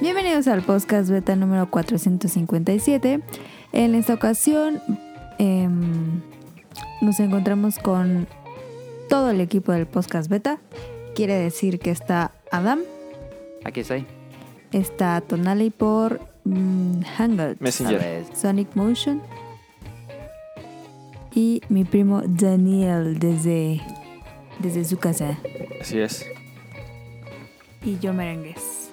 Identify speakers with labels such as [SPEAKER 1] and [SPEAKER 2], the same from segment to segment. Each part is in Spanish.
[SPEAKER 1] Bienvenidos al podcast beta número 457. En esta ocasión eh, nos encontramos con todo el equipo del podcast beta. Quiere decir que está Adam,
[SPEAKER 2] Aquí estoy.
[SPEAKER 1] está Tonali por mm, Hangout,
[SPEAKER 2] Tal
[SPEAKER 3] Messenger.
[SPEAKER 2] vez.
[SPEAKER 1] Sonic Motion y mi primo Daniel desde, desde su casa.
[SPEAKER 3] Así es.
[SPEAKER 1] Y yo merengues.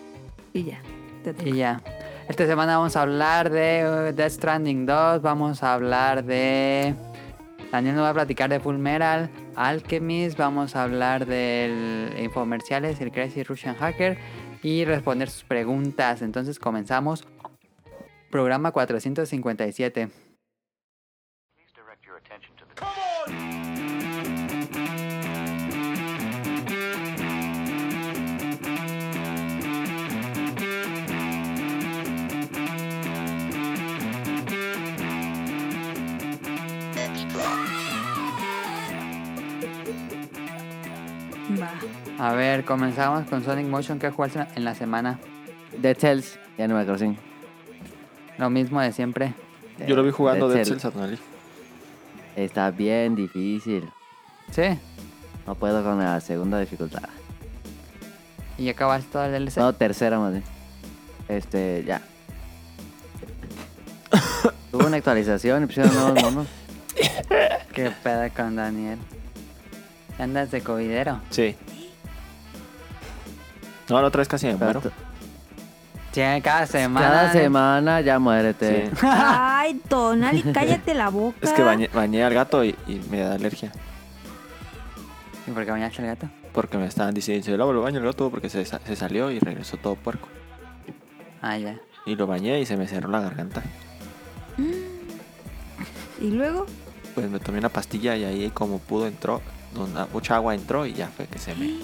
[SPEAKER 1] Y ya. te toca.
[SPEAKER 2] Y ya. Esta semana vamos a hablar de uh, Death Stranding 2. Vamos a hablar de. Daniel nos va a platicar de Full Metal, Alchemist. Vamos a hablar del infomerciales, el Crazy Russian Hacker. Y responder sus preguntas. Entonces comenzamos. Programa 457.
[SPEAKER 1] Va.
[SPEAKER 2] A ver, comenzamos con Sonic Motion. ¿Qué jugaste en la semana?
[SPEAKER 4] Dead Cells, ya no me acuerdo. sí.
[SPEAKER 2] Lo mismo de siempre. Eh,
[SPEAKER 3] Yo lo vi jugando
[SPEAKER 4] Dead
[SPEAKER 3] Dead
[SPEAKER 4] Cells.
[SPEAKER 3] Cells a Tonali.
[SPEAKER 4] Está bien difícil.
[SPEAKER 2] Sí.
[SPEAKER 4] No puedo con la segunda dificultad.
[SPEAKER 2] Y acabaste todo el DLC.
[SPEAKER 4] No, tercera más bien. Este, ya. Tuvo una actualización pues, y pusieron nuevos monos.
[SPEAKER 2] Qué pedo con Daniel. Andas de covidero.
[SPEAKER 3] Sí. No, la otra vez casi me muero.
[SPEAKER 4] Pero t-
[SPEAKER 2] Sí, cada semana. ¿eh?
[SPEAKER 4] Cada semana ya muérete.
[SPEAKER 3] Sí.
[SPEAKER 1] Ay, Tonali, cállate la boca.
[SPEAKER 3] Es que bañé, bañé al gato y, y me da alergia.
[SPEAKER 2] ¿Y por qué bañaste al gato?
[SPEAKER 3] Porque me estaban diciendo, yo lo baño al gato porque se, sa- se salió y regresó todo puerco.
[SPEAKER 2] Ah, ya.
[SPEAKER 3] Y lo bañé y se me cerró la garganta.
[SPEAKER 1] Mm. Y luego,
[SPEAKER 3] Pues me tomé una pastilla y ahí como pudo entró, una- mucha agua entró y ya fue que se me...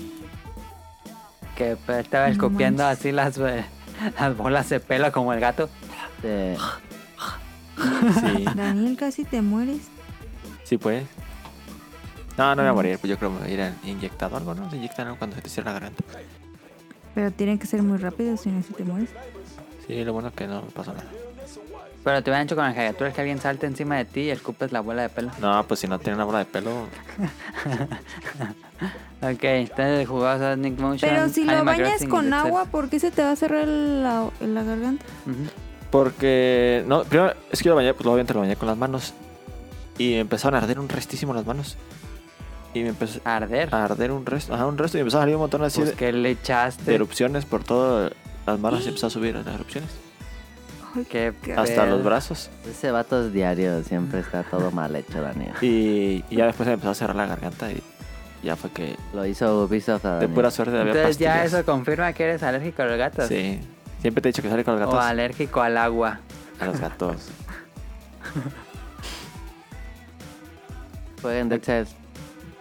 [SPEAKER 2] Que pe- estaba
[SPEAKER 1] No
[SPEAKER 2] escupiendo
[SPEAKER 1] manches.
[SPEAKER 2] así las, eh, las bolas de pelo como el gato.
[SPEAKER 4] Este,
[SPEAKER 3] Sí,
[SPEAKER 1] Daniel, casi te mueres.
[SPEAKER 3] sí pues. No, no me voy a morir, pues yo creo que me voy a ir al- inyectado algo, ¿no? Se inyectan algo cuando se te cierra la garganta.
[SPEAKER 1] Pero tienen que ser muy rápidos, si no, si te mueres.
[SPEAKER 3] Sí, lo bueno es que no me pasó nada.
[SPEAKER 2] Pero te hubieran hecho con el caricatura que alguien salte encima de ti y escupes la bola de pelo.
[SPEAKER 3] No, pues si no tiene una bola de pelo,
[SPEAKER 2] Ok, entonces jugabas a Nick Motion.
[SPEAKER 1] Pero si lo
[SPEAKER 2] Animal
[SPEAKER 1] bañas
[SPEAKER 2] Crossing y
[SPEAKER 1] con
[SPEAKER 2] Dead Cells.
[SPEAKER 1] agua, ¿por qué se te va a cerrar la, la garganta?
[SPEAKER 2] Ujú.
[SPEAKER 3] Porque, no, primero, es que yo lo bañé, pues obviamente lo bañé con las manos. Y me empezaron a arder un restísimo las manos. Y me empezó
[SPEAKER 2] Arder.
[SPEAKER 4] Ah,
[SPEAKER 3] a arder un resto, ajá, un resto. Y empezó a salir un montón así
[SPEAKER 2] pues
[SPEAKER 3] de,
[SPEAKER 2] que le
[SPEAKER 3] de
[SPEAKER 2] echaste.
[SPEAKER 3] erupciones por todas las manos. Y empezó a subir las erupciones.
[SPEAKER 1] Ay,
[SPEAKER 2] Qué pedo.
[SPEAKER 3] Hasta los brazos.
[SPEAKER 4] ese vato es diario, siempre está todo mal hecho, Daniel.
[SPEAKER 3] Y, y ya después se me empezó a cerrar la garganta. Y ya fue que
[SPEAKER 4] Lo hizo Ubisoft a
[SPEAKER 3] de
[SPEAKER 4] Daniel.
[SPEAKER 3] pura suerte había
[SPEAKER 2] Entonces ya
[SPEAKER 3] pastillas.
[SPEAKER 2] eso confirma que eres alérgico a los gatos.
[SPEAKER 3] Sí. Siempre te he dicho que sale con
[SPEAKER 2] O
[SPEAKER 3] los gatos.
[SPEAKER 2] alérgico al agua.
[SPEAKER 3] A los gatos.
[SPEAKER 4] Jueguen Dead Cells.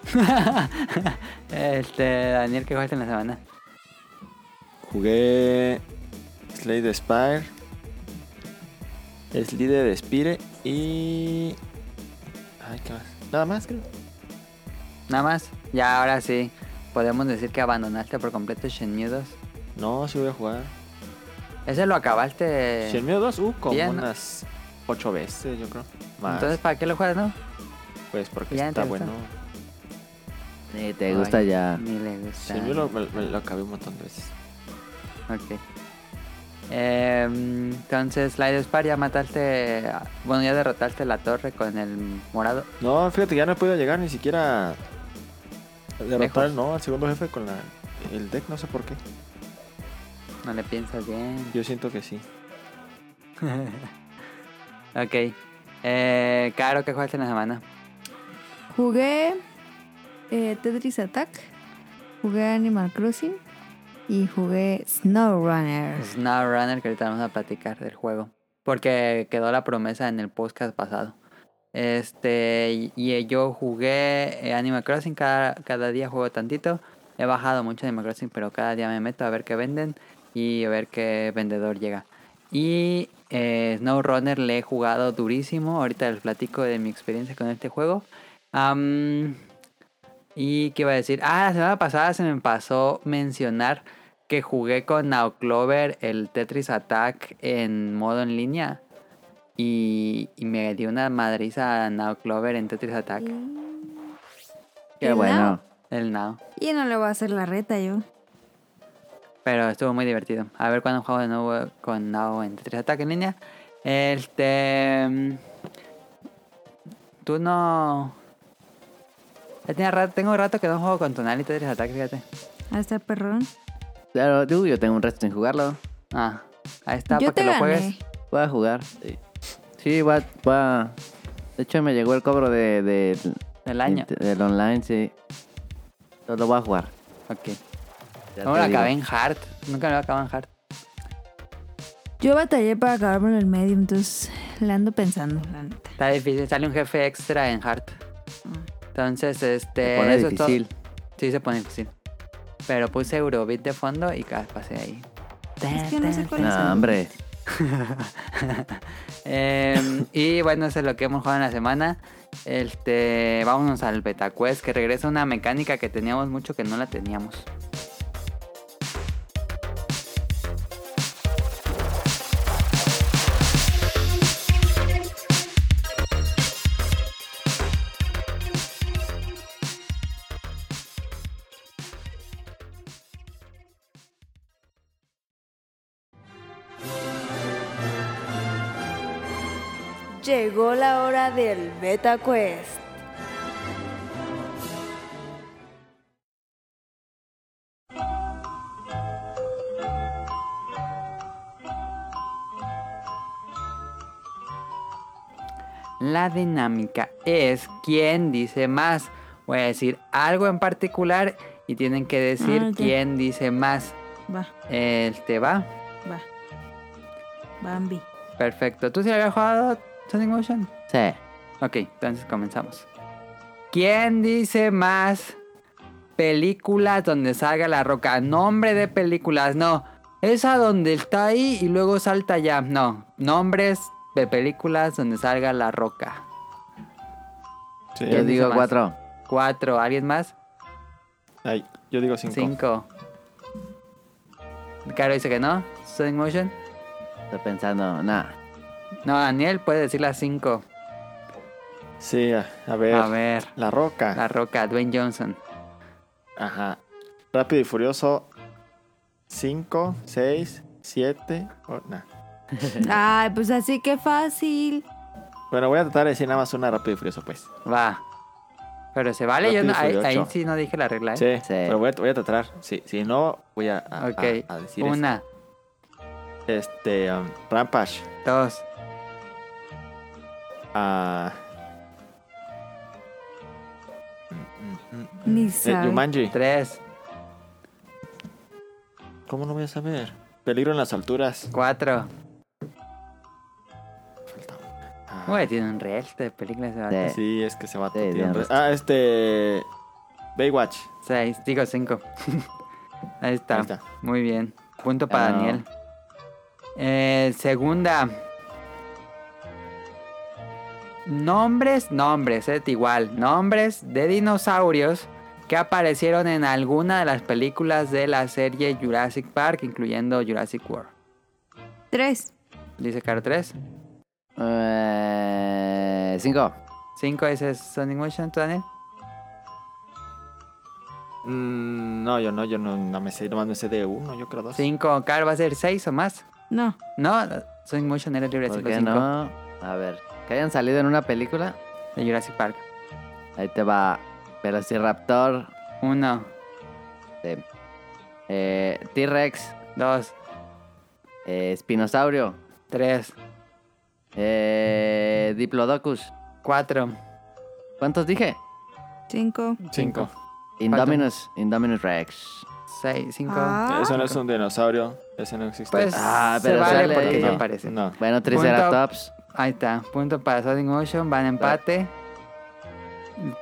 [SPEAKER 2] Este, Daniel, ¿qué jugaste en la semana?
[SPEAKER 3] Jugué Slay the Spire, Slay the Despire y... Ay, ¿qué más? Nada más, creo.
[SPEAKER 2] Nada más, ya ahora sí, podemos decir que abandonaste por completo Shenmue 2.
[SPEAKER 3] No, sí voy a jugar.
[SPEAKER 2] Ese lo acabaste.
[SPEAKER 3] Shenmue 2, uh, como
[SPEAKER 2] bien.
[SPEAKER 3] unas ocho veces, yo creo. Más.
[SPEAKER 2] Entonces, ¿para qué lo juegas, no?
[SPEAKER 3] pues porque
[SPEAKER 2] ya
[SPEAKER 3] está
[SPEAKER 2] te gustó.
[SPEAKER 3] bueno.
[SPEAKER 4] Ni te gusta
[SPEAKER 2] Ay,
[SPEAKER 4] ya.
[SPEAKER 2] Ni le gusta.
[SPEAKER 3] Shenmue lo, me, me lo acabé un montón de veces.
[SPEAKER 2] Ok. Eh, entonces, Slide Spar, ya mataste. a- Bueno, ya derrotaste la torre con el morado.
[SPEAKER 3] No, fíjate, ya no he podido llegar ni siquiera a derrotar,
[SPEAKER 2] Lejos.
[SPEAKER 3] no, al segundo jefe con la, el deck, no sé por qué.
[SPEAKER 2] No le piensas bien.
[SPEAKER 3] Yo siento que sí.
[SPEAKER 2] Ok. Eh, Caro, ¿qué jugaste en la semana?
[SPEAKER 1] Jugué eh, Tetris Attack, jugué Animal Crossing y jugué SnowRunner.
[SPEAKER 2] Snowrunner, que ahorita vamos a platicar del juego. Porque quedó la promesa en el podcast pasado. Este, y- y yo jugué eh, Animal Crossing, cada, cada día juego tantito. He bajado mucho Animal Crossing, pero cada día me meto a ver qué venden y a ver qué vendedor llega. Y eh, SnowRunner le he jugado durísimo. Ahorita les platico de mi experiencia con este juego. Am, y qué iba a decir. Ah, la semana pasada se me pasó mencionar que jugué con Now Clover el Tetris Attack en modo en línea. Y, y me dio una madriza a Now Clover en Tetris Attack.
[SPEAKER 4] Qué
[SPEAKER 1] ¿El
[SPEAKER 4] bueno.
[SPEAKER 1] Now?
[SPEAKER 2] El Now.
[SPEAKER 1] Y no le voy a hacer la reta yo.
[SPEAKER 2] Pero estuvo muy divertido. A ver cuándo juego de nuevo con Now en Tetris Attack en línea. Este. mm, Tú no. Ya tenía rato- tengo rato que no juego con Tonal y Tetris Attack, fíjate.
[SPEAKER 1] A estar perrón.
[SPEAKER 4] Claro, tú, yo tengo un resto sin jugarlo.
[SPEAKER 2] Ah, ahí está,
[SPEAKER 1] yo
[SPEAKER 2] para
[SPEAKER 1] te
[SPEAKER 2] que lo
[SPEAKER 1] gané.
[SPEAKER 2] juegues.
[SPEAKER 4] Voy a jugar. Sí, sí va, va. De hecho, me llegó el cobro de, de-
[SPEAKER 2] Del año.
[SPEAKER 4] de- Este, del online, sí. Yo lo voy a jugar.
[SPEAKER 2] Ok.
[SPEAKER 4] Ya
[SPEAKER 2] No me
[SPEAKER 4] te
[SPEAKER 2] lo
[SPEAKER 4] digo.
[SPEAKER 2] acabé en Hard. Nunca me lo acabé en Hard.
[SPEAKER 1] Yo batallé para acabarme en el medio, entonces le ando pensando, la neta.
[SPEAKER 2] Está difícil. Sale un jefe extra en Hard. Entonces, este.
[SPEAKER 4] Se pone
[SPEAKER 2] eso es todo.
[SPEAKER 4] difícil.
[SPEAKER 2] sí, se pone difícil. Pero puse Eurobeat de fondo y ca- pasé ahí.
[SPEAKER 1] Es que no sé cuál es.
[SPEAKER 4] No,
[SPEAKER 1] el-
[SPEAKER 4] hombre.
[SPEAKER 2] Em, y bueno, eso es lo que hemos jugado en la semana. Este, vámonos al Betacuest, que regresa una mecánica que teníamos mucho que no la teníamos.
[SPEAKER 5] Llegó la hora del Beta Quest.
[SPEAKER 2] La dinámica es quién dice más. Voy a decir algo en particular y tienen que decir
[SPEAKER 1] Ah, ok.
[SPEAKER 2] quién dice más.
[SPEAKER 1] Va,
[SPEAKER 2] Este va.
[SPEAKER 1] va. Bambi.
[SPEAKER 2] Perfecto. ¿Tú sí habías jugado Sonic Motion?
[SPEAKER 4] Sí.
[SPEAKER 2] Ok, entonces comenzamos. ¿Quién dice más películas donde salga la roca? Nombre de películas, no. Esa donde está ahí y luego salta ya. No. Nombres de películas donde salga la roca.
[SPEAKER 3] Sí.
[SPEAKER 4] Yo
[SPEAKER 2] ¿Quién dice
[SPEAKER 4] digo
[SPEAKER 2] más?
[SPEAKER 4] cuatro.
[SPEAKER 2] Cuatro. ¿Alguien más?
[SPEAKER 3] Ay, yo digo cinco.
[SPEAKER 2] Cinco. Caro dice que no. Sonic Motion.
[SPEAKER 4] Estoy pensando, nada.
[SPEAKER 2] No, Daniel puede decir las cinco.
[SPEAKER 3] Sí, a, a ver.
[SPEAKER 2] A ver.
[SPEAKER 3] La Roca.
[SPEAKER 2] La roca, Dwayne Johnson.
[SPEAKER 3] Ajá. Rápido y Furioso 5, 6, 7.
[SPEAKER 1] Ay, pues así que fácil.
[SPEAKER 3] Bueno, voy a tratar de decir nada más una Rápido y Furioso, pues.
[SPEAKER 2] Va. Pero se vale, yo no- ahí,
[SPEAKER 3] Rápido y
[SPEAKER 2] ahí
[SPEAKER 3] Furioso.
[SPEAKER 2] sí no dije la regla, ¿eh?
[SPEAKER 3] Sí,
[SPEAKER 4] Sí.
[SPEAKER 3] pero voy a, voy a tratar. Sí, si no, voy a, a-
[SPEAKER 2] Ok,
[SPEAKER 3] a- a decir eso.
[SPEAKER 2] Una,
[SPEAKER 3] Este, um, Rampage.
[SPEAKER 2] dos,
[SPEAKER 3] ah,
[SPEAKER 1] Ni
[SPEAKER 3] eh,
[SPEAKER 1] sabe.
[SPEAKER 3] Jumanji.
[SPEAKER 2] tres,
[SPEAKER 3] ¿Cómo no voy a saber? Peligro en las alturas.
[SPEAKER 2] cuatro.
[SPEAKER 3] Ah,
[SPEAKER 2] Uy, tiene un reel de películas de vato.
[SPEAKER 4] Sí.
[SPEAKER 3] sí, es que se va a
[SPEAKER 4] Sí, bien resto.
[SPEAKER 3] Ah, este. Baywatch.
[SPEAKER 2] Seis, digo cinco. Ahí, está.
[SPEAKER 3] Ahí está.
[SPEAKER 2] Muy bien. Punto para
[SPEAKER 4] Ah.
[SPEAKER 2] Daniel. Eh, segunda. Nombres, nombres, es igual. Nombres de dinosaurios que aparecieron en alguna de las películas de la serie Jurassic Park, incluyendo Jurassic World.
[SPEAKER 1] Tres.
[SPEAKER 2] Dice Caro 3.
[SPEAKER 4] Eh, cinco.
[SPEAKER 2] 5 es Sonic Motion, ¿tú, Daniel?
[SPEAKER 3] Mm, no, yo no, yo no, no me sé, nomás me sé de uno, yo creo dos.
[SPEAKER 2] 5, Car va a ser 6 o más.
[SPEAKER 1] No.
[SPEAKER 2] No, Sonic Motion era libre
[SPEAKER 4] ¿Por
[SPEAKER 2] de
[SPEAKER 4] qué
[SPEAKER 2] 5
[SPEAKER 4] no? A ver, que hayan salido en una película.
[SPEAKER 2] de Jurassic Park.
[SPEAKER 4] Ahí te va Velociraptor,
[SPEAKER 2] 1,
[SPEAKER 4] este, eh, T-Rex,
[SPEAKER 2] 2,
[SPEAKER 4] eh, Spinosaurio,
[SPEAKER 2] 3,
[SPEAKER 4] eh, Diplodocus.
[SPEAKER 2] 4,
[SPEAKER 4] ¿Cuántos dije?
[SPEAKER 1] Cinco.
[SPEAKER 3] Cinco.
[SPEAKER 4] Indominus, Indominus Rex.
[SPEAKER 2] 6, 5.
[SPEAKER 1] Ah.
[SPEAKER 3] Eso no es un dinosaurio, ese no existe.
[SPEAKER 2] Pues
[SPEAKER 4] Ah,
[SPEAKER 2] se
[SPEAKER 4] pero
[SPEAKER 2] vale
[SPEAKER 4] sale
[SPEAKER 2] porque
[SPEAKER 4] ahí.
[SPEAKER 2] ya
[SPEAKER 3] no,
[SPEAKER 2] aparece.
[SPEAKER 3] No.
[SPEAKER 4] Bueno, Triceratops.
[SPEAKER 2] Ahí está, punto para Sonic Motion, van a empate.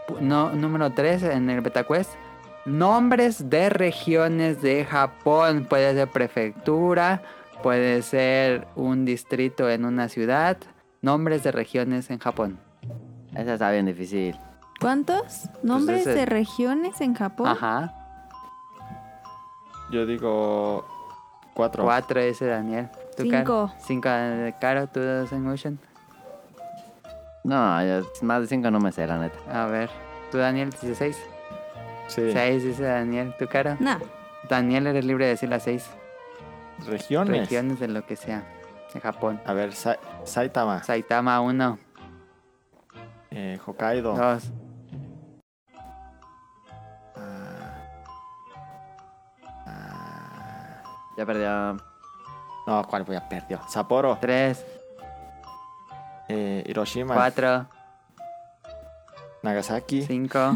[SPEAKER 2] Pu- No, número 3 en el BetaQuest. Nombres de regiones de Japón. Puede ser prefectura, puede ser un distrito en una ciudad. Nombres de regiones en Japón.
[SPEAKER 4] Esa está bien difícil.
[SPEAKER 1] ¿Cuántos nombres
[SPEAKER 2] ese-
[SPEAKER 1] de regiones en Japón?
[SPEAKER 2] Ajá.
[SPEAKER 3] Yo digo cuatro.
[SPEAKER 2] Cuatro, dice Daniel. ¿Tú, Car?
[SPEAKER 1] Cinco.
[SPEAKER 2] Cinco, eh, Caro, tú das en motion.
[SPEAKER 4] No, yo- más de cinco no me sé, la neta.
[SPEAKER 2] A ver. Tú, Daniel, dice seis.
[SPEAKER 3] Sí.
[SPEAKER 2] Seis, dice Daniel. ¿Tú, Caro?
[SPEAKER 1] No.
[SPEAKER 2] Daniel, eres libre de decir las seis.
[SPEAKER 3] Regiones.
[SPEAKER 2] Regiones de lo que sea. De Japón.
[SPEAKER 3] A ver, Sa- Saitama,
[SPEAKER 2] Saitama, uno.
[SPEAKER 3] eh, Hokkaido,
[SPEAKER 2] Dos.
[SPEAKER 4] Ya perdió.
[SPEAKER 3] No, ¿cuál voy a perdió? Sapporo,
[SPEAKER 2] Tres.
[SPEAKER 3] eh, Hiroshima,
[SPEAKER 2] Cuatro.
[SPEAKER 3] Nagasaki
[SPEAKER 2] Cinco.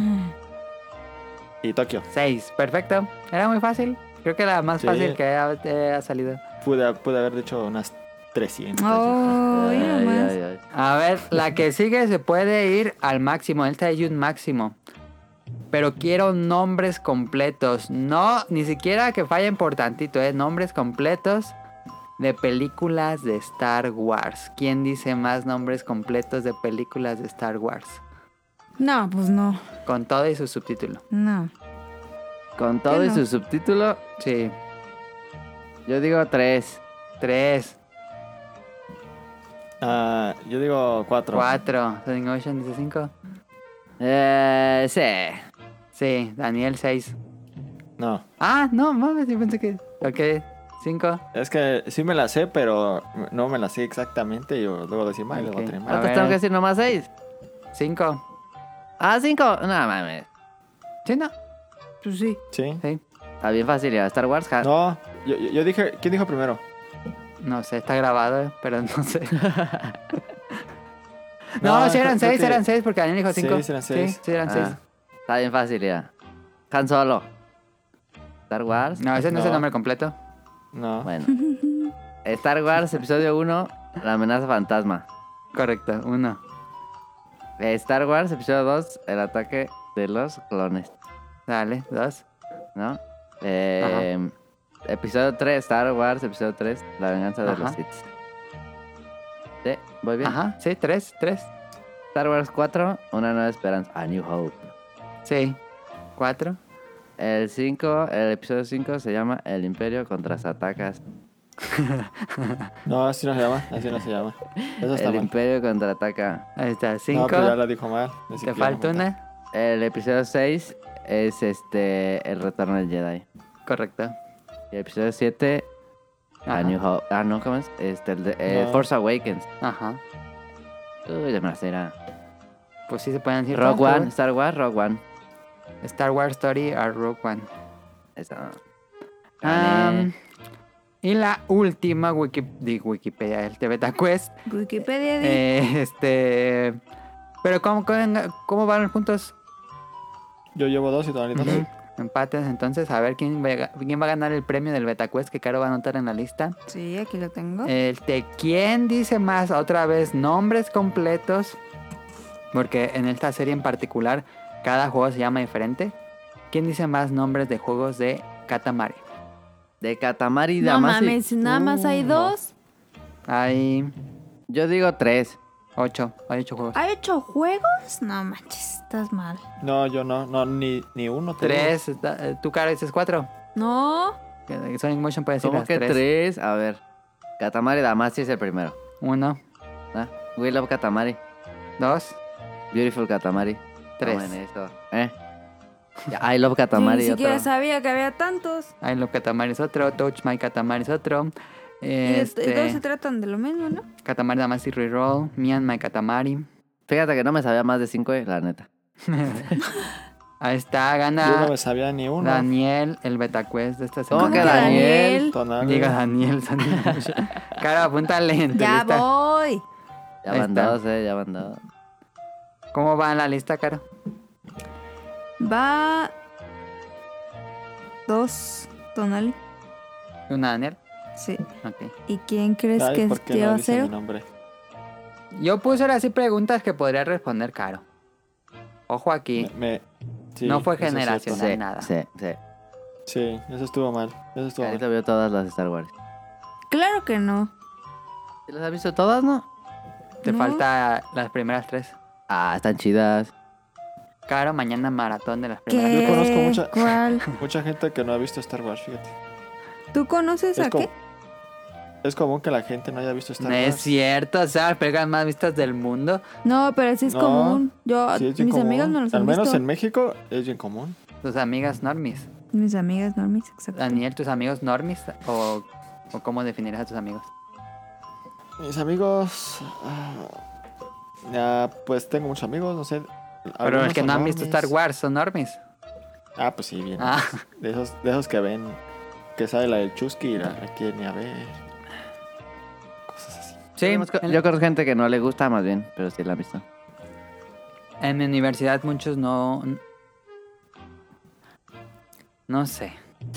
[SPEAKER 3] y Tokio.
[SPEAKER 2] Seis. Perfecto. Era muy fácil. Creo que la más
[SPEAKER 3] Sí.
[SPEAKER 2] fácil que ha, eh, ha salido.
[SPEAKER 3] Pude, pude haber dicho unas 300.
[SPEAKER 1] Oh,
[SPEAKER 4] Ay,
[SPEAKER 1] mira más.
[SPEAKER 4] ay, ay.
[SPEAKER 2] A ver, la que sigue se puede ir al máximo. Esta hay un máximo. Pero quiero nombres completos. No, ni siquiera que fallen por tantito, ¿eh? Nombres completos de películas de Star Wars. ¿Quién dice más nombres completos de películas de Star Wars?
[SPEAKER 1] No, pues no.
[SPEAKER 2] Con todo y su subtítulo.
[SPEAKER 1] No.
[SPEAKER 4] Con todo y
[SPEAKER 1] no?
[SPEAKER 4] su subtítulo,
[SPEAKER 2] Sí.
[SPEAKER 4] yo digo tres.
[SPEAKER 2] Tres,
[SPEAKER 3] Ah, yo digo 4.
[SPEAKER 2] cuatro. Sonic Ocean dice cinco.
[SPEAKER 4] Eh, sí.
[SPEAKER 2] Sí, Daniel seis.
[SPEAKER 3] No,
[SPEAKER 2] Ah, no, mames, yo pensé que. Ok, cinco.
[SPEAKER 3] es que sí me la sé, pero no me la sé exactamente. Yo luego decir mal, luego
[SPEAKER 2] Ok.
[SPEAKER 3] otra mal.
[SPEAKER 2] A
[SPEAKER 4] ¿Cuántos
[SPEAKER 2] ver.
[SPEAKER 4] tengo que decir nomás seis?
[SPEAKER 2] Cinco.
[SPEAKER 4] Ah, cinco. No mames.
[SPEAKER 2] Sí, no.
[SPEAKER 1] Pues sí.
[SPEAKER 3] ¿Sí?
[SPEAKER 2] Sí.
[SPEAKER 4] Está bien fácil ya. Star Wars. ja-
[SPEAKER 3] No, yo, yo- yo dije, ¿quién dijo primero?
[SPEAKER 2] No sé, está grabado, eh, pero no sé.
[SPEAKER 3] No,
[SPEAKER 2] no, si eran
[SPEAKER 3] creo
[SPEAKER 2] seis,
[SPEAKER 3] que-
[SPEAKER 2] eran seis, porque Daniel dijo cinco.
[SPEAKER 3] Sí, sí eran seis.
[SPEAKER 2] Sí, sí eran
[SPEAKER 4] Ah,
[SPEAKER 2] seis.
[SPEAKER 4] Está bien fácil ya. Han Solo. Star Wars.
[SPEAKER 2] No, ese no, es
[SPEAKER 3] No.
[SPEAKER 2] el nombre completo.
[SPEAKER 3] No.
[SPEAKER 4] Bueno. Star Wars, episodio 1, La amenaza fantasma.
[SPEAKER 2] Correcto, uno.
[SPEAKER 4] Eh, Star Wars, episodio 2, El ataque de los clones.
[SPEAKER 2] Dale, dos.
[SPEAKER 4] ¿No? Eh, episodio 3, Star Wars, episodio 3, La venganza de
[SPEAKER 2] Ajá.
[SPEAKER 4] los Sith. Sí, voy bien.
[SPEAKER 2] Ajá, sí, tres, tres.
[SPEAKER 4] Star Wars 4, Una nueva esperanza, A New Hope.
[SPEAKER 2] Sí, cuatro.
[SPEAKER 4] El 5, el episodio 5 se llama El Imperio contra Atacas.
[SPEAKER 3] No, así no se llama, así no se llama. Eso está
[SPEAKER 4] El
[SPEAKER 3] mal.
[SPEAKER 4] Imperio contraataca.
[SPEAKER 2] Ahí está,
[SPEAKER 3] No,
[SPEAKER 2] cinco.
[SPEAKER 3] pero ya la dijo mal. así
[SPEAKER 2] Te
[SPEAKER 3] que ya no
[SPEAKER 2] falta
[SPEAKER 3] cuenta.
[SPEAKER 2] una.
[SPEAKER 4] El episodio 6 es este El retorno del Jedi.
[SPEAKER 2] Correcto.
[SPEAKER 4] Y el episodio 7,
[SPEAKER 2] Ajá.
[SPEAKER 4] A New Hope. Ah, no, ¿cómo es? Este, el de- eh,
[SPEAKER 3] No.
[SPEAKER 4] Force Awakens.
[SPEAKER 2] Ajá.
[SPEAKER 4] Uy, ya me la sé, era.
[SPEAKER 2] Pues sí se pueden decir.
[SPEAKER 4] Rogue
[SPEAKER 2] todas,
[SPEAKER 4] One, Star Wars, Rogue One.
[SPEAKER 2] pero- Star Wars Story o Rogue One.
[SPEAKER 4] Esa.
[SPEAKER 2] Am, y la última wiki, di Wikipedia, el Tebeta Quest.
[SPEAKER 1] Wikipedia dice.
[SPEAKER 2] Eh, este. Pero ¿cómo, cómo, cómo van los puntos?
[SPEAKER 3] Yo llevo dos y todavía no.
[SPEAKER 2] Ujú. Empates, entonces, a ver quién va a, quién va a ganar el premio del Betacuest que Caro va a anotar en la lista.
[SPEAKER 1] Sí, aquí lo tengo.
[SPEAKER 2] Este, ¿quién dice más? Otra vez, nombres completos. Porque en esta serie en particular, cada juego se llama diferente. ¿Quién dice más nombres de juegos de Katamari?
[SPEAKER 4] De Katamari
[SPEAKER 1] no
[SPEAKER 4] Damacy.
[SPEAKER 1] mames, nada más
[SPEAKER 4] Uh.
[SPEAKER 1] hay dos.
[SPEAKER 2] Hay
[SPEAKER 4] Yo digo tres.
[SPEAKER 2] ocho, hay ocho juegos.
[SPEAKER 1] ¿Hay ocho juegos? No manches, estás mal.
[SPEAKER 3] No, yo no, no, ni, ni uno. te digo.
[SPEAKER 2] Tres, está- eh, tú Caro dices cuatro.
[SPEAKER 1] No.
[SPEAKER 2] Que- Sonic Motion puede decir
[SPEAKER 4] ¿Cómo
[SPEAKER 2] las
[SPEAKER 4] que
[SPEAKER 2] tres.
[SPEAKER 4] tres? A ver. Katamari Damacy es el primero.
[SPEAKER 2] Uno,
[SPEAKER 4] ¿Ah? We love Katamari.
[SPEAKER 2] dos,
[SPEAKER 4] Beautiful Katamari.
[SPEAKER 2] Tres.
[SPEAKER 4] Toma en esto. ¿Eh? I love
[SPEAKER 1] Yo
[SPEAKER 4] Katamari.
[SPEAKER 1] ni siquiera
[SPEAKER 4] otro.
[SPEAKER 1] sabía que había tantos.
[SPEAKER 2] I Love Katamari es otro, Touch My Katamari es otro,
[SPEAKER 1] Y de- y todos se
[SPEAKER 2] este,
[SPEAKER 1] tratan de lo mismo, ¿no?
[SPEAKER 2] Katamari Damacy Reroll, Mian My Katamari.
[SPEAKER 4] Fíjate que no me sabía más de cinco, eh, la neta.
[SPEAKER 2] Ahí está,
[SPEAKER 3] Yo no
[SPEAKER 2] gana
[SPEAKER 3] me sabía ni uno.
[SPEAKER 2] Daniel el Betacuest de esta
[SPEAKER 4] ¿Cómo
[SPEAKER 2] semana.
[SPEAKER 4] que Daniel?
[SPEAKER 3] Tonal.
[SPEAKER 2] Diga Daniel, Sonic. Cara, apúntale en tu
[SPEAKER 1] Ya
[SPEAKER 2] lista.
[SPEAKER 1] voy.
[SPEAKER 4] Ya
[SPEAKER 2] Ahí
[SPEAKER 4] van
[SPEAKER 2] está.
[SPEAKER 4] dos, eh, ya van dos.
[SPEAKER 2] ¿Cómo va en la lista, Caro?
[SPEAKER 1] Va. Dos. Tonali.
[SPEAKER 2] Una Daniel.
[SPEAKER 1] Sí.
[SPEAKER 2] Ok.
[SPEAKER 1] ¿Y quién crees
[SPEAKER 3] Ay,
[SPEAKER 1] que
[SPEAKER 3] ¿por qué
[SPEAKER 1] lleva
[SPEAKER 3] no dice mi
[SPEAKER 1] cero?
[SPEAKER 3] nombre?
[SPEAKER 2] Yo puse ahora sí preguntas que podría responder Caro. Ojo aquí.
[SPEAKER 3] Me- me- sí,
[SPEAKER 2] No fue
[SPEAKER 3] eso es
[SPEAKER 2] generación.
[SPEAKER 3] cierto.
[SPEAKER 2] hay nada.
[SPEAKER 4] sí, sí.
[SPEAKER 3] Sí, eso estuvo mal. Eso estuvo mal.
[SPEAKER 4] Ahorita veo todas las de Star Wars.
[SPEAKER 1] Claro que no.
[SPEAKER 4] ¿Sí ¿Las has visto todas, no?
[SPEAKER 2] Te
[SPEAKER 1] No.
[SPEAKER 2] falta las primeras tres.
[SPEAKER 4] Ah, están chidas.
[SPEAKER 2] Caro, mañana maratón de las primeras.
[SPEAKER 1] ¿Qué?
[SPEAKER 3] Yo conozco mucha-
[SPEAKER 1] ¿Cuál?
[SPEAKER 3] Mucha gente que no ha visto Star Wars, fíjate.
[SPEAKER 1] ¿Tú conoces a
[SPEAKER 3] Es, como-
[SPEAKER 1] qué?
[SPEAKER 3] es común que la gente no haya visto Star
[SPEAKER 2] No es
[SPEAKER 3] Wars.
[SPEAKER 2] cierto, o sea, las películas más vistas del mundo.
[SPEAKER 1] No, pero sí es
[SPEAKER 3] No.
[SPEAKER 1] común. Yo,
[SPEAKER 3] Sí, es bien
[SPEAKER 1] mis
[SPEAKER 3] común.
[SPEAKER 1] amigas no los
[SPEAKER 3] Al
[SPEAKER 1] han
[SPEAKER 3] menos
[SPEAKER 1] visto.
[SPEAKER 3] en México es bien común.
[SPEAKER 2] Tus amigas normis.
[SPEAKER 1] Mis amigas normis, exacto.
[SPEAKER 2] Daniel, ¿tus amigos normis? ¿O, o cómo definirás a tus amigos?
[SPEAKER 3] Mis amigos. ah, ah, pues tengo muchos amigos, no sé.
[SPEAKER 2] Pero
[SPEAKER 3] algunos
[SPEAKER 2] los que
[SPEAKER 3] son
[SPEAKER 2] no han visto
[SPEAKER 3] normies.
[SPEAKER 2] Star Wars son normis.
[SPEAKER 3] Ah, pues sí, bien.
[SPEAKER 2] Ah,
[SPEAKER 3] De, esos, de esos que ven. Que sabe la del Chusky y la,
[SPEAKER 2] Ah.
[SPEAKER 3] la quieren ir a ver. Cosas así.
[SPEAKER 2] sí,
[SPEAKER 4] Yo conozco-
[SPEAKER 2] en-
[SPEAKER 4] Yo conozco gente que no le gusta más bien, pero sí la han visto.
[SPEAKER 2] En mi universidad muchos no... No sé.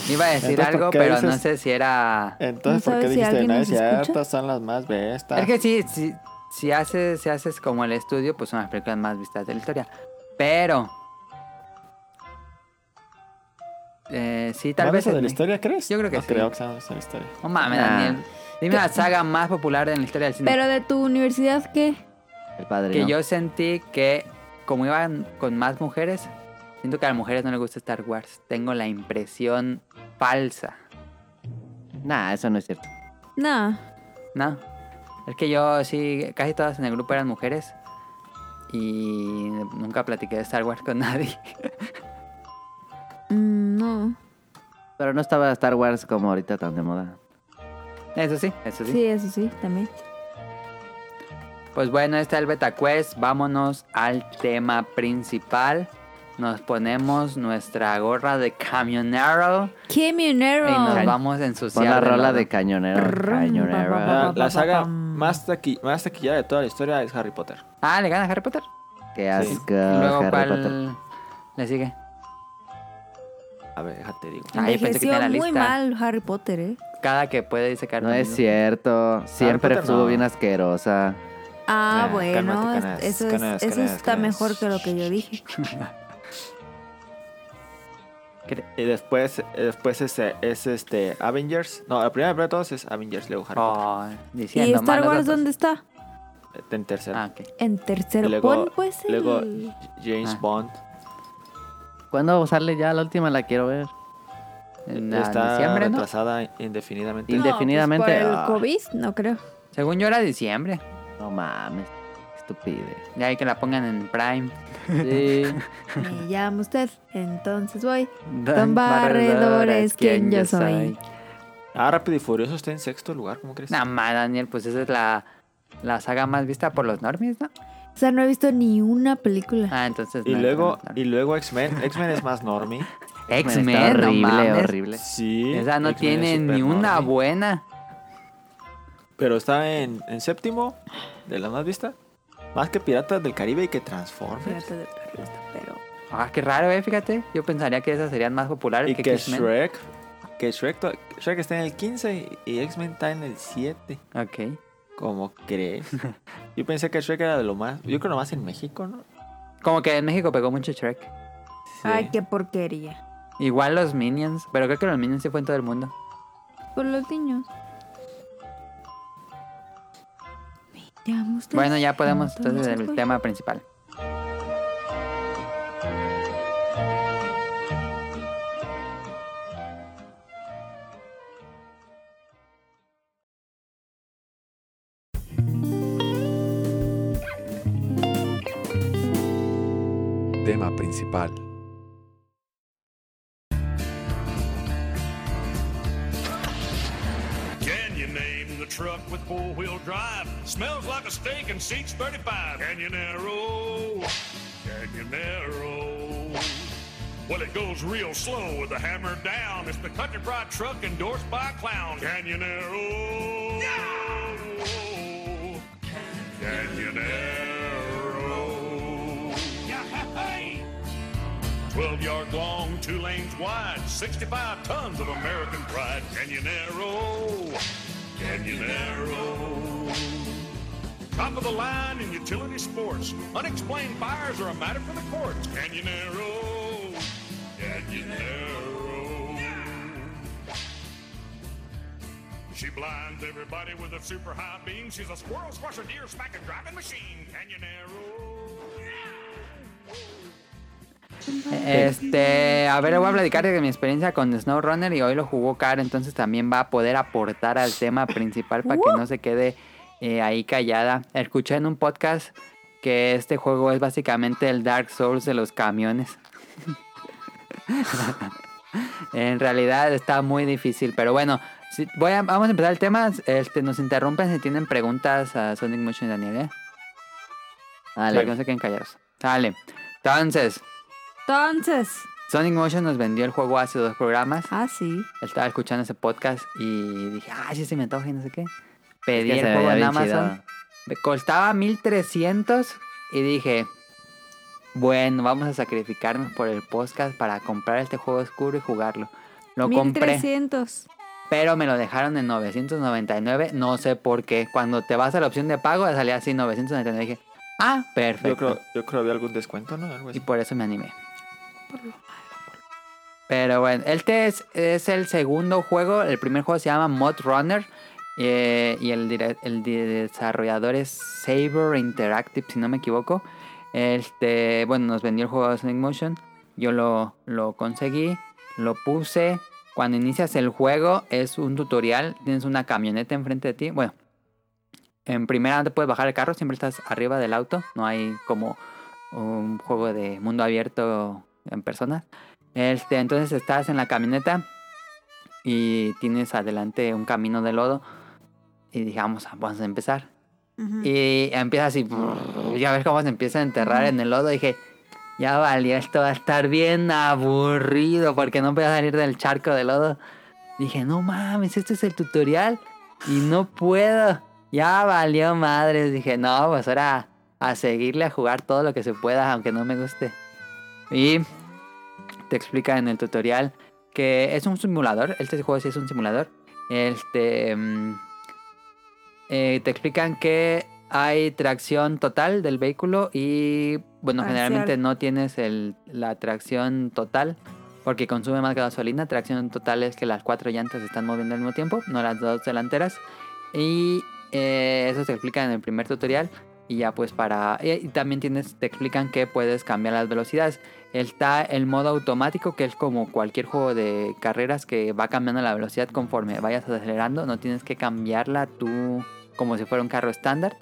[SPEAKER 2] Iba a decir
[SPEAKER 3] Entonces, ¿por
[SPEAKER 2] algo,
[SPEAKER 3] qué
[SPEAKER 2] pero no
[SPEAKER 3] dices-
[SPEAKER 2] sé si era...
[SPEAKER 3] Entonces,
[SPEAKER 1] ¿No
[SPEAKER 3] ¿por qué
[SPEAKER 1] sabes si
[SPEAKER 3] dijiste
[SPEAKER 1] alguien
[SPEAKER 3] nada?
[SPEAKER 1] nos
[SPEAKER 3] Si
[SPEAKER 1] escucha?
[SPEAKER 3] hartas son las más bestas.
[SPEAKER 2] Es que sí, sí, si haces, si haces como el estudio, pues son las películas más vistas de la historia. Pero... Eh, sí, tal
[SPEAKER 3] ¿Más
[SPEAKER 2] vez...
[SPEAKER 3] bestas de
[SPEAKER 2] en
[SPEAKER 3] la
[SPEAKER 2] Mex-
[SPEAKER 3] historia, Ah. crees?
[SPEAKER 2] Yo creo que
[SPEAKER 3] no
[SPEAKER 2] sí.
[SPEAKER 3] creo que sean bestas de la historia.
[SPEAKER 2] No mames,
[SPEAKER 4] Nah.
[SPEAKER 2] Daniel. Dime la saga más popular en la historia del cine.
[SPEAKER 1] Pero de tu universidad, ¿qué?
[SPEAKER 4] El padre.
[SPEAKER 2] que yo sentí que como iban con más mujeres, siento que a las mujeres no les gusta Star Wars. Tengo la impresión falsa,
[SPEAKER 4] Nah, eso no es cierto.
[SPEAKER 1] No.
[SPEAKER 2] ¿no? Es que yo sí, casi todas en el grupo eran mujeres y nunca platiqué de Star Wars con nadie.
[SPEAKER 1] Mm, no.
[SPEAKER 4] Pero no estaba Star Wars como ahorita tan de moda.
[SPEAKER 2] Eso sí, eso sí.
[SPEAKER 1] Sí, eso sí, también.
[SPEAKER 2] Pues bueno, este es el Beta Quest. Vámonos al tema principal. Nos ponemos nuestra gorra de camionero
[SPEAKER 1] Kimmy Nero.
[SPEAKER 2] y nos
[SPEAKER 1] Cañón.
[SPEAKER 2] vamos a
[SPEAKER 4] Pon
[SPEAKER 2] ensuciar.
[SPEAKER 4] la
[SPEAKER 2] de
[SPEAKER 4] rola
[SPEAKER 2] lodo.
[SPEAKER 4] de cañonero.
[SPEAKER 1] Prrrrum, pa, pa,
[SPEAKER 4] Cañonero.
[SPEAKER 1] pa,
[SPEAKER 3] La,
[SPEAKER 1] pa,
[SPEAKER 3] la
[SPEAKER 1] pa,
[SPEAKER 3] saga
[SPEAKER 1] pam.
[SPEAKER 3] más, taqui- más taquillera de toda la historia es Harry Potter.
[SPEAKER 2] Ah, le gana a Harry Potter.
[SPEAKER 4] Qué
[SPEAKER 3] Sí.
[SPEAKER 4] asco.
[SPEAKER 2] Luego,
[SPEAKER 4] Ah, Harry Potter.
[SPEAKER 2] ¿cuál le sigue?
[SPEAKER 3] A ver, déjate digo.
[SPEAKER 2] Ah, yo pensé que tenía la
[SPEAKER 1] muy
[SPEAKER 2] lista.
[SPEAKER 1] mal Harry Potter, ¿eh?
[SPEAKER 2] Cada que puede dice Carmen.
[SPEAKER 4] No es cierto. Siempre
[SPEAKER 3] Potter
[SPEAKER 4] estuvo
[SPEAKER 3] no.
[SPEAKER 4] bien asquerosa.
[SPEAKER 1] Ah,
[SPEAKER 3] Ah,
[SPEAKER 1] bueno,
[SPEAKER 3] cálmate,
[SPEAKER 1] es-
[SPEAKER 3] canas,
[SPEAKER 1] eso, es-
[SPEAKER 3] canas,
[SPEAKER 1] eso
[SPEAKER 3] canas,
[SPEAKER 1] está
[SPEAKER 3] canas.
[SPEAKER 1] mejor que lo que yo dije.
[SPEAKER 3] Y después, eh, después es, eh, es este Avengers. No, la primera de todos es Avengers, luego Harry
[SPEAKER 2] Oh,
[SPEAKER 1] ¿Y
[SPEAKER 2] diciendo
[SPEAKER 1] Star
[SPEAKER 2] malos
[SPEAKER 1] Wars
[SPEAKER 2] datos.
[SPEAKER 1] dónde está?
[SPEAKER 3] Potter. En tercero.
[SPEAKER 2] Ah, ok.
[SPEAKER 1] En
[SPEAKER 3] Y
[SPEAKER 1] tercero.
[SPEAKER 3] luego-
[SPEAKER 1] Pon pues el...
[SPEAKER 3] luego James
[SPEAKER 2] Ah.
[SPEAKER 3] Bond.
[SPEAKER 4] ¿Cuándo sale ya la última? La quiero ver.
[SPEAKER 2] En ah,
[SPEAKER 3] está
[SPEAKER 2] diciembre, ¿no?
[SPEAKER 3] retrasada indefinidamente.
[SPEAKER 4] Y- indefinidamente,
[SPEAKER 1] No, pues, por el
[SPEAKER 4] ah.
[SPEAKER 1] COVID, no creo.
[SPEAKER 2] Según yo era diciembre.
[SPEAKER 4] No mames. Estupide.
[SPEAKER 2] Ya hay que la pongan en Prime.
[SPEAKER 4] Sí.
[SPEAKER 1] Me llama usted, entonces voy.
[SPEAKER 2] Don
[SPEAKER 1] barredores, ¿quién yo soy?
[SPEAKER 3] Ah, Rápido y Furioso está en sexto lugar, ¿cómo crees?
[SPEAKER 2] Nada más, Daniel, pues esa es la, la saga más vista por los normies, ¿no?
[SPEAKER 1] O sea, no he visto ni una película.
[SPEAKER 2] Ah, entonces.
[SPEAKER 3] Y
[SPEAKER 2] no,
[SPEAKER 3] luego,
[SPEAKER 2] no, no.
[SPEAKER 3] y luego X-Men. X-Men es más normie.
[SPEAKER 4] Está
[SPEAKER 2] X-Men, no
[SPEAKER 4] horrible,
[SPEAKER 2] mames.
[SPEAKER 4] horrible.
[SPEAKER 3] Sí.
[SPEAKER 2] Esa no
[SPEAKER 3] X-Men
[SPEAKER 2] tiene
[SPEAKER 3] es
[SPEAKER 2] ni
[SPEAKER 3] súper
[SPEAKER 2] una
[SPEAKER 3] normie.
[SPEAKER 2] buena.
[SPEAKER 3] Pero está en, en séptimo de la más vista. Más que Piratas del Caribe y que Transformers.
[SPEAKER 1] Fíjate de perrista, pero...
[SPEAKER 2] Ah, qué raro, eh, fíjate. Yo pensaría que esas serían más populares
[SPEAKER 3] Y
[SPEAKER 2] que
[SPEAKER 3] que
[SPEAKER 2] X-Men.
[SPEAKER 3] Shrek. Que Shrek, to- Shrek está en el 15 y X-Men está en el 7.
[SPEAKER 2] Ok.
[SPEAKER 3] ¿Cómo crees? Yo pensé que Shrek era de lo más. Yo creo más en México, ¿no?
[SPEAKER 2] Como que en México pegó mucho Shrek.
[SPEAKER 3] Sí.
[SPEAKER 1] Ay, qué porquería.
[SPEAKER 2] Igual los Minions, pero creo que los Minions sí fue en todo el mundo.
[SPEAKER 1] Por los niños. Me llama usted.
[SPEAKER 2] Bueno, ya podemos entonces
[SPEAKER 1] voy.
[SPEAKER 2] el tema principal.
[SPEAKER 6] Tema principal.
[SPEAKER 7] Can you name the truck with four-wheel drive? Smells like a steak and seats 35. Can you narrow? Can you narrow? Well, it goes real slow with the hammer down. It's the country pride truck endorsed by clown. Can you narrow? Can you narrow? Yeah, 12 yard long, two lanes wide, 65 tons of American pride. Can you narrow? Can you narrow? Top of the line in utility sports. Unexplained fires are a matter for the courts. Can you narrow? Can you narrow? She blinds everybody with a super high beam. She's a squirrel squasher, deer smacking driving machine. Can you narrow?
[SPEAKER 2] Este, a ver, le voy a platicar de mi experiencia con SnowRunner y hoy lo jugó Caro, entonces también va a poder aportar al tema principal para que no se quede eh, ahí callada. Escuché en un podcast que este juego es básicamente el Dark Souls de los camiones. en realidad está muy difícil, pero bueno, sí, voy a- vamos a empezar el tema. Este, nos interrumpen si tienen preguntas a Sonic Motion y Daniel, ¿eh? Para
[SPEAKER 4] Dale.
[SPEAKER 2] que no se queden callados. Dale. Entonces,
[SPEAKER 1] Entonces,
[SPEAKER 2] Sonic Motion nos vendió el juego hace dos programas.
[SPEAKER 1] ah, sí.
[SPEAKER 2] Estaba escuchando ese podcast y dije, ah, sí se me antoja y no sé qué. Pedí
[SPEAKER 4] que se
[SPEAKER 2] el juego
[SPEAKER 4] veía
[SPEAKER 2] en
[SPEAKER 4] bien
[SPEAKER 2] Amazon.
[SPEAKER 4] chido.
[SPEAKER 2] Me costaba 1300 y dije, bueno, vamos a sacrificarnos por el podcast para comprar este juego oscuro y jugarlo. Lo compré.
[SPEAKER 1] 1300.
[SPEAKER 2] Pero me lo dejaron en 999, no sé por qué. Cuando te vas a la opción de pago, salía así 999. Dije, ah, perfecto.
[SPEAKER 3] Yo creo, yo creo había algún descuento, ¿no? Algo
[SPEAKER 2] Y
[SPEAKER 3] así.
[SPEAKER 2] por eso me animé. Pero bueno, este es, es el segundo juego. El primer juego se llama Mod Runner. eh, y el, dire- el di- desarrollador es Saber Interactive, si no me equivoco. Este, bueno, nos vendió el juego de Sonic Motion. Yo lo, lo conseguí, lo puse. Cuando inicias el juego es un tutorial. Tienes una camioneta enfrente de ti. Bueno, en primera no te puedes bajar el carro, siempre estás arriba del auto. No hay como un juego de mundo abierto en personas. Este, entonces estás en la camioneta y tienes adelante un camino de lodo. Y dije, vamos a, vamos a empezar. Y empieza así, brrr, ya ves cómo se empieza a enterrar en el lodo. Dije, ya valió, esto va a estar bien aburrido porque no voy a salir del charco de lodo. Dije, no mames, este es el tutorial y no puedo. Ya valió madres. Dije, no, pues ahora a seguirle a jugar todo lo que se pueda, aunque no me guste. Y te explica en el tutorial que es un simulador. Este juego sí es un simulador. Este. mm, eh, te explican que hay tracción total del vehículo y, bueno,
[SPEAKER 1] Parcial.
[SPEAKER 2] generalmente no tienes el- la tracción total porque consume más gasolina. Tracción total es que las cuatro llantas se están moviendo al mismo tiempo, no las dos delanteras. Y eh, eso se explica en el primer tutorial. Y ya pues para... Y, y también tienes, te explican que puedes cambiar las velocidades. Está el modo automático, que es como cualquier juego de carreras que va cambiando la velocidad conforme vayas acelerando. No tienes que cambiarla tú como si fuera un carro estándar.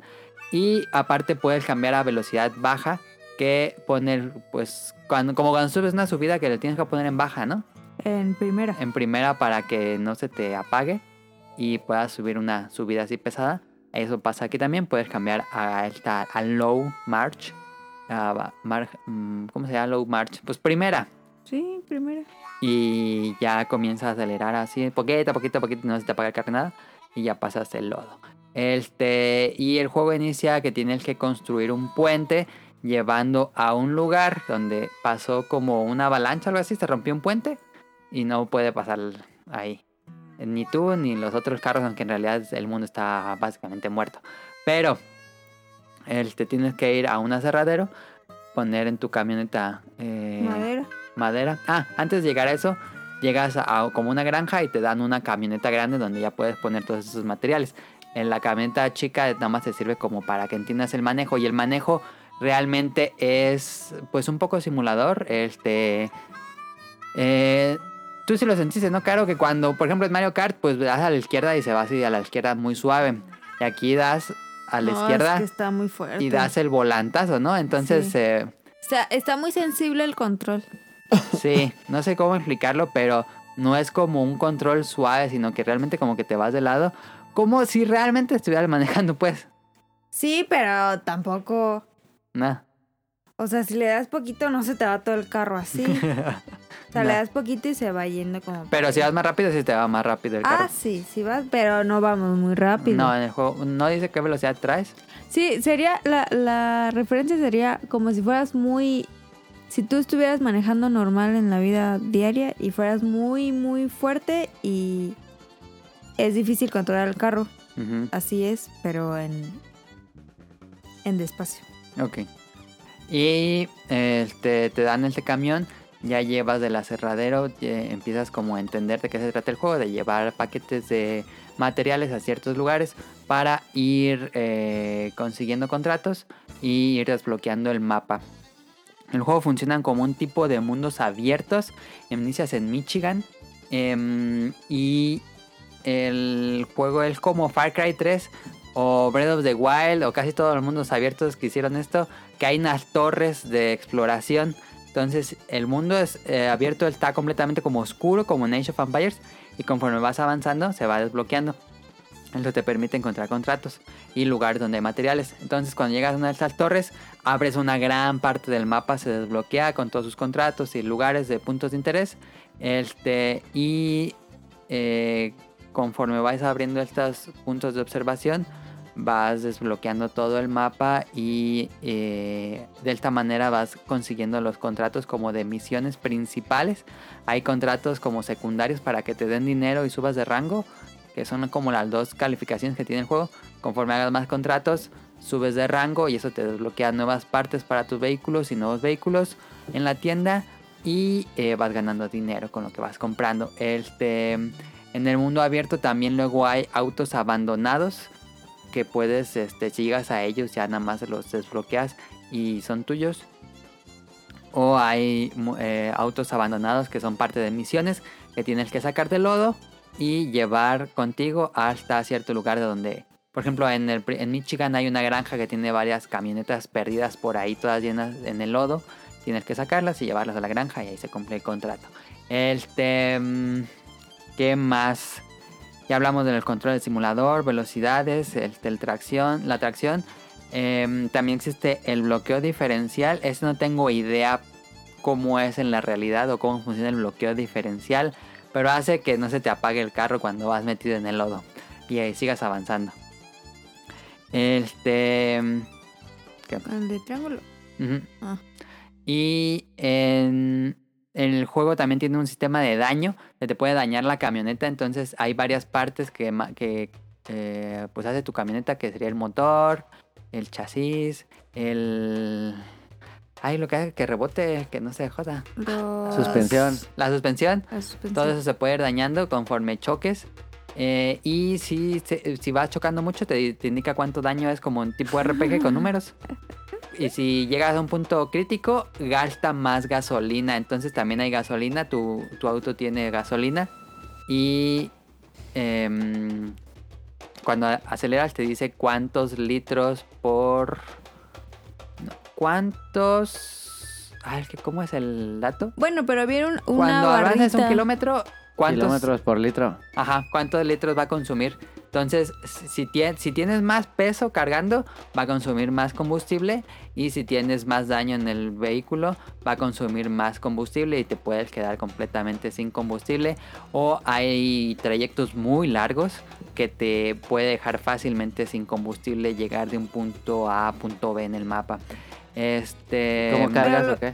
[SPEAKER 2] Y aparte puedes cambiar a velocidad baja, que poner, pues, cuando, como cuando subes una subida que le tienes que poner en baja, ¿no?
[SPEAKER 1] En primera.
[SPEAKER 2] en primera para que no se te apague y puedas subir una subida así pesada. Eso pasa aquí también. Puedes cambiar a esta a low march. a ba- mar- mm, ¿Cómo se llama low march? Pues primera.
[SPEAKER 1] Sí, primera.
[SPEAKER 2] Y ya comienza a acelerar así, poquito a poquito a poquito, no se te apaga el carro ni nada. Y ya pasas el lodo. Este, y el juego inicia que tienes que construir un puente llevando a un lugar donde pasó como una avalancha o algo así, se rompió un puente y no puede pasar ahí. Ni tú ni los otros carros, aunque en realidad el mundo está básicamente muerto. Pero este, tienes que ir a un aserradero, poner en tu camioneta eh,
[SPEAKER 1] Madera.
[SPEAKER 2] madera. Ah, antes de llegar a eso, llegas a, a como una granja y te dan una camioneta grande donde ya puedes poner todos esos materiales. En la camioneta chica nada más te sirve como para que entiendas el manejo y el manejo realmente es pues un poco simulador. Este, eh, tú sí lo sentiste, ¿no? Claro que cuando, por ejemplo, en Mario Kart, pues das a la izquierda y se va así a la izquierda muy suave. Y aquí das a la
[SPEAKER 5] No, es
[SPEAKER 2] izquierda
[SPEAKER 5] que está muy fuerte.
[SPEAKER 2] y das el volantazo, ¿no? Entonces...
[SPEAKER 1] Sí.
[SPEAKER 2] eh,
[SPEAKER 1] O sea, está muy sensible el control.
[SPEAKER 2] Sí, no sé cómo explicarlo, pero no es como un control suave, sino que realmente como que te vas de lado, como si realmente estuvieras manejando, pues.
[SPEAKER 5] Sí, pero tampoco.
[SPEAKER 2] Nada.
[SPEAKER 5] O sea, si le das poquito, no se te va todo el carro así. O sea, le das poquito y se va yendo como.
[SPEAKER 2] Pero si vas más rápido, sí te va más rápido el carro.
[SPEAKER 5] Ah, sí, sí vas, pero no vamos muy rápido.
[SPEAKER 2] No, en el juego no dice qué velocidad traes.
[SPEAKER 1] Sí, sería, la, la referencia sería como si fueras muy, si tú estuvieras manejando normal en la vida diaria y fueras muy, muy fuerte y es difícil controlar el carro,
[SPEAKER 2] Ujú,
[SPEAKER 1] así es, pero en, en despacio.
[SPEAKER 2] Ok. Y este, te dan este camión, ya llevas del aserradero, eh, empiezas como a entender de qué se trata el juego, de llevar paquetes de materiales a ciertos lugares para ir eh, consiguiendo contratos y ir desbloqueando el mapa. El juego funciona como un tipo de mundos abiertos. Inicias en Michigan. em, y el juego es como Far Cry 3 o Breath of the Wild o casi todos los mundos abiertos que hicieron esto. Que hay unas torres de exploración. Entonces el mundo es eh, abierto, está completamente como oscuro, como en Age of Empires. Y conforme vas avanzando, se va desbloqueando. Eso te permite encontrar contratos y lugares donde hay materiales. Entonces, cuando llegas a una de estas torres, abres una gran parte del mapa, se desbloquea con todos sus contratos y lugares de puntos de interés. Este, y eh, conforme vas abriendo estos puntos de observación, vas desbloqueando todo el mapa y eh, de esta manera vas consiguiendo los contratos como de misiones principales. Hay contratos como secundarios para que te den dinero y subas de rango que son como las dos calificaciones que tiene el juego. Conforme hagas más contratos, subes de rango y eso te desbloquea nuevas partes para tus vehículos y nuevos vehículos en la tienda y eh, vas ganando dinero con lo que vas comprando. Este, en el mundo abierto también luego hay autos abandonados que puedes, este, si llegas a ellos ya nada más los desbloqueas y son tuyos. O hay mu- eh, autos abandonados que son parte de misiones que tienes que sacar de lodo y llevar contigo hasta cierto lugar de donde... Por ejemplo, en, el, pri- en Michigan hay una granja que tiene varias camionetas perdidas por ahí, todas llenas en el lodo. Tienes que sacarlas y llevarlas a la granja y ahí se cumple el contrato. Este... mm, ¿Qué más? Ya hablamos del control del simulador, velocidades, el, el tracción, la tracción. Em, también existe el bloqueo diferencial. Ese no tengo idea cómo es en la realidad o cómo funciona el bloqueo diferencial pero hace que no se te apague el carro cuando vas metido en el lodo y ahí sigas avanzando. Este. ¿qué?
[SPEAKER 5] El de triángulo.
[SPEAKER 2] Ujú.
[SPEAKER 5] Ah.
[SPEAKER 2] Y en el juego también tiene un sistema de daño, que te puede dañar la camioneta, entonces hay varias partes que, ma- que eh, pues hace tu camioneta, que sería el motor, el chasis, el... Ay, lo que hace que rebote, que no se joda.
[SPEAKER 5] Los-
[SPEAKER 4] Suspensión.
[SPEAKER 2] La suspensión.
[SPEAKER 5] La suspensión.
[SPEAKER 2] Todo eso se puede ir dañando conforme choques. Eh, y si, se- si vas chocando mucho, te, te indica cuánto daño es como un tipo RPG con números. Y si llegas a un punto crítico, gasta más gasolina. Entonces también hay gasolina. Tu, tu auto tiene gasolina. Y em, cuando a- aceleras, te dice cuántos litros por. no, ¿Cuántos.? Ay, ¿qué- ¿Cómo es el dato?
[SPEAKER 1] Bueno, pero vieron una
[SPEAKER 2] Cuando avances
[SPEAKER 1] barrita.
[SPEAKER 2] un kilómetro, ¿cuántos,
[SPEAKER 4] Kilómetros por litro.
[SPEAKER 2] Ajá, ¿cuántos litros va a consumir? Entonces, si, si tie- si tienes más peso cargando, va a consumir más combustible. Y si tienes más daño en el vehículo, va a consumir más combustible y te puedes quedar completamente sin combustible. O hay trayectos muy largos que te puede dejar fácilmente sin combustible llegar de un punto A a punto B en el mapa. Este.
[SPEAKER 4] ¿Cómo cargas
[SPEAKER 1] pero-
[SPEAKER 4] o qué?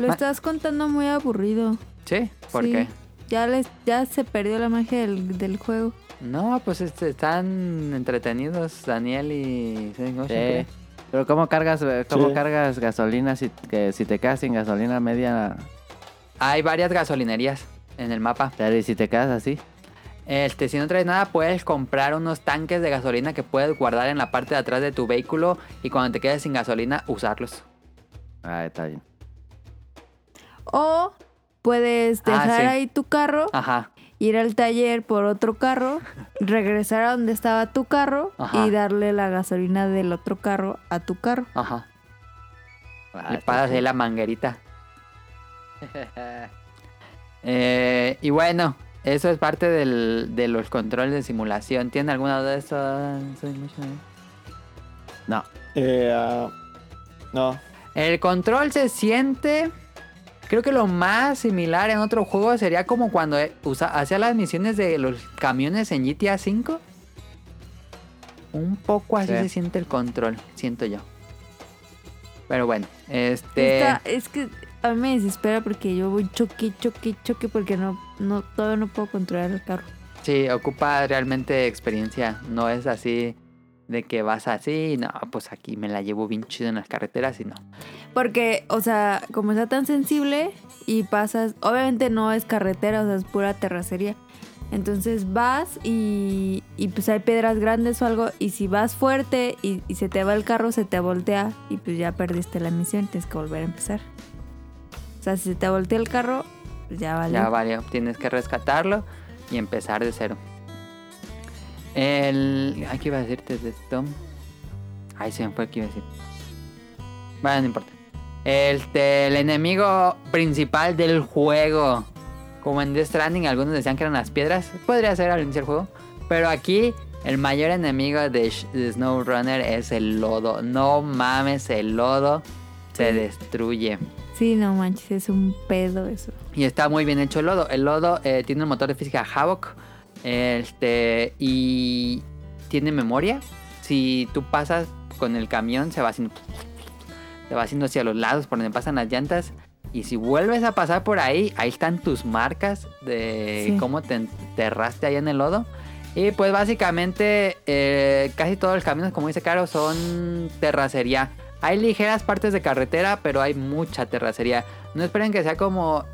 [SPEAKER 1] Lo estás contando muy aburrido.
[SPEAKER 2] Sí, ¿por
[SPEAKER 1] Sí.
[SPEAKER 2] qué?
[SPEAKER 1] Ya, les, ya se perdió la magia del, del juego.
[SPEAKER 2] No, pues este, están entretenidos Daniel y Seth Goshen, creo.
[SPEAKER 4] Sí. Pero ¿cómo cargas, eh, cómo
[SPEAKER 3] Sí.
[SPEAKER 4] cargas gasolina si, que, si te quedas sin gasolina media?
[SPEAKER 2] Hay varias gasolinerías en el mapa.
[SPEAKER 4] O sea, y si te quedas así.
[SPEAKER 2] Este, si no traes nada, puedes comprar unos tanques de gasolina que puedes guardar en la parte de atrás de tu vehículo y cuando te quedes sin gasolina, usarlos.
[SPEAKER 4] Ah, está bien.
[SPEAKER 1] O puedes
[SPEAKER 2] Ah,
[SPEAKER 1] dejar
[SPEAKER 2] sí.
[SPEAKER 1] ahí tu carro,
[SPEAKER 2] Ajá.
[SPEAKER 1] ir al taller por otro carro, regresar a donde estaba tu carro
[SPEAKER 2] Ajá.
[SPEAKER 1] y darle la gasolina del otro carro a tu carro.
[SPEAKER 2] Ajá.
[SPEAKER 4] Ah,
[SPEAKER 2] y pagas ahí la manguerita. Eh, y bueno, eso es parte del- de los controles de simulación. ¿Tienen alguna duda de eso? Soy mucho, ¿eh?
[SPEAKER 4] No.
[SPEAKER 3] Eh, ah, no.
[SPEAKER 2] El control se siente. Creo que lo más similar en otro juego sería como cuando eh, usa- hacía las misiones de los camiones en GTA V. Un poco así
[SPEAKER 4] Sí.
[SPEAKER 2] se siente el control, siento yo. Pero bueno, este.
[SPEAKER 1] Está- es que a mí me desespera porque yo voy choque, choque, choque porque no, no, todavía no puedo controlar el carro.
[SPEAKER 2] Sí, ocupa realmente experiencia. No es así de que vas así, no, pues aquí me la llevo bien chido en las carreteras y no.
[SPEAKER 1] Porque, o sea, como está tan sensible y pasas, obviamente no es carretera, o sea, es pura terracería. Entonces vas y, y pues hay piedras grandes o algo, y si vas fuerte y, y se te va el carro, se te voltea y pues ya perdiste la misión, tienes que volver a empezar. sea, si se te volteó el carro, pues, ya vale.
[SPEAKER 2] Ya valió, tienes que rescatarlo y empezar de cero. El. Ay, ¿qué iba a decirte de esto? Ay, se me fue que iba a decir. Bueno, no importa. Este, el enemigo principal del juego. Como en Death Stranding, algunos decían que eran las piedras. Podría ser al inicio del juego. Pero aquí, el mayor enemigo de, Sh- de SnowRunner es el lodo. No mames, el lodo se destruye.
[SPEAKER 1] Sí, no manches, es un pedo eso.
[SPEAKER 2] Y está muy bien hecho el lodo. El lodo eh, tiene un motor de física Havoc. Este. Y tiene memoria. Si tú pasas con el camión, se va haciendo. Se va haciendo hacia los lados por donde pasan las llantas. Y si vuelves a pasar por ahí, ahí están tus marcas de
[SPEAKER 1] Sí.
[SPEAKER 2] cómo te enterraste allá en el lodo. Y pues básicamente eh, casi todos los caminos, como dice Caro, son terracería. Hay ligeras partes de carretera, pero hay mucha terracería. No esperen que sea como...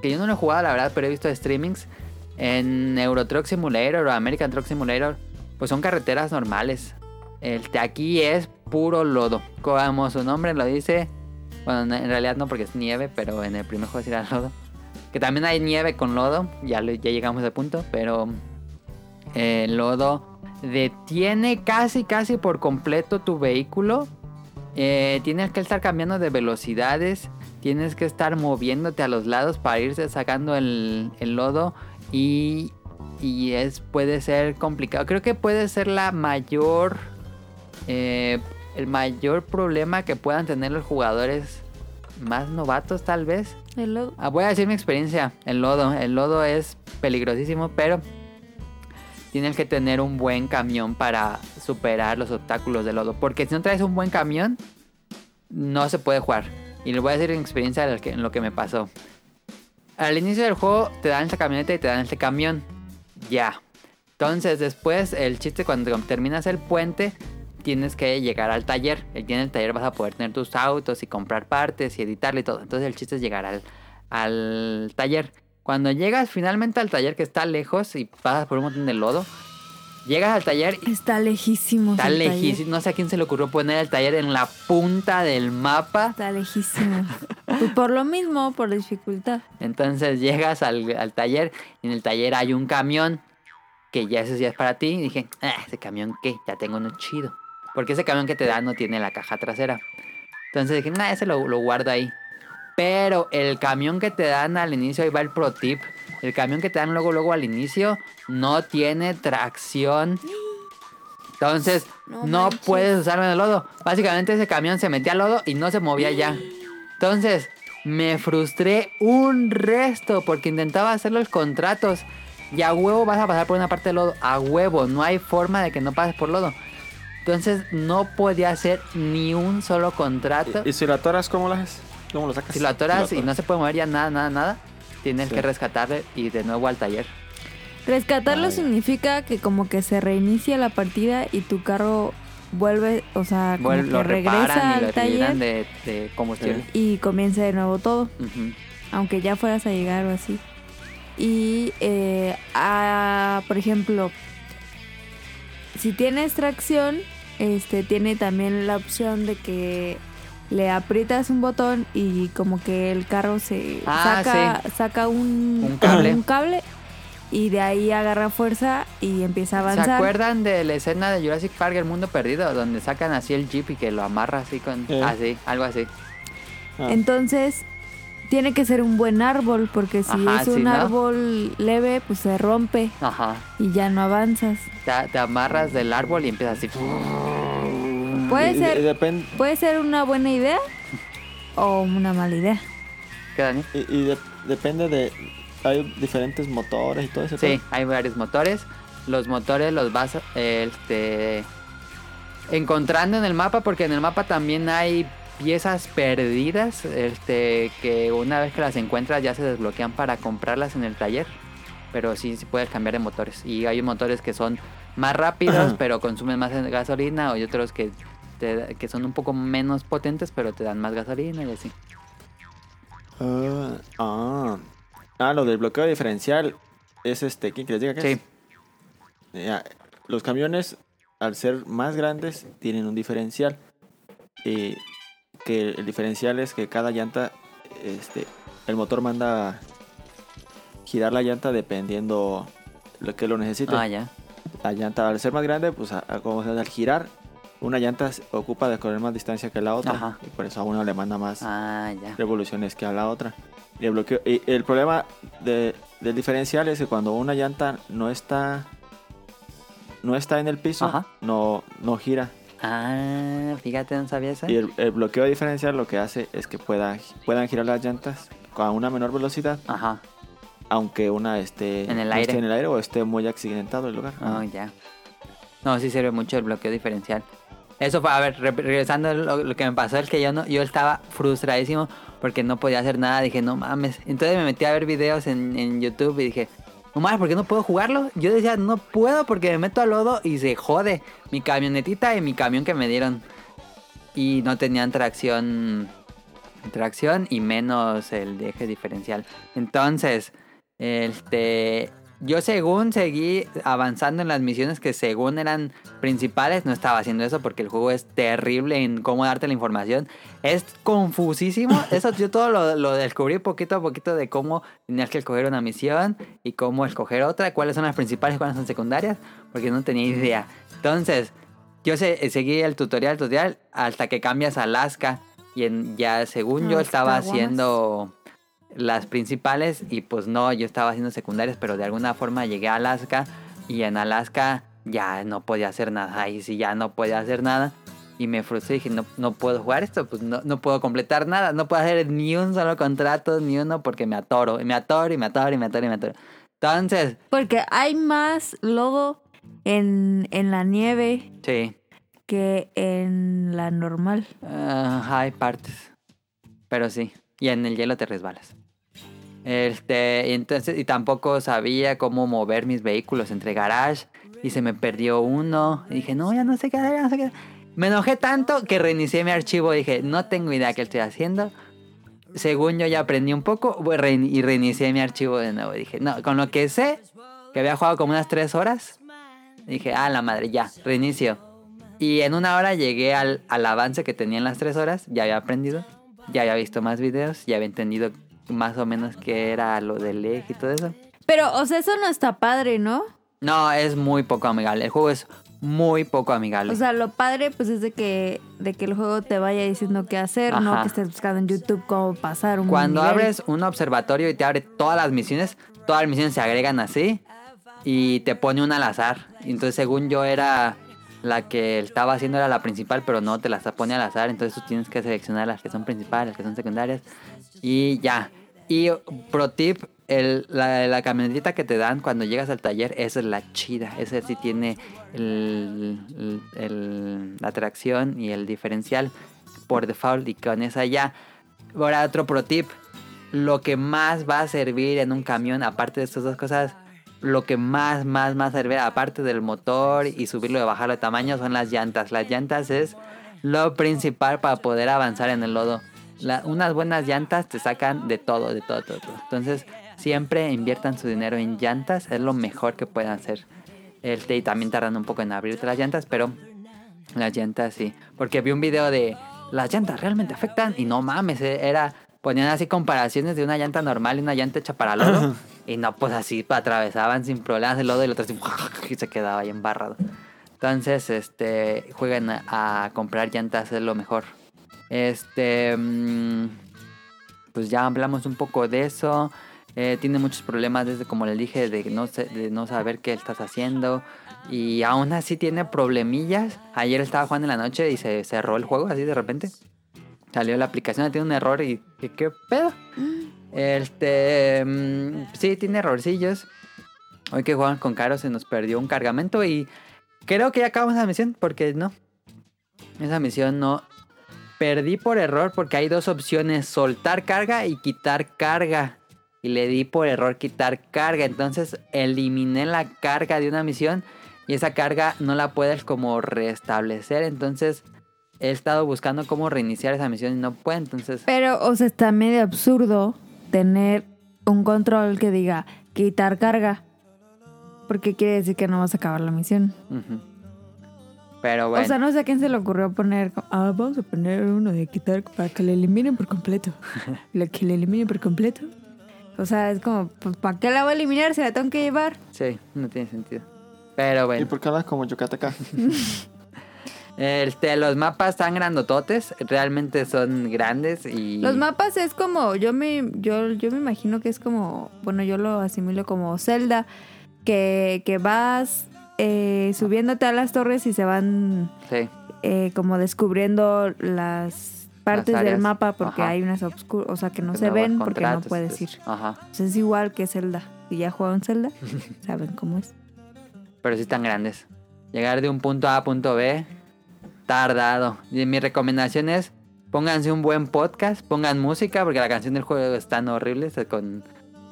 [SPEAKER 2] Que yo no lo he jugado, la verdad, pero he visto streamings en Euro Truck Simulator o American Truck Simulator. Pues son carreteras normales. El de aquí es puro lodo. Como su nombre lo dice. Bueno, en realidad no porque es nieve, pero en el primer juego sí era lodo. Que también hay nieve con lodo. Ya, lo- ya llegamos al punto, pero... El lodo detiene casi, casi por completo tu vehículo. Eh, tienes que estar cambiando de velocidades. Tienes que estar moviéndote a los lados para irse sacando el, el lodo. Y, y es, puede ser complicado. Creo que puede ser la mayor. eh, el mayor problema que puedan tener los jugadores más novatos, tal vez.
[SPEAKER 1] El lodo.
[SPEAKER 2] Ah, voy a decir mi experiencia. El lodo. El lodo es peligrosísimo, pero tienes que tener un buen camión para superar los obstáculos del lodo. Porque si no traes un buen camión, no se puede jugar. Y les voy a decir mi experiencia en lo que- en lo que me pasó. Al inicio del juego te dan esta camioneta y te dan este camión. Ya. Entonces después el chiste cuando terminas el puente tienes que llegar al taller. Y en el taller vas a poder tener tus autos y comprar partes y editarle y todo. Entonces el chiste es llegar al, al taller. Cuando llegas finalmente al taller que está lejos y pasas por un montón de lodo, llegas al taller y
[SPEAKER 1] Está lejísimo.
[SPEAKER 2] está
[SPEAKER 1] el taller.
[SPEAKER 2] lejísimo. No sé a quién se le ocurrió poner el taller en la punta del mapa.
[SPEAKER 1] Está lejísimo. Pues por lo mismo, por dificultad.
[SPEAKER 2] Entonces llegas al, al taller y en el taller hay un camión que ya ese ya es para ti. Y dije, "Ah, ese camión qué, ya tengo uno chido. Porque ese camión que te dan no tiene la caja trasera. Entonces dije, nah, ese lo, lo guardo ahí. Pero el camión que te dan al inicio, ahí va el pro tip. El camión que te dan luego, luego al inicio, no tiene tracción. Entonces,
[SPEAKER 1] No
[SPEAKER 2] no,
[SPEAKER 1] manches.
[SPEAKER 2] puedes usarlo en el lodo. Básicamente ese camión se metía al lodo y no se movía ya. Entonces, me frustré un resto porque intentaba hacer los contratos. Y a huevo vas a pasar por una parte de lodo. A huevo, no hay forma de que no pases por lodo. Entonces, no podía hacer ni un solo contrato.
[SPEAKER 3] ¿Y, y si lo atoras, cómo lo haces? ¿Cómo lo sacas?
[SPEAKER 2] Si lo atoras y no se puede mover ya nada, nada, nada, tienes
[SPEAKER 3] Sí.
[SPEAKER 2] que rescatarle y de nuevo al taller.
[SPEAKER 1] Rescatarlo significa que como que se reinicia la partida y tu carro vuelve, o sea, como
[SPEAKER 2] Bueno,
[SPEAKER 1] que
[SPEAKER 2] lo
[SPEAKER 1] regresa
[SPEAKER 2] reparan y
[SPEAKER 1] al
[SPEAKER 2] lo
[SPEAKER 1] taller
[SPEAKER 2] rellenan de, de combustible.
[SPEAKER 1] y comienza de nuevo todo,
[SPEAKER 2] Ujú.
[SPEAKER 1] aunque ya fueras a llegar o así. Y, eh, ah, por ejemplo, si tienes tracción, este tiene también la opción de que le aprietas un botón y como que el carro se
[SPEAKER 2] Ah,
[SPEAKER 1] saca, saca un,
[SPEAKER 2] Un cable.
[SPEAKER 1] un cable y de ahí agarra fuerza y empieza a avanzar.
[SPEAKER 2] ¿Se acuerdan de la escena de Jurassic Park El Mundo Perdido? Donde sacan así el jeep y que lo amarra así con...
[SPEAKER 3] Eh.
[SPEAKER 2] Así, algo así.
[SPEAKER 3] Ah.
[SPEAKER 1] Entonces, tiene que ser un buen árbol, porque si
[SPEAKER 2] Ajá,
[SPEAKER 1] es
[SPEAKER 2] sí,
[SPEAKER 1] un
[SPEAKER 2] ¿no?
[SPEAKER 1] árbol leve, pues se rompe
[SPEAKER 2] Ajá.
[SPEAKER 1] y ya no avanzas.
[SPEAKER 2] Te, te amarras del árbol y empiezas así.
[SPEAKER 1] Puede
[SPEAKER 3] Mm, Y- y
[SPEAKER 1] ser,
[SPEAKER 3] depende-
[SPEAKER 1] puede ser una buena idea o una mala idea.
[SPEAKER 2] ¿Qué, Dani?
[SPEAKER 3] Y, y de- depende de. Hay diferentes motores y todo eso.
[SPEAKER 2] Sí, hay varios motores. Los motores los vas eh, este, encontrando en el mapa porque en el mapa también hay piezas perdidas este, que una vez que las encuentras ya se desbloquean para comprarlas en el taller. Pero sí, sí puedes cambiar de motores. Y hay motores que son más rápidos pero consumen más gasolina o hay otros que, te- que son un poco menos potentes pero te dan más gasolina y así.
[SPEAKER 3] Ah, ah. Ah, lo del bloqueo diferencial es este. ¿Quién que les diga qué
[SPEAKER 2] Sí,
[SPEAKER 3] es? Ya, los camiones, al ser más grandes, Eh, tienen un diferencial. Y que el diferencial es que cada llanta este, el motor manda girar la llanta dependiendo lo que lo necesite.
[SPEAKER 2] Ah, ya.
[SPEAKER 3] La llanta al ser más grande, pues a- a- como se hace al girar, una llanta se ocupa de correr más distancia que la otra.
[SPEAKER 2] Ajá.
[SPEAKER 3] Y por eso a una le manda más
[SPEAKER 2] Ah, ya.
[SPEAKER 3] revoluciones que a la otra. Y el, bloqueo, y el problema de- del diferencial es que cuando una llanta no está no está en el piso,
[SPEAKER 2] Ajá.
[SPEAKER 3] no, no gira.
[SPEAKER 2] Ah, fíjate, no sabía eso.
[SPEAKER 3] Y el, el bloqueo diferencial lo que hace es que pueda, puedan girar las llantas a una menor velocidad,
[SPEAKER 2] Ajá.
[SPEAKER 3] aunque una esté
[SPEAKER 2] En el
[SPEAKER 3] no
[SPEAKER 2] aire.
[SPEAKER 3] esté en el aire o esté muy accidentado el lugar.
[SPEAKER 2] Ah, ya. No, sí sirve mucho el bloqueo diferencial. Eso fue, a ver, re- regresando a lo, lo que me pasó, es que yo no, yo estaba frustradísimo porque no podía hacer nada. Dije, no mames. Entonces me metí a ver videos en, en YouTube y dije, no mames, ¿por qué no puedo jugarlo? Yo decía, no puedo porque me meto al lodo y se jode mi camionetita y mi camión que me dieron. Y no tenían tracción tracción y menos el de eje diferencial. Entonces, este, yo según seguí avanzando en las misiones que según eran principales, no estaba haciendo eso porque el juego es terrible en cómo darte la información. Es confusísimo. Eso yo todo lo, lo descubrí poquito a poquito de cómo tenías que escoger una misión y cómo escoger otra, cuáles son las principales y cuáles son secundarias, porque no tenía idea. Entonces, yo se- seguí el tutorial, el tutorial, hasta que cambias a Alaska. Y en, ya según yo
[SPEAKER 5] Ah,
[SPEAKER 2] estaba
[SPEAKER 5] Alaska,
[SPEAKER 2] haciendo las principales y pues no, yo estaba haciendo secundarias, pero de alguna forma llegué a Alaska y en Alaska ya no podía hacer nada. Ahí sí ya no podía hacer nada. Y me frustré y dije, no, no puedo jugar esto, pues no, no puedo completar nada, no puedo hacer ni un solo contrato, ni uno, porque me atoro, y me atoro, y me atoro, y me atoro, y me atoro. Entonces,
[SPEAKER 1] Porque hay más lodo en, en la nieve
[SPEAKER 2] sí,
[SPEAKER 1] que en la normal.
[SPEAKER 2] Ah, hay partes. Pero sí. Y en el hielo te resbalas. Este, y entonces, y tampoco sabía cómo mover mis vehículos entre garage. Y se me perdió uno. Y dije, no, ya no sé qué hacer, ya no sé qué hacer". Me enojé tanto que reinicié mi archivo y dije, no tengo idea qué estoy haciendo. Según yo ya aprendí un poco voy rein- y reinicié mi archivo de nuevo. Dije, no, con lo que sé, que había jugado como unas tres horas, dije, ah, la madre, ya, reinicio. Y en una hora llegué al, al avance que tenía en las tres horas, ya había aprendido, ya había visto más videos, ya había entendido más o menos qué era lo del eje y todo eso.
[SPEAKER 1] Pero, o sea, eso no está padre, ¿no?
[SPEAKER 2] No, es muy poco amigable, el juego es muy poco amigable.
[SPEAKER 1] O sea, lo padre pues es de que, de que el juego te vaya diciendo qué hacer, no
[SPEAKER 2] Ajá.
[SPEAKER 1] que estés buscando en YouTube cómo pasar un
[SPEAKER 2] Cuando
[SPEAKER 1] nivel.
[SPEAKER 2] abres un observatorio y te abre todas las misiones, todas las misiones se agregan así y te pone una al azar. Entonces, según yo era la que estaba haciendo era la principal, pero no te las pone al azar, entonces tú tienes que seleccionar las que son principales, las que son secundarias y ya. Y pro tip, el- la, la camionetita que te dan cuando llegas al taller, esa es la chida, esa sí tiene el- el- el- la tracción y el diferencial por default y con esa ya. Ahora otro pro tip. Lo que más va a servir en un camión, aparte de estas dos cosas, lo que más, más, más servir, aparte del motor y subirlo y bajarlo de tamaño, son las llantas. Las llantas es lo principal para poder avanzar en el lodo. La- unas buenas llantas te sacan de todo, de todo, todo, todo. Entonces, siempre inviertan su dinero en llantas, es lo mejor que pueden hacer. Este, y también tardan un poco en abrirte las llantas, pero las llantas, sí. Porque vi un video de las llantas realmente afectan y no mames, eh, era ponían así comparaciones de una llanta normal y una llanta hecha para lodo y no pues así pa- atravesaban sin problemas el lodo y el otro así y se quedaba ahí embarrado. Entonces, este, jueguen a, a comprar llantas es lo mejor. Este, mm, pues ya hablamos un poco de eso. Eh, tiene muchos problemas desde como les dije de no sé- de no saber qué estás haciendo y aún así tiene problemillas. Ayer estaba jugando en la noche y se cerró el juego así de repente. Salió la aplicación, tiene un error y ¿qué, qué pedo? Este, mm, sí, tiene errorcillos. Hoy que jugaban con Caro se nos perdió un cargamento y creo que ya acabamos la misión porque no. Esa misión no. Perdí por error porque hay dos opciones, soltar carga y quitar carga. Y le di por error quitar carga. Entonces eliminé la carga de una misión y esa carga no la puedes como restablecer. Entonces he estado buscando cómo reiniciar esa misión y no puedo. Entonces
[SPEAKER 1] Pero, o sea, está medio absurdo tener un control que diga quitar carga. Porque quiere decir que no vas a acabar la misión.
[SPEAKER 2] Ujú. Pero bueno.
[SPEAKER 1] O sea, no sé a quién se le ocurrió poner, como, ah, vamos a poner uno de quitar para que le eliminen por completo. la que le eliminen por completo. O sea, es como, pues, ¿para qué la voy a eliminar? Se la tengo que llevar.
[SPEAKER 2] Sí, no tiene sentido. Pero
[SPEAKER 3] ¿Y
[SPEAKER 2] bueno.
[SPEAKER 3] por qué hablas como Yucateca?
[SPEAKER 2] Este, los mapas tan grandototes, realmente son grandes y...
[SPEAKER 1] Los mapas es como, yo me, yo, yo me imagino que es como, bueno, yo lo asimilo como Zelda, que, que vas eh, subiéndote a las torres y se van
[SPEAKER 2] Sí,
[SPEAKER 1] eh, como descubriendo las partes
[SPEAKER 2] áreas.
[SPEAKER 1] del mapa porque
[SPEAKER 2] Ajá.
[SPEAKER 1] hay unas obscuras, o sea, que no
[SPEAKER 2] que
[SPEAKER 1] se
[SPEAKER 2] pues, nuevos
[SPEAKER 1] ven porque no
[SPEAKER 2] contratos,
[SPEAKER 1] puedes ir.
[SPEAKER 2] entonces, Ajá,
[SPEAKER 1] Pues es igual que Zelda. Si ya jugaron Zelda, saben cómo es.
[SPEAKER 2] pero sí están grandes. Llegar de un punto A a punto B, tardado. Y mi recomendación es, pónganse un buen podcast, pongan música, porque la canción del juego es tan horrible, está con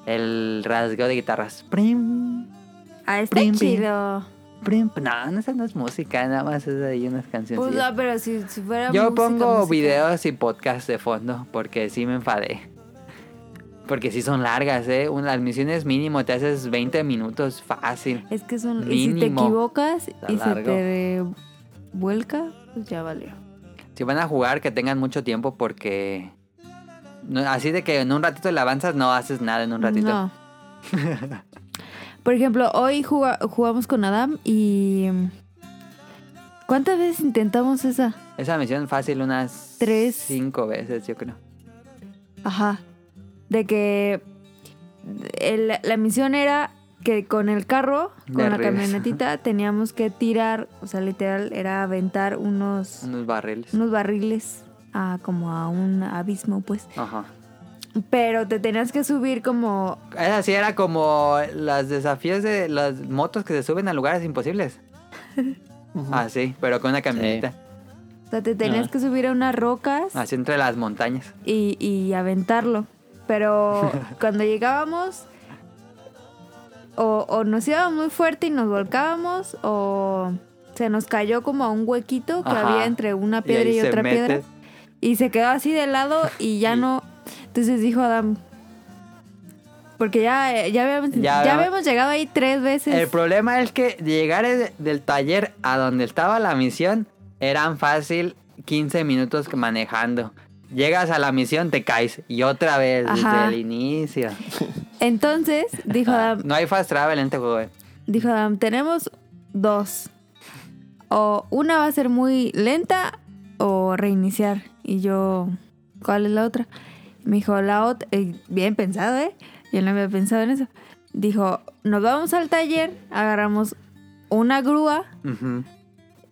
[SPEAKER 2] el rasgueo de guitarras. Prim,
[SPEAKER 1] Ah, está
[SPEAKER 2] Prim, prim.
[SPEAKER 1] chido.
[SPEAKER 2] prim. No, no, esa no es música, nada más es ahí unas canciones.
[SPEAKER 1] Pues no, pero si, si fuera
[SPEAKER 2] Yo
[SPEAKER 1] música,
[SPEAKER 2] pongo
[SPEAKER 1] música.
[SPEAKER 2] videos y podcasts de fondo porque sí me enfadé. Porque sí son largas, ¿eh? Un- Las misiones mínimo te haces 20 minutos fácil.
[SPEAKER 1] Es que son... Y si te
[SPEAKER 2] Mínimo.
[SPEAKER 1] equivocas y se
[SPEAKER 2] largo.
[SPEAKER 1] te eh, vuelca, pues ya valió.
[SPEAKER 2] Si van a jugar, que tengan mucho tiempo porque... no- así de que en un ratito le avanzas, no haces nada en un ratito.
[SPEAKER 1] No. Por ejemplo, hoy juga- jugamos con Adam y... ¿Cuántas veces intentamos esa?
[SPEAKER 2] Esa misión fácil unas...
[SPEAKER 1] Tres.
[SPEAKER 2] Cinco veces, yo creo.
[SPEAKER 1] Ajá. De que el- la misión era que con el carro, con
[SPEAKER 2] De
[SPEAKER 1] la
[SPEAKER 2] regreso.
[SPEAKER 1] camionetita, teníamos que tirar, o sea, literal, era aventar unos,
[SPEAKER 2] Unos barriles.
[SPEAKER 1] unos barriles a, como a un abismo, pues.
[SPEAKER 2] Ajá.
[SPEAKER 1] Pero te tenías que subir como...
[SPEAKER 2] Esa sí era como los desafíos de las motos que se suben a lugares imposibles. Así, pero con una camioneta.
[SPEAKER 1] O sea, te tenías
[SPEAKER 3] Ah.
[SPEAKER 1] que subir a unas rocas
[SPEAKER 2] Así entre las montañas.
[SPEAKER 1] y, y aventarlo. Pero cuando llegábamos, o, o nos íbamos muy fuerte y nos volcábamos, o se nos cayó como a un huequito que
[SPEAKER 2] Ajá.
[SPEAKER 1] había entre una piedra
[SPEAKER 2] ahí
[SPEAKER 1] y,
[SPEAKER 2] se
[SPEAKER 1] otra
[SPEAKER 2] mete.
[SPEAKER 1] piedra. Y se quedó así de lado y ya
[SPEAKER 2] Y-
[SPEAKER 1] no. Entonces dijo Adam. Porque ya, eh, ya, habíamos,
[SPEAKER 2] Ya
[SPEAKER 1] ya,
[SPEAKER 2] había-
[SPEAKER 1] habíamos llegado ahí tres veces.
[SPEAKER 2] El problema es que llegar el- del taller a donde estaba la misión eran fácil 15 minutos manejando. Llegas a la misión, te caes. Y otra vez, desde
[SPEAKER 1] Ajá.
[SPEAKER 2] el inicio. Ah,
[SPEAKER 1] Entonces dijo Adam,
[SPEAKER 2] No hay fast travel en este juego. eh.
[SPEAKER 1] Dijo Adam, tenemos dos. O una va a ser muy lenta o reiniciar. Y yo, ¿cuál es la otra? Me dijo, la otra, eh, bien pensado, ¿eh? Yo no había pensado en eso. Dijo, nos vamos al taller, agarramos una grúa,
[SPEAKER 2] Ujú.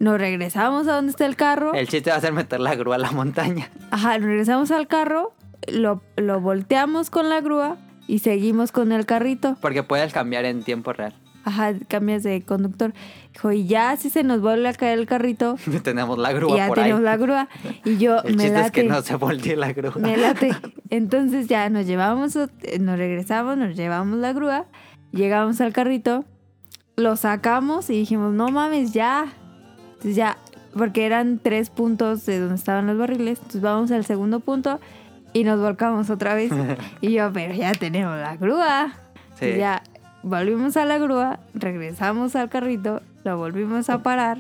[SPEAKER 1] nos regresamos a donde está el carro.
[SPEAKER 2] El chiste va a ser meter la grúa a la montaña.
[SPEAKER 1] Ajá, nos regresamos al carro, lo, lo volteamos con la grúa y seguimos con el carrito.
[SPEAKER 2] Porque puedes cambiar en tiempo real.
[SPEAKER 1] Ajá, cambias de conductor. Dijo, y ya si se nos vuelve a caer el carrito,
[SPEAKER 2] tenemos la
[SPEAKER 1] y
[SPEAKER 2] grúa
[SPEAKER 1] ya
[SPEAKER 2] por ahí.
[SPEAKER 1] tenemos la grúa. Y yo
[SPEAKER 2] El
[SPEAKER 1] me
[SPEAKER 2] chiste
[SPEAKER 1] late.
[SPEAKER 2] es que no se voltee la grúa.
[SPEAKER 1] Me late. Entonces ya nos llevamos, eh, nos regresamos, nos llevamos la grúa, llegamos al carrito, lo sacamos y dijimos, no mames, ya. Entonces ya, porque eran tres puntos de donde estaban los barriles. Entonces vamos al segundo punto y nos volcamos otra vez. Y yo, pero ya tenemos la grúa.
[SPEAKER 2] Sí.
[SPEAKER 1] Ya volvimos a la grúa, regresamos al carrito, lo volvimos a parar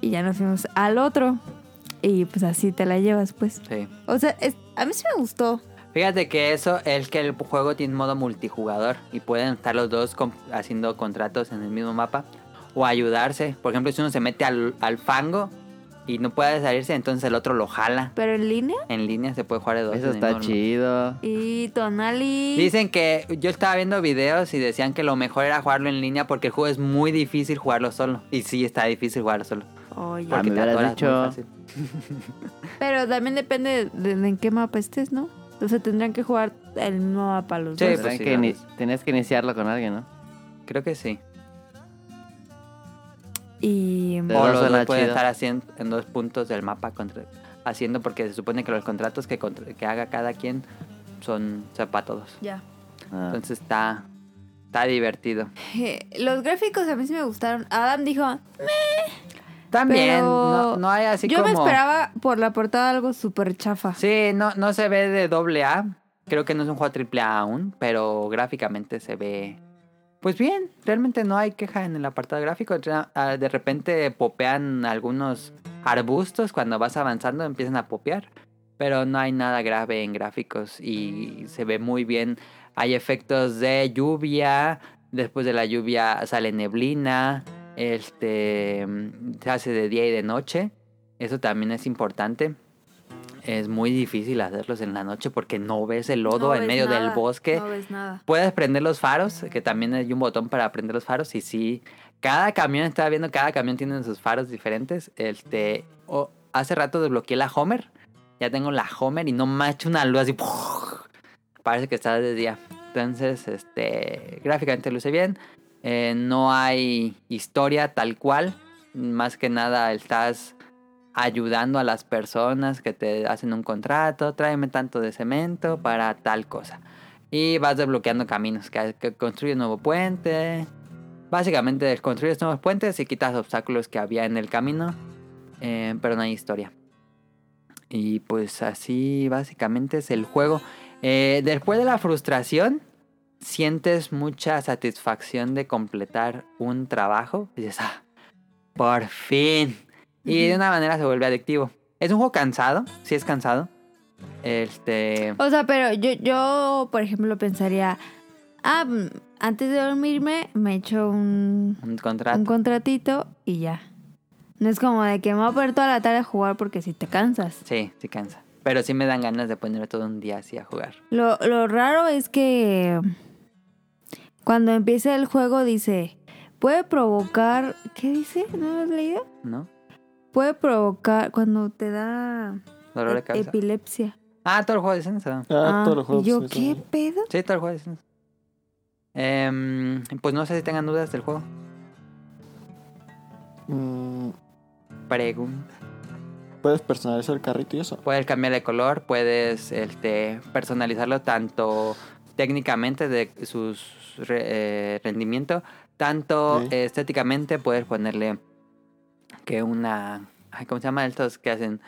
[SPEAKER 1] y ya nos fuimos al otro. Y pues así te la llevas, pues.
[SPEAKER 2] Sí.
[SPEAKER 1] O sea, es- a mí sí me gustó.
[SPEAKER 2] Fíjate que eso es que el juego tiene modo multijugador y pueden estar los dos com- haciendo contratos en el mismo mapa o ayudarse. Por ejemplo, si uno se mete al, al fango y no puede salirse, entonces el otro lo jala.
[SPEAKER 1] Pero en línea
[SPEAKER 2] En línea se puede jugar de dos.
[SPEAKER 4] Eso
[SPEAKER 2] en
[SPEAKER 4] está
[SPEAKER 2] normal.
[SPEAKER 4] chido.
[SPEAKER 1] y Tonali.
[SPEAKER 2] Dicen que yo estaba viendo videos y decían que lo mejor era jugarlo en línea porque el juego es muy difícil jugarlo solo. Y sí, está difícil jugarlo solo.
[SPEAKER 1] Oye,
[SPEAKER 4] Ah,
[SPEAKER 2] Porque
[SPEAKER 4] me
[SPEAKER 2] te
[SPEAKER 4] hubieras
[SPEAKER 2] atoras muy
[SPEAKER 4] dicho.
[SPEAKER 2] fácil.
[SPEAKER 1] pero también depende de, de en qué mapa estés, ¿no? O sea, tendrían que jugar el mismo mapa los
[SPEAKER 2] Sí,
[SPEAKER 1] dos.
[SPEAKER 2] pues
[SPEAKER 4] Tenías
[SPEAKER 2] sí,
[SPEAKER 4] que
[SPEAKER 2] no,
[SPEAKER 4] ini-
[SPEAKER 2] pues.
[SPEAKER 4] tenías que iniciarlo con alguien, ¿no?
[SPEAKER 2] Creo que sí.
[SPEAKER 1] Y
[SPEAKER 4] De
[SPEAKER 2] O
[SPEAKER 4] dos
[SPEAKER 2] los dos
[SPEAKER 4] suena
[SPEAKER 2] pueden
[SPEAKER 4] chido.
[SPEAKER 2] estar haciendo en dos puntos del mapa contra- haciendo porque se supone que los contratos que, contra- que haga cada quien son o sea, para todos.
[SPEAKER 1] ya.
[SPEAKER 4] Ah.
[SPEAKER 2] Entonces está está divertido.
[SPEAKER 1] Eh, Los gráficos a mí sí me gustaron. Adam dijo,
[SPEAKER 2] También
[SPEAKER 1] Pero-
[SPEAKER 2] no, no hay así
[SPEAKER 1] yo
[SPEAKER 2] como
[SPEAKER 1] me esperaba por la portada algo súper chafa.
[SPEAKER 2] Sí, no no se ve de doble A. Creo que no es un juego triple A aún, pero gráficamente se ve Pues bien, realmente no hay queja en el apartado gráfico. Ya, ah, De repente popean algunos arbustos cuando vas avanzando, empiezan a popear. Pero no hay nada grave en gráficos y se ve muy bien. Hay efectos de lluvia, después de la lluvia sale neblina, este, se hace de día y de noche. Eso también es importante. Es muy difícil hacerlos en la noche porque no ves el lodo
[SPEAKER 5] No
[SPEAKER 2] en
[SPEAKER 5] ves
[SPEAKER 2] medio del
[SPEAKER 5] nada,
[SPEAKER 2] bosque.
[SPEAKER 5] No ves nada.
[SPEAKER 2] Puedes prender los faros, que también hay un botón para prender los faros. Y sí, cada camión, estaba viendo, cada camión tiene sus faros diferentes. Este, o- hace rato desbloqueé la Homer. Ya tengo la Homer y no macho una luz así. ¡puf! Parece que está de día. Entonces, este, gráficamente luce bien. Eh, no hay historia tal cual. Más que nada estás ayudando a las personas que te hacen un contrato. Tráeme tanto de cemento para tal cosa. Y vas desbloqueando caminos, que, que construyes nuevo puente. Básicamente construyes nuevos puentes y quitas obstáculos que había en el camino, eh, pero no hay historia. Y pues así básicamente es el juego. Eh, después de la frustración, sientes mucha satisfacción de completar un trabajo. Y dices, ah, por fin. Y de una manera se vuelve adictivo. Es un juego cansado, sí es cansado. Este...
[SPEAKER 1] O sea, pero yo, yo, por ejemplo, pensaría, ah, mm, antes de dormirme me echo un,
[SPEAKER 2] Un contrato.
[SPEAKER 1] un contratito y ya. No es como de que me voy a poner toda la tarde a jugar porque si te cansas.
[SPEAKER 2] Sí, sí cansa. Pero sí me dan ganas de ponerme todo un día así a jugar.
[SPEAKER 1] Lo, lo raro es que cuando empieza el juego dice, puede provocar, ¿qué dice? ¿No lo has leído?
[SPEAKER 2] ¿No?
[SPEAKER 1] Puede provocar cuando te da
[SPEAKER 2] Dolor de
[SPEAKER 1] ep-
[SPEAKER 2] cabeza.
[SPEAKER 1] epilepsia.
[SPEAKER 2] Ah, todo el juego dicen eso.
[SPEAKER 3] Ah,
[SPEAKER 1] Ah,
[SPEAKER 3] todos los juegos
[SPEAKER 1] y yo,
[SPEAKER 3] son-
[SPEAKER 1] ¿qué pedo?
[SPEAKER 2] Sí, todo el juego dicen eso. Em, pues no sé si tengan dudas del juego.
[SPEAKER 3] Mm,
[SPEAKER 2] Pregunta.
[SPEAKER 3] Puedes personalizar el carrito y eso.
[SPEAKER 2] Puedes cambiar de color, puedes este, personalizarlo tanto técnicamente de su rendimiento, tanto
[SPEAKER 3] Sí.
[SPEAKER 2] estéticamente puedes ponerle que una... ay, ¿Cómo se llama estos que hacen?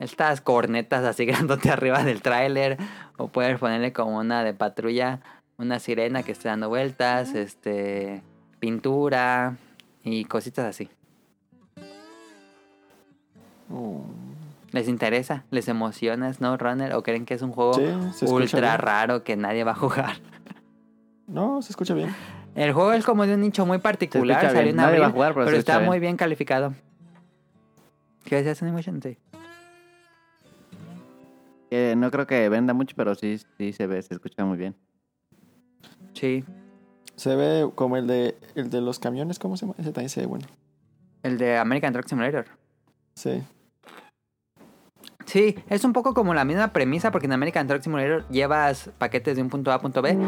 [SPEAKER 2] Estas cornetas así grandote arriba del tráiler. O puedes ponerle como una de patrulla, una sirena que esté dando vueltas, este pintura y cositas así.
[SPEAKER 3] Mm,
[SPEAKER 2] ¿Les interesa? ¿Les emociona Runner? ¿O creen que es un juego
[SPEAKER 3] Sí, se escucha
[SPEAKER 2] Oh, ultra
[SPEAKER 3] bien.
[SPEAKER 2] raro que nadie va a jugar?
[SPEAKER 3] No, se escucha bien.
[SPEAKER 2] El juego es como de un nicho muy particular,
[SPEAKER 4] Se escucha
[SPEAKER 2] salió en
[SPEAKER 4] bien. Nadie
[SPEAKER 2] abril,
[SPEAKER 4] va a jugar, pero
[SPEAKER 2] pero,
[SPEAKER 4] se escucha
[SPEAKER 2] está
[SPEAKER 4] bien.
[SPEAKER 2] muy bien calificado. ¿Qué decías, Sony Motion? Sí.
[SPEAKER 4] Eh, no creo que venda mucho, pero sí, sí se ve, se escucha muy bien.
[SPEAKER 2] Sí.
[SPEAKER 3] Se ve como el de el de los camiones, ¿cómo se llama? Ese también se ve bueno.
[SPEAKER 2] El de American Truck Simulator.
[SPEAKER 3] Sí.
[SPEAKER 2] Sí, es un poco como la misma premisa, porque en American Truck Simulator llevas paquetes de un punto A a punto B,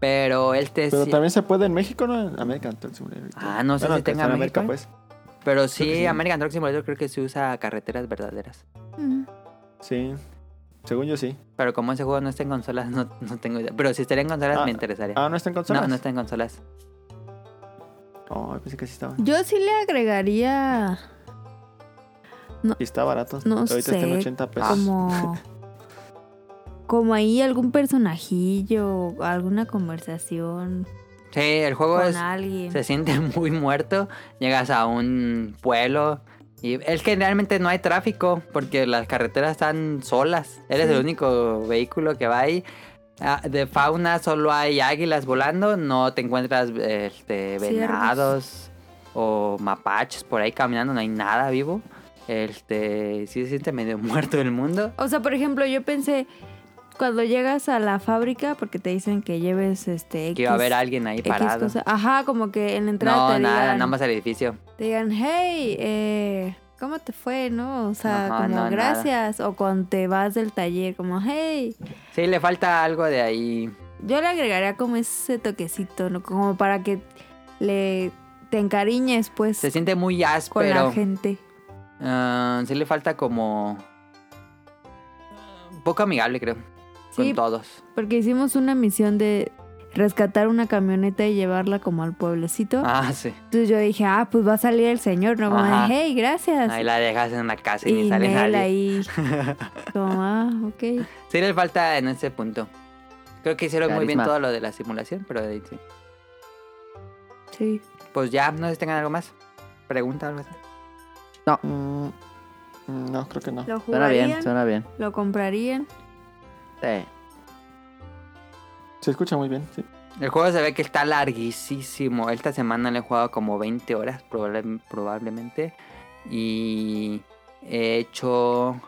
[SPEAKER 2] pero este es...
[SPEAKER 3] Pero también se puede en México, ¿no? En América, entonces. Simulator.
[SPEAKER 2] Ah, no sé si
[SPEAKER 3] que
[SPEAKER 2] tenga
[SPEAKER 3] está en
[SPEAKER 2] México,
[SPEAKER 3] América,
[SPEAKER 2] ¿eh?
[SPEAKER 3] pues.
[SPEAKER 2] Pero
[SPEAKER 3] Creo que
[SPEAKER 2] sí,
[SPEAKER 3] sí.
[SPEAKER 2] American Truck Simulator creo que se usa carreteras verdaderas.
[SPEAKER 3] pues. Sí. Según yo, sí.
[SPEAKER 2] Pero como ese juego no está en consolas, no, no tengo idea. Pero si estaría en consolas,
[SPEAKER 3] Ah,
[SPEAKER 2] me interesaría.
[SPEAKER 3] Ah, ¿no está en consolas?
[SPEAKER 2] No, no está en consolas.
[SPEAKER 3] Oh, pensé que sí estaba.
[SPEAKER 1] Yo sí le agregaría
[SPEAKER 3] Y está barato.
[SPEAKER 1] No
[SPEAKER 3] Ahorita está en
[SPEAKER 1] sé,
[SPEAKER 3] 80
[SPEAKER 2] Pues,
[SPEAKER 3] pesos.
[SPEAKER 1] como como ahí algún personajillo alguna conversación
[SPEAKER 2] Sí, el juego
[SPEAKER 1] con
[SPEAKER 2] es,
[SPEAKER 1] alguien
[SPEAKER 2] se siente muy muerto. Llegas a un pueblo y es que realmente no hay tráfico porque las carreteras están solas. Eres el único vehículo que va ahí. Ah, De fauna solo hay águilas volando, no te encuentras este,
[SPEAKER 5] Ciervos.
[SPEAKER 2] venados o mapaches por ahí caminando, no hay nada vivo. Este, sí se siente medio muerto el mundo.
[SPEAKER 1] o sea por ejemplo yo pensé cuando llegas a la fábrica porque te dicen que lleves este
[SPEAKER 2] Que iba a
[SPEAKER 1] X-
[SPEAKER 2] haber alguien ahí
[SPEAKER 1] X
[SPEAKER 2] parado.
[SPEAKER 1] cosa- ajá como que en la entrada
[SPEAKER 2] No,
[SPEAKER 1] te
[SPEAKER 2] nada,
[SPEAKER 1] digan,
[SPEAKER 2] nada más el edificio.
[SPEAKER 1] te digan hey eh, cómo te fue no o sea
[SPEAKER 2] Ajá,
[SPEAKER 1] como
[SPEAKER 2] no, nada.
[SPEAKER 1] gracias o cuando te vas del taller como hey
[SPEAKER 2] Sí, le falta algo de ahí.
[SPEAKER 1] Yo le agregaría como ese toquecito, ¿no? Como para que le te encariñes, pues,
[SPEAKER 2] Se siente muy
[SPEAKER 1] con
[SPEAKER 2] áspero.
[SPEAKER 1] la gente.
[SPEAKER 2] Ah, sí le falta como... Poco amigable, creo.
[SPEAKER 1] Sí.
[SPEAKER 2] Con todos.
[SPEAKER 1] Porque hicimos una misión de rescatar una camioneta y llevarla como al pueblecito.
[SPEAKER 2] Ah, sí.
[SPEAKER 1] Entonces yo dije, ah, pues va a salir el señor, ¿no? Como,
[SPEAKER 2] Ajá.
[SPEAKER 1] hey, gracias.
[SPEAKER 2] Ahí la dejas en la casa y,
[SPEAKER 1] Ah, y
[SPEAKER 2] ni sale
[SPEAKER 1] Nel
[SPEAKER 2] nadie.
[SPEAKER 1] ahí. Como, ah, ok.
[SPEAKER 2] Sí le falta en ese punto. Creo que hicieron muy bien
[SPEAKER 4] Carisma.
[SPEAKER 2] todo lo de la simulación, pero de ahí sí.
[SPEAKER 1] Sí.
[SPEAKER 2] Pues ya, no sé si tengan algo más. Pregunta algo así.
[SPEAKER 3] Mm, no, creo que no.
[SPEAKER 5] Lo
[SPEAKER 4] Suena
[SPEAKER 5] jugarían,
[SPEAKER 4] bien, suena bien.
[SPEAKER 1] Lo comprarían.
[SPEAKER 4] Sí.
[SPEAKER 3] Se escucha muy bien, sí.
[SPEAKER 2] El juego se ve que está larguísimo. Esta semana le he jugado como 20 horas probable- probablemente. Y he hecho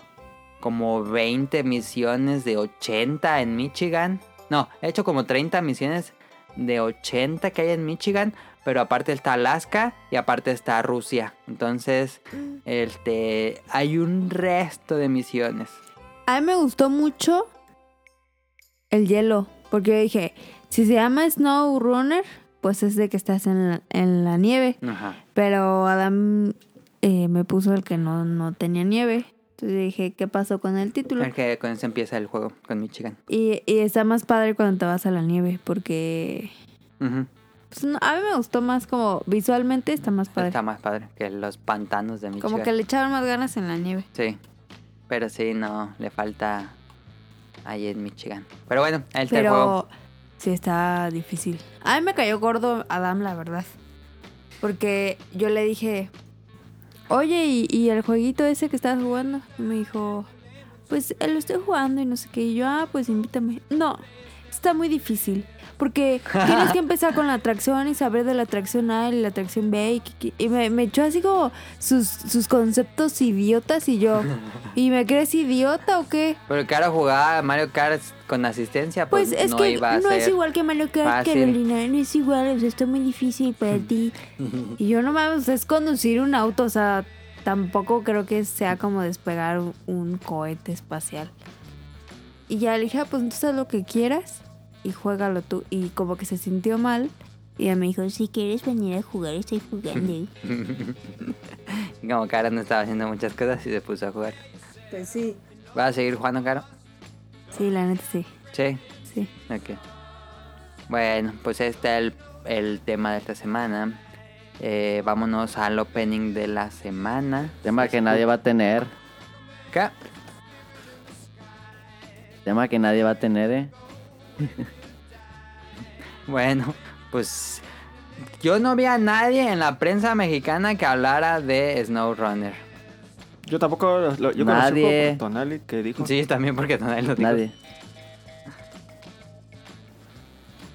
[SPEAKER 2] como 20 misiones de 80 en Michigan. No, he hecho como 30 misiones de 80 que hay en Michigan. Pero aparte está Alaska y aparte está Rusia. Entonces, este, hay un resto de misiones.
[SPEAKER 1] A mí me gustó mucho el hielo, porque yo dije, si se llama Snow Runner, pues es de que estás en la, en la nieve.
[SPEAKER 2] Ajá.
[SPEAKER 1] Pero Adam eh, me puso el que no, no tenía nieve. Entonces dije, ¿qué pasó con el título?
[SPEAKER 2] El que con eso empieza el juego, con Michigan.
[SPEAKER 1] Y, y está más padre cuando te vas a la nieve, porque
[SPEAKER 2] Ujú.
[SPEAKER 1] pues, no, a mí me gustó más como visualmente está más padre.
[SPEAKER 2] Está más padre que los pantanos de Michigan.
[SPEAKER 1] como que le echaron más ganas en la nieve.
[SPEAKER 2] Sí. Pero sí, no, le falta ahí en Michigan. Pero bueno, ahí está el juego.
[SPEAKER 1] Pero sí está difícil. A mí me cayó gordo Adam, la verdad. Porque yo le dije, oye, ¿y, y el jueguito ese que estabas jugando? Y me dijo, pues eh, lo estoy jugando y no sé qué. Y yo, ah, pues invítame. No, está muy difícil. Porque tienes que empezar con la atracción y saber de la atracción A y la atracción B. Y, que- que- y me, me echó así como sus, sus conceptos idiotas y yo, ¿y me crees idiota o qué?
[SPEAKER 2] Pero claro, jugaba Mario Kart con asistencia, pues,
[SPEAKER 1] Pues es
[SPEAKER 2] no
[SPEAKER 1] que
[SPEAKER 2] iba a
[SPEAKER 1] no
[SPEAKER 2] ser.
[SPEAKER 1] es igual que Mario Kart,
[SPEAKER 2] fácil. Hmm.
[SPEAKER 1] Carolina. No es igual, o sea, está muy difícil para ti. Y yo no mames, o sea, es conducir un auto, o sea, tampoco creo que sea como despegar un- un cohete espacial. Y ya le dije, ah, pues entonces haz lo que quieras y juégalo tú. Y como que se sintió mal. Y ella me dijo, si quieres venir a jugar, estoy jugando.
[SPEAKER 2] Y Como Caro no estaba haciendo muchas cosas y se puso a jugar.
[SPEAKER 5] Pues sí.
[SPEAKER 2] ¿Vas a seguir jugando, Caro?
[SPEAKER 1] sí, la neta sí,
[SPEAKER 2] Sí.
[SPEAKER 1] sí.
[SPEAKER 2] Ok. Bueno, pues este está el, el tema de esta semana. Eh, vámonos al opening de la semana.
[SPEAKER 4] Tema que nadie va a tener.
[SPEAKER 2] ¿Qué?
[SPEAKER 4] Tema que nadie va a tener, ¿eh?
[SPEAKER 2] Bueno, pues yo no vi a nadie en la prensa mexicana que hablara de SnowRunner.
[SPEAKER 3] Yo tampoco, lo- lo- yo
[SPEAKER 4] Nadie.
[SPEAKER 3] conocí un juego por Tonali que dijo.
[SPEAKER 2] Sí, también porque nadie lo dijo.
[SPEAKER 4] Nadie.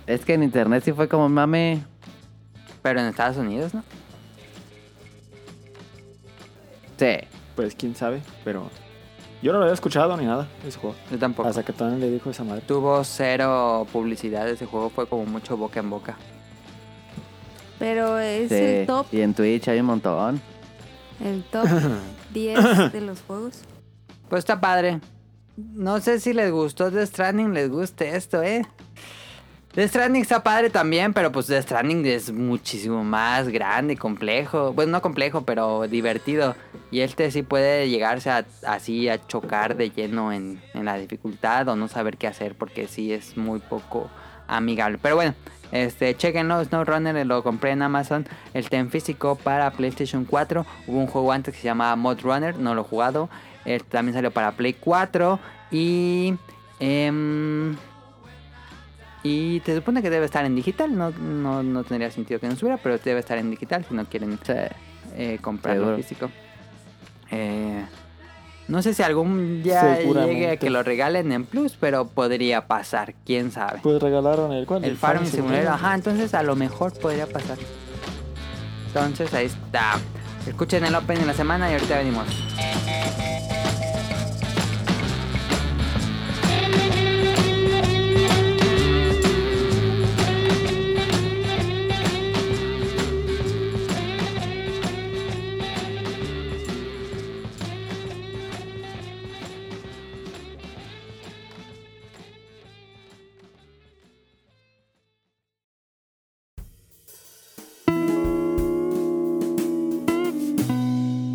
[SPEAKER 4] Es que en internet sí fue como mame.
[SPEAKER 2] Pero en Estados Unidos, ¿no?
[SPEAKER 4] Sí.
[SPEAKER 3] Pues quién sabe, pero yo no lo había escuchado ni nada ese juego.
[SPEAKER 2] Yo tampoco.
[SPEAKER 3] Hasta que Tonali le dijo esa madre.
[SPEAKER 2] Tuvo cero publicidad ese juego, fue como mucho boca en boca.
[SPEAKER 1] Pero es
[SPEAKER 4] sí.
[SPEAKER 1] el top,
[SPEAKER 4] Y en Twitch hay un montón.
[SPEAKER 1] el top 10 de los juegos.
[SPEAKER 2] Pues está padre. No sé si les gustó The Stranding, les guste esto, ¿eh? The Stranding está padre también, pero pues The Stranding es muchísimo más grande y complejo. Bueno, no complejo, pero divertido. Y este sí puede llegarse a- así a chocar de lleno en, en la dificultad o no saber qué hacer porque sí es muy poco amigable. Pero bueno, este, chequenlo, SnowRunner lo compré en Amazon. El en físico para PlayStation 4. Hubo un juego antes que se llamaba Mod Runner, no lo he jugado. Eh, también salió para Play 4 y... em, y te supone que debe estar en digital, no, no, no tendría sentido que no subiera, pero debe estar en digital si no quieren
[SPEAKER 4] Sí.
[SPEAKER 2] eh, comprarlo
[SPEAKER 4] Seguro.
[SPEAKER 2] físico. Eh, no sé si algún día
[SPEAKER 3] Seguramente.
[SPEAKER 2] llegue a que lo regalen en Plus, pero podría pasar, quién sabe.
[SPEAKER 3] Pues regalaron el cuál?
[SPEAKER 2] El Farm Simulator,
[SPEAKER 3] Simulator.
[SPEAKER 2] ajá, entonces a lo mejor podría pasar. Entonces ahí está. Escuchen el Open en la semana y ahorita venimos.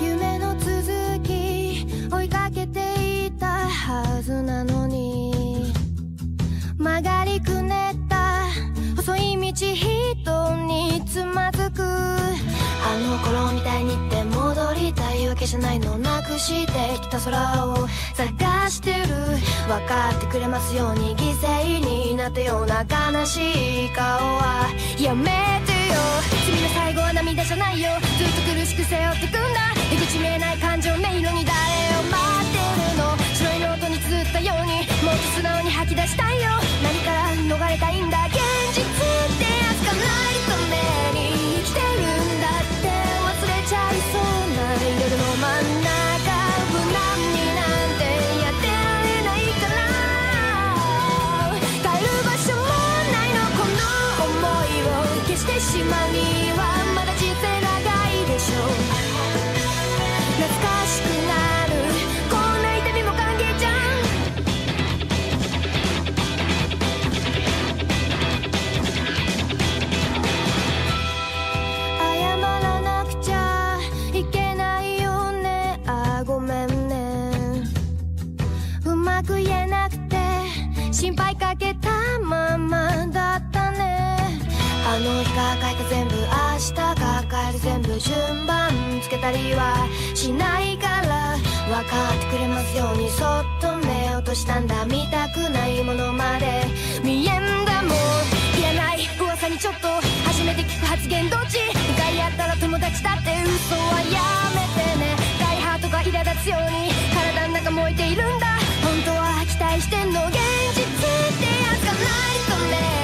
[SPEAKER 8] 夢の続き追いかけていっあの頃みたいにって戻りたいわけじゃないのなくしてきた空を探してる分かってくれますように犠牲になったような悲しい顔はやめてよ君の最後は涙じゃないよずっと苦しく背負ってくんだ出口見えない感情迷路に誰を待ってるの白いノートに綴ったようにもっと素直に吐き出したいよ何から逃れたいんだ現実ってやつかないために生きてるんだって忘れちゃいそうな夜の真ん中無難になんてやってられないから帰る場所もないのこの想いを消してしまうにはまだ人生長いでしょう懐かしくなるこんな痛みも歓迎じゃん謝らなくちゃいけないよねあーごめんねうまく言えなくて心配かけたままだったねあの日抱えた全部明日抱える全部順番つけたりはしないから分かってくれますようにそっと目落としたんだ見たくないものまで見えんだもん言えない噂にちょっと初めて聞く発言どっち向かい合ったら友達だって嘘はやめてね大ハートが苛立つように体の中燃えているんだ本当は期待してんの現実ってやつがないた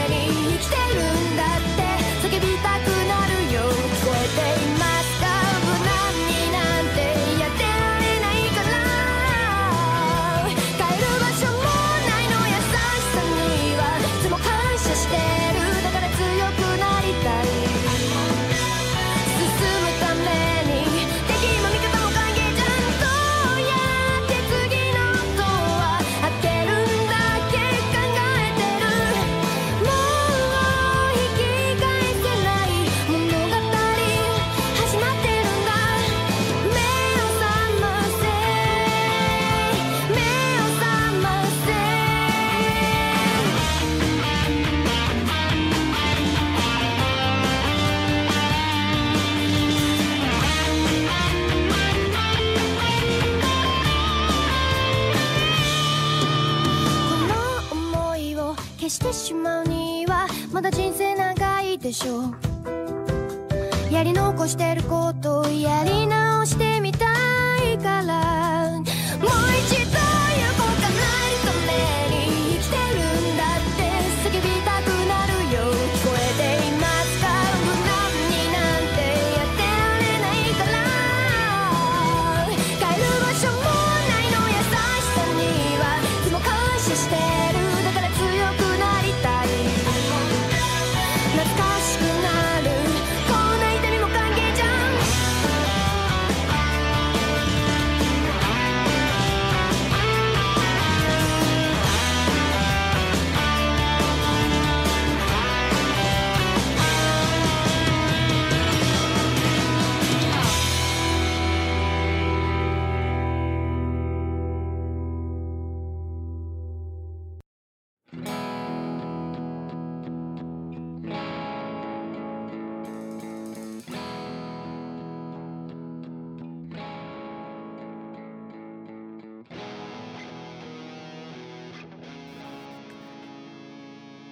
[SPEAKER 8] めに生きてるんだって叫びたくなるよ聞こえていますか無難になんてやってられないから帰る場所もないの優しさにはいつも感謝してるだから強くなりたい進むために敵も味方も歓迎じゃんとやって次の音は開けるんだけ考えてるもう引き返せない物語始まってるんだ目を覚ませ目を覚ませこの想いを消してしまうにはまだ人生長いでしょうやり残してることをやり直してみたいからもう一度横かないために生きてるんだって叫びたくなるよ聞こえていますか無難になんてやってられないから帰る場所もないの優しさにはいつも感謝してるだから強くなりたい懐かしくなるこんな痛みも歓迎じゃん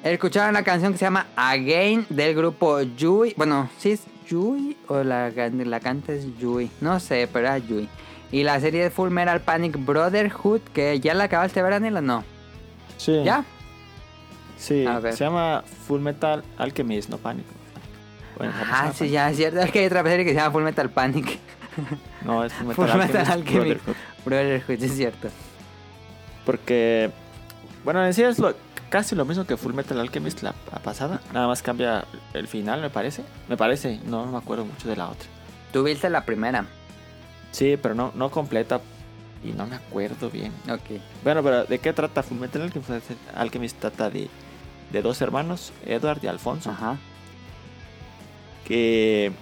[SPEAKER 2] Escucharon la canción que se llama Again del grupo Yui. Bueno, si es Yui o la, la canta es Yui. No sé, pero era Yui. Y la serie de Full Metal Panic Brotherhood, que ya la acabaste de ver, Daniel, o no.
[SPEAKER 3] Sí.
[SPEAKER 2] ¿Ya?
[SPEAKER 3] Sí,
[SPEAKER 2] A ver.
[SPEAKER 3] se llama Full Metal Alchemist, no Pánico. Bueno,
[SPEAKER 2] Ah,
[SPEAKER 3] se
[SPEAKER 2] sí,
[SPEAKER 3] llama
[SPEAKER 2] ya es cierto. Es que hay otra serie que se llama Full Metal Panic
[SPEAKER 3] Pánico. No, es Full Metal,
[SPEAKER 2] Full Metal Alchemist.
[SPEAKER 3] Brotherhood.
[SPEAKER 2] Brotherhood, es cierto.
[SPEAKER 3] Porque, bueno, en sí es lo, casi lo mismo que Full Metal Alchemist la, la pasada. Nada más cambia el final, me parece. Me parece, no me acuerdo mucho de la otra.
[SPEAKER 2] Tú viste la primera.
[SPEAKER 3] Sí, pero no, no completa y no me acuerdo bien.
[SPEAKER 2] Ok.
[SPEAKER 3] Bueno, pero ¿de qué trata Full Metal Alchemist? Alchemist trata de, de dos hermanos, Edward y Alfonso.
[SPEAKER 2] Ajá.
[SPEAKER 3] que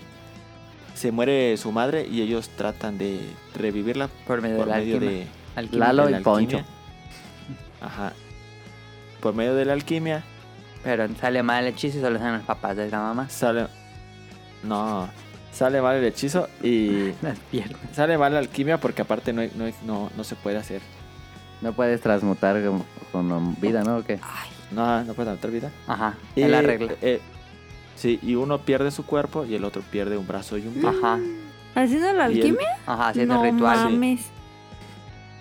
[SPEAKER 3] se muere su madre y ellos tratan de revivirla
[SPEAKER 2] Por medio
[SPEAKER 3] por
[SPEAKER 2] de la
[SPEAKER 3] medio
[SPEAKER 2] alquimia.
[SPEAKER 3] de,
[SPEAKER 2] Alquimia.
[SPEAKER 4] Lalo
[SPEAKER 3] de
[SPEAKER 4] y
[SPEAKER 3] la
[SPEAKER 4] Poncho.
[SPEAKER 3] alquimia. Ajá. Por medio de la alquimia
[SPEAKER 2] Pero sale mal el hechizo y solo salen los papás de la mamá.
[SPEAKER 3] sale... No, Sale mal el hechizo y
[SPEAKER 2] Las piernas.
[SPEAKER 3] sale mal la alquimia porque aparte no, hay- no, hay- no, no se puede hacer.
[SPEAKER 4] No puedes transmutar con, con vida, ¿no? ¿O qué?
[SPEAKER 3] Ah, No, no puede adaptar vida.
[SPEAKER 2] Ajá, es la
[SPEAKER 3] Eh,
[SPEAKER 2] regla.
[SPEAKER 3] eh, sí, y uno pierde su cuerpo y el otro pierde un brazo y un pie.
[SPEAKER 2] Ajá,
[SPEAKER 5] ¿Haciendo la
[SPEAKER 3] Y el-
[SPEAKER 5] alquimia?
[SPEAKER 2] ajá, haciendo
[SPEAKER 5] No
[SPEAKER 2] el ritual.
[SPEAKER 5] mames.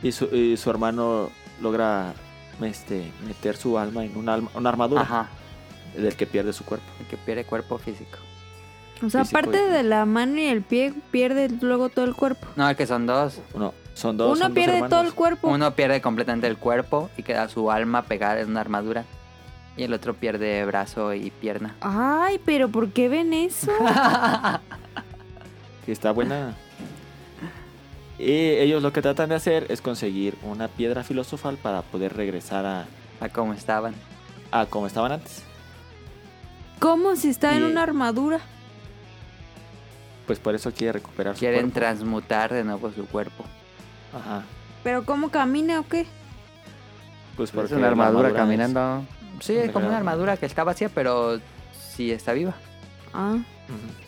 [SPEAKER 3] Y su, y su hermano logra este, meter su alma en una, alma- una armadura
[SPEAKER 2] Ajá,
[SPEAKER 3] del que pierde su cuerpo.
[SPEAKER 2] el que pierde cuerpo físico.
[SPEAKER 5] O sea,
[SPEAKER 3] físico
[SPEAKER 5] aparte
[SPEAKER 3] y-
[SPEAKER 5] de la mano y el pie, pierde luego todo el cuerpo.
[SPEAKER 2] No, el que son dos.
[SPEAKER 3] Uno, son dos.
[SPEAKER 5] Uno
[SPEAKER 3] son dos
[SPEAKER 5] pierde todo el
[SPEAKER 3] hermanos.
[SPEAKER 5] cuerpo.
[SPEAKER 2] Uno pierde completamente el cuerpo y queda su alma pegada en una armadura. Y el otro pierde brazo y pierna.
[SPEAKER 5] Ay, pero ¿por qué ven eso?
[SPEAKER 3] Y está buena. Y ellos lo que tratan de hacer es conseguir una piedra filosofal para poder regresar a,
[SPEAKER 2] A como estaban.
[SPEAKER 3] a como estaban antes.
[SPEAKER 5] ¿Cómo si está en
[SPEAKER 3] Y-
[SPEAKER 5] una armadura?
[SPEAKER 3] Pues por eso quiere recuperar su
[SPEAKER 2] Quieren
[SPEAKER 3] cuerpo.
[SPEAKER 2] transmutar de nuevo su cuerpo.
[SPEAKER 3] Ajá.
[SPEAKER 5] ¿Pero cómo camina o qué?
[SPEAKER 3] Pues
[SPEAKER 4] Es
[SPEAKER 3] porque
[SPEAKER 4] una
[SPEAKER 3] la
[SPEAKER 4] armadura
[SPEAKER 3] es-
[SPEAKER 4] caminando.
[SPEAKER 2] Sí, es como una armadura que está vacía, pero sí está viva.
[SPEAKER 5] Ah,
[SPEAKER 3] Ujú.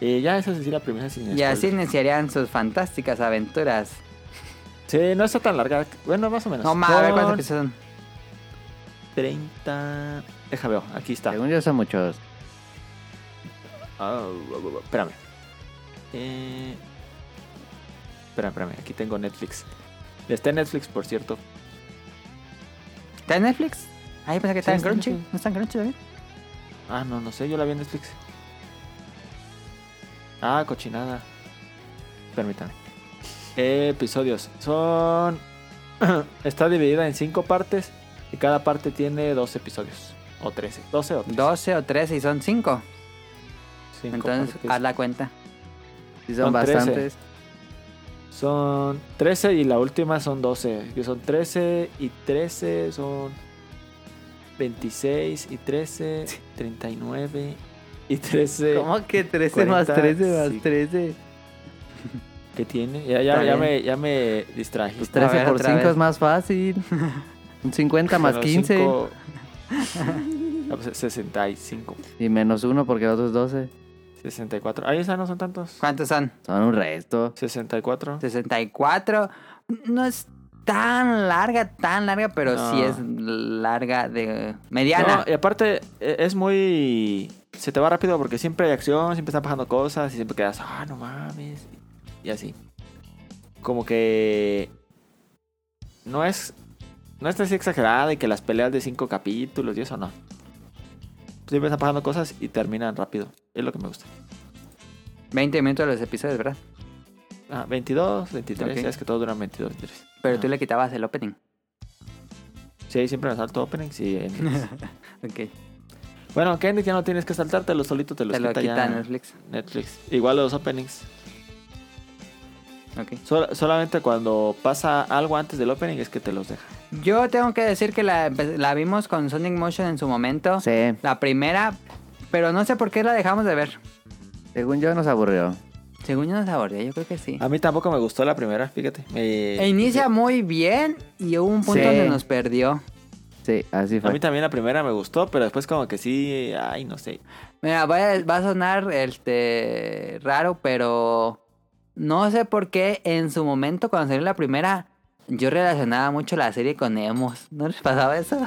[SPEAKER 3] Y Eh, ya esa es así la primera sin
[SPEAKER 2] Y así
[SPEAKER 3] spoiler.
[SPEAKER 2] iniciarían sus fantásticas aventuras.
[SPEAKER 3] Sí, no está tan larga. Bueno, más o menos.
[SPEAKER 2] No mames, a ver cuántos
[SPEAKER 3] Son
[SPEAKER 2] episodios son.
[SPEAKER 3] 30. Deja veo, aquí está.
[SPEAKER 4] Según yo son muchos.
[SPEAKER 3] Ah, bu- bu- bu- espérame. Eh... Espérame, espérame. Aquí tengo Netflix. Está en Netflix, por cierto.
[SPEAKER 2] ¿Está en Netflix? Ahí pensé que está
[SPEAKER 3] Sí,
[SPEAKER 2] en
[SPEAKER 3] está en
[SPEAKER 2] Crunchy.
[SPEAKER 3] Netflix.
[SPEAKER 2] ¿No está en Crunchy también?
[SPEAKER 3] Ah, no, no sé, yo la vi en Netflix. Ah, cochinada. Permítame. Episodios. Son. Está dividida en cinco partes y cada parte tiene 12 episodios. O 13. 12 o 13.
[SPEAKER 2] 12 o 13 y son 5.
[SPEAKER 3] Cinco
[SPEAKER 2] Entonces,
[SPEAKER 3] partes.
[SPEAKER 2] haz la cuenta.
[SPEAKER 4] Sí, son
[SPEAKER 3] Son trece.
[SPEAKER 4] bastantes.
[SPEAKER 3] Son 13 y la última son 12. Que son 13 y 13 son 26 y 13, 39 y 13.
[SPEAKER 4] ¿Cómo que 13 más
[SPEAKER 3] 40,
[SPEAKER 4] 13 más
[SPEAKER 3] sí.
[SPEAKER 4] 13?
[SPEAKER 3] que tiene? Ya, ya,
[SPEAKER 2] Está
[SPEAKER 3] ya
[SPEAKER 2] bien.
[SPEAKER 3] me, ya me distraje.
[SPEAKER 4] Pues
[SPEAKER 2] A ver,
[SPEAKER 4] 13 por
[SPEAKER 2] otra
[SPEAKER 4] 5
[SPEAKER 2] vez.
[SPEAKER 4] es más fácil. Un 50 más
[SPEAKER 3] Pero
[SPEAKER 4] 15.
[SPEAKER 3] cinco- Ah, pues, 65,
[SPEAKER 4] Y menos 1 porque el otro es 12.
[SPEAKER 3] 64. Ahí están, no son tantos.
[SPEAKER 2] ¿Cuántos son?
[SPEAKER 4] Son un resto.
[SPEAKER 3] 64.
[SPEAKER 2] 64. No es tan larga, tan larga, pero
[SPEAKER 3] No.
[SPEAKER 2] sí es larga de
[SPEAKER 3] No,
[SPEAKER 2] mediana.
[SPEAKER 3] y aparte, e- es muy. Se te va rápido porque siempre hay acción, siempre están pasando cosas y siempre quedas, ah, no mames. Y así. Como que. No es. No es así exagerada y que las peleas de cinco capítulos y eso no. Siempre están pasando cosas y terminan rápido. Es lo que me gusta.
[SPEAKER 2] 20 minutos de los episodios, ¿verdad?
[SPEAKER 3] Ah, 22, 23.
[SPEAKER 2] Ok.
[SPEAKER 3] Ya es que todo duran 22, 23.
[SPEAKER 2] Pero
[SPEAKER 3] Ah.
[SPEAKER 2] tú le quitabas el opening.
[SPEAKER 3] Sí, siempre me salto openings y endings.
[SPEAKER 2] Ok.
[SPEAKER 3] bueno, que endings ya no tienes que saltártelo, solito te los
[SPEAKER 2] Te lo
[SPEAKER 3] quita
[SPEAKER 2] quita
[SPEAKER 3] ya
[SPEAKER 2] Netflix.
[SPEAKER 3] Netflix. Igual los openings.
[SPEAKER 2] Ok.
[SPEAKER 3] Sol- solamente cuando pasa algo antes del opening es que te los deja.
[SPEAKER 2] Yo tengo que decir que la, empe- la vimos con Sonic Motion en su momento.
[SPEAKER 4] Sí.
[SPEAKER 2] La primera, pero no sé por qué la dejamos de ver.
[SPEAKER 4] Según yo nos aburrió.
[SPEAKER 2] Según yo nos aburría, yo creo que sí.
[SPEAKER 3] A mí tampoco me gustó la primera, fíjate. Me-
[SPEAKER 2] E inicia muy bien y hubo un punto
[SPEAKER 4] Sí.
[SPEAKER 2] donde nos perdió.
[SPEAKER 4] Sí, así
[SPEAKER 3] A mí
[SPEAKER 4] fue.
[SPEAKER 3] también la primera me gustó, pero después como que sí, ay, no sé.
[SPEAKER 2] Mira, va a, va a sonar este raro, pero no sé por qué en su momento cuando salió la primera yo relacionaba mucho la serie con emos. ¿No les pasaba eso?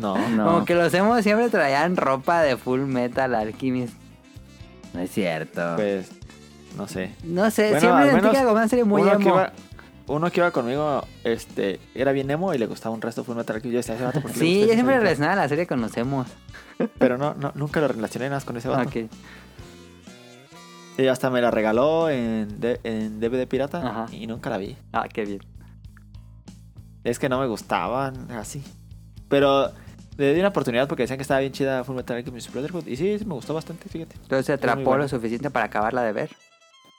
[SPEAKER 3] No.
[SPEAKER 4] No,
[SPEAKER 2] Como que los emos siempre traían ropa de Full Metal Alchemist.
[SPEAKER 4] no es cierto.
[SPEAKER 3] Pues, no sé.
[SPEAKER 2] No sé,
[SPEAKER 3] Bueno,
[SPEAKER 2] Eh, siempre
[SPEAKER 3] al
[SPEAKER 2] sentí
[SPEAKER 3] menos
[SPEAKER 2] que era como una serie muy
[SPEAKER 3] uno,
[SPEAKER 2] emo.
[SPEAKER 3] que iba, uno que iba conmigo, este, era bien emo y le gustaba un resto Full Metal Alchemist. Yo decía, "Ese vato, ¿por qué le
[SPEAKER 2] Sí,
[SPEAKER 3] gusta
[SPEAKER 2] yo
[SPEAKER 3] ese
[SPEAKER 2] siempre
[SPEAKER 3] vato?"
[SPEAKER 2] relacionaba la serie con los emos.
[SPEAKER 3] Pero no, no, nunca lo relacioné nada más con ese vato.
[SPEAKER 2] Ok,
[SPEAKER 3] Y hasta me la regaló en, D- en DVD pirata
[SPEAKER 2] Ajá.
[SPEAKER 3] y nunca la vi.
[SPEAKER 2] Ah, qué bien.
[SPEAKER 3] Es que no me gustaban así. Pero le di una oportunidad porque decían que estaba bien chida Full Metal Alchemist Brotherhood. Y sí, sí, me gustó bastante, fíjate.
[SPEAKER 2] Entonces se
[SPEAKER 3] Es muy
[SPEAKER 2] atrapó
[SPEAKER 3] buena.
[SPEAKER 2] lo suficiente para acabarla de ver.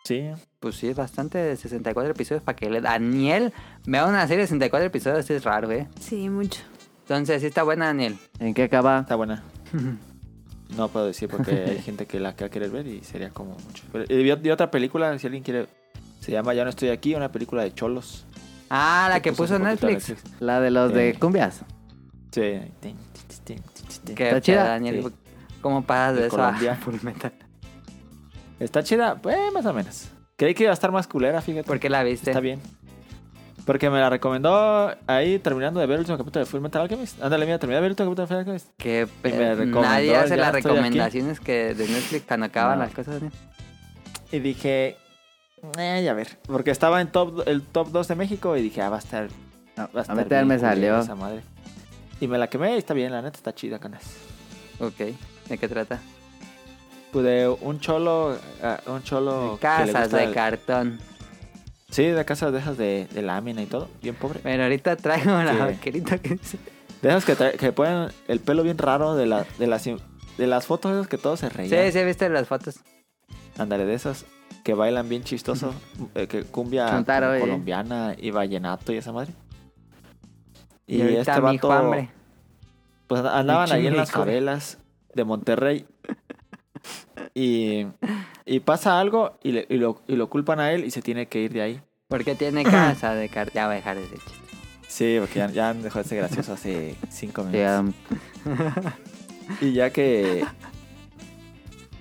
[SPEAKER 3] Sí.
[SPEAKER 2] Pues sí, es bastante, 64 episodios para que le- Daniel vea una serie de 64 episodios, es raro, ¿eh?
[SPEAKER 5] sí, mucho.
[SPEAKER 2] Entonces sí está buena, Daniel.
[SPEAKER 4] ¿En qué acaba?
[SPEAKER 3] Está buena. No puedo decir porque hay gente que la que va a querer ver y sería como mucho. Pero, y vi, vi otra película, si alguien quiere. Se llama Ya no estoy aquí, una película de cholos.
[SPEAKER 2] Ah, la que puso
[SPEAKER 3] hace pues, poquito
[SPEAKER 2] Netflix.
[SPEAKER 4] La de los de
[SPEAKER 3] Sí.
[SPEAKER 4] cumbias.
[SPEAKER 3] Sí. Tin, tin, tin, tin, tin, tin.
[SPEAKER 2] Qué
[SPEAKER 4] Está
[SPEAKER 2] chida,
[SPEAKER 4] chida.
[SPEAKER 2] Daniel.
[SPEAKER 3] Sí.
[SPEAKER 2] ¿Cómo pasas de,
[SPEAKER 3] De
[SPEAKER 2] eso
[SPEAKER 3] Colombia.
[SPEAKER 2] a Full Metal?
[SPEAKER 3] Está chida, pues más o menos. Creí que iba a estar más culera, fíjate.
[SPEAKER 2] ¿Por qué la viste?
[SPEAKER 3] Está bien. Porque me la recomendó ahí terminando de ver el último capítulo de Full Metal Alchemist. Ándale, mira, terminé de ver el último capítulo de Full Metal Alchemist.
[SPEAKER 2] Que
[SPEAKER 3] Y me
[SPEAKER 2] eh,
[SPEAKER 3] recomendó,
[SPEAKER 2] nadie hace
[SPEAKER 3] ya
[SPEAKER 2] las
[SPEAKER 3] estoy aquí.
[SPEAKER 2] recomendaciones que de Netflix cuando acaban
[SPEAKER 3] No.
[SPEAKER 2] las cosas. ¿no?
[SPEAKER 3] Y dije, eh, ya ver. Porque estaba en top, el top 2 de México y dije, ah, va a estar.
[SPEAKER 4] A,
[SPEAKER 3] Va a
[SPEAKER 4] a
[SPEAKER 3] estar
[SPEAKER 4] mí también
[SPEAKER 3] bien
[SPEAKER 4] me
[SPEAKER 3] culera
[SPEAKER 4] salió.
[SPEAKER 3] Esa madre. Y me la quemé y está bien, la neta está chida, canas.
[SPEAKER 2] Ok, ¿de qué trata?
[SPEAKER 3] Pues de un cholo. ah, un cholo. que le
[SPEAKER 2] Casas
[SPEAKER 3] gusta
[SPEAKER 2] de
[SPEAKER 3] el-
[SPEAKER 2] cartón.
[SPEAKER 3] Sí, de casas de esas de, de lámina y todo. Bien pobre.
[SPEAKER 2] Pero ahorita traigo la
[SPEAKER 3] Sí.
[SPEAKER 2] vaquerita que dice.
[SPEAKER 3] De esas que, trae- que ponen el pelo bien raro de, la, de, las, de las fotos esas que todos se reían.
[SPEAKER 2] Sí, sí, viste las fotos.
[SPEAKER 3] Ándale, de esas que bailan bien chistoso, eh, que cumbia
[SPEAKER 4] Chuntaro,
[SPEAKER 3] como
[SPEAKER 4] eh.
[SPEAKER 3] colombiana y vallenato y esa madre.
[SPEAKER 2] Y,
[SPEAKER 3] Y,
[SPEAKER 2] ahorita
[SPEAKER 3] este
[SPEAKER 2] mi
[SPEAKER 3] vato,
[SPEAKER 2] hambre.
[SPEAKER 3] pues andaban
[SPEAKER 2] mi
[SPEAKER 3] ahí en las
[SPEAKER 2] chimico.
[SPEAKER 3] favelas de Monterrey. Y, y pasa algo y, le- y lo, y lo culpan a él y se tiene que ir de ahí.
[SPEAKER 2] Porque tiene casa de cartón. Ya voy a dejar de decir chiste.
[SPEAKER 3] Sí, porque ya, ya dejó de ser gracioso hace cinco
[SPEAKER 4] Sí,
[SPEAKER 2] Este,
[SPEAKER 3] minutos.
[SPEAKER 4] um,
[SPEAKER 3] Y ya que.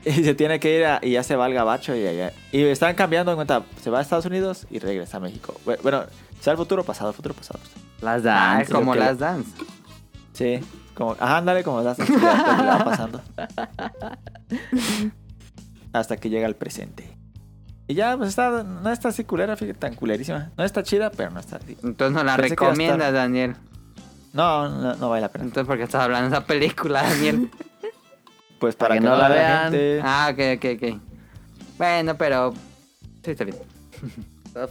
[SPEAKER 3] Y se tiene que ir a- y ya se va al gabacho y allá. Y están cambiando en cuenta, se va a Estados Unidos y regresa a México. Bu- Bueno, sea el futuro pasado, futuro pasado.
[SPEAKER 4] Las
[SPEAKER 2] Ah,
[SPEAKER 4] dan.
[SPEAKER 2] es como
[SPEAKER 3] que-
[SPEAKER 2] las dance.
[SPEAKER 3] Sí, como, ajá, ándale como estás, lo que va pasando. Hasta que llega al presente. Y ya, pues está, no está así culera, fíjate, tan culerísima. No está chida, pero no está así.
[SPEAKER 2] Entonces no la
[SPEAKER 3] Pensé que iba a estar-
[SPEAKER 2] recomiendas, Daniel.
[SPEAKER 3] No, no, no vale la pena.
[SPEAKER 2] Entonces, ¿por qué estás hablando de esa película, Daniel?
[SPEAKER 3] Pues para
[SPEAKER 4] que
[SPEAKER 3] que,
[SPEAKER 4] no
[SPEAKER 3] no
[SPEAKER 4] la
[SPEAKER 3] la
[SPEAKER 4] vean.
[SPEAKER 3] vean.
[SPEAKER 2] ah, ok, ok, ok. Bueno, pero. Sí, está bien.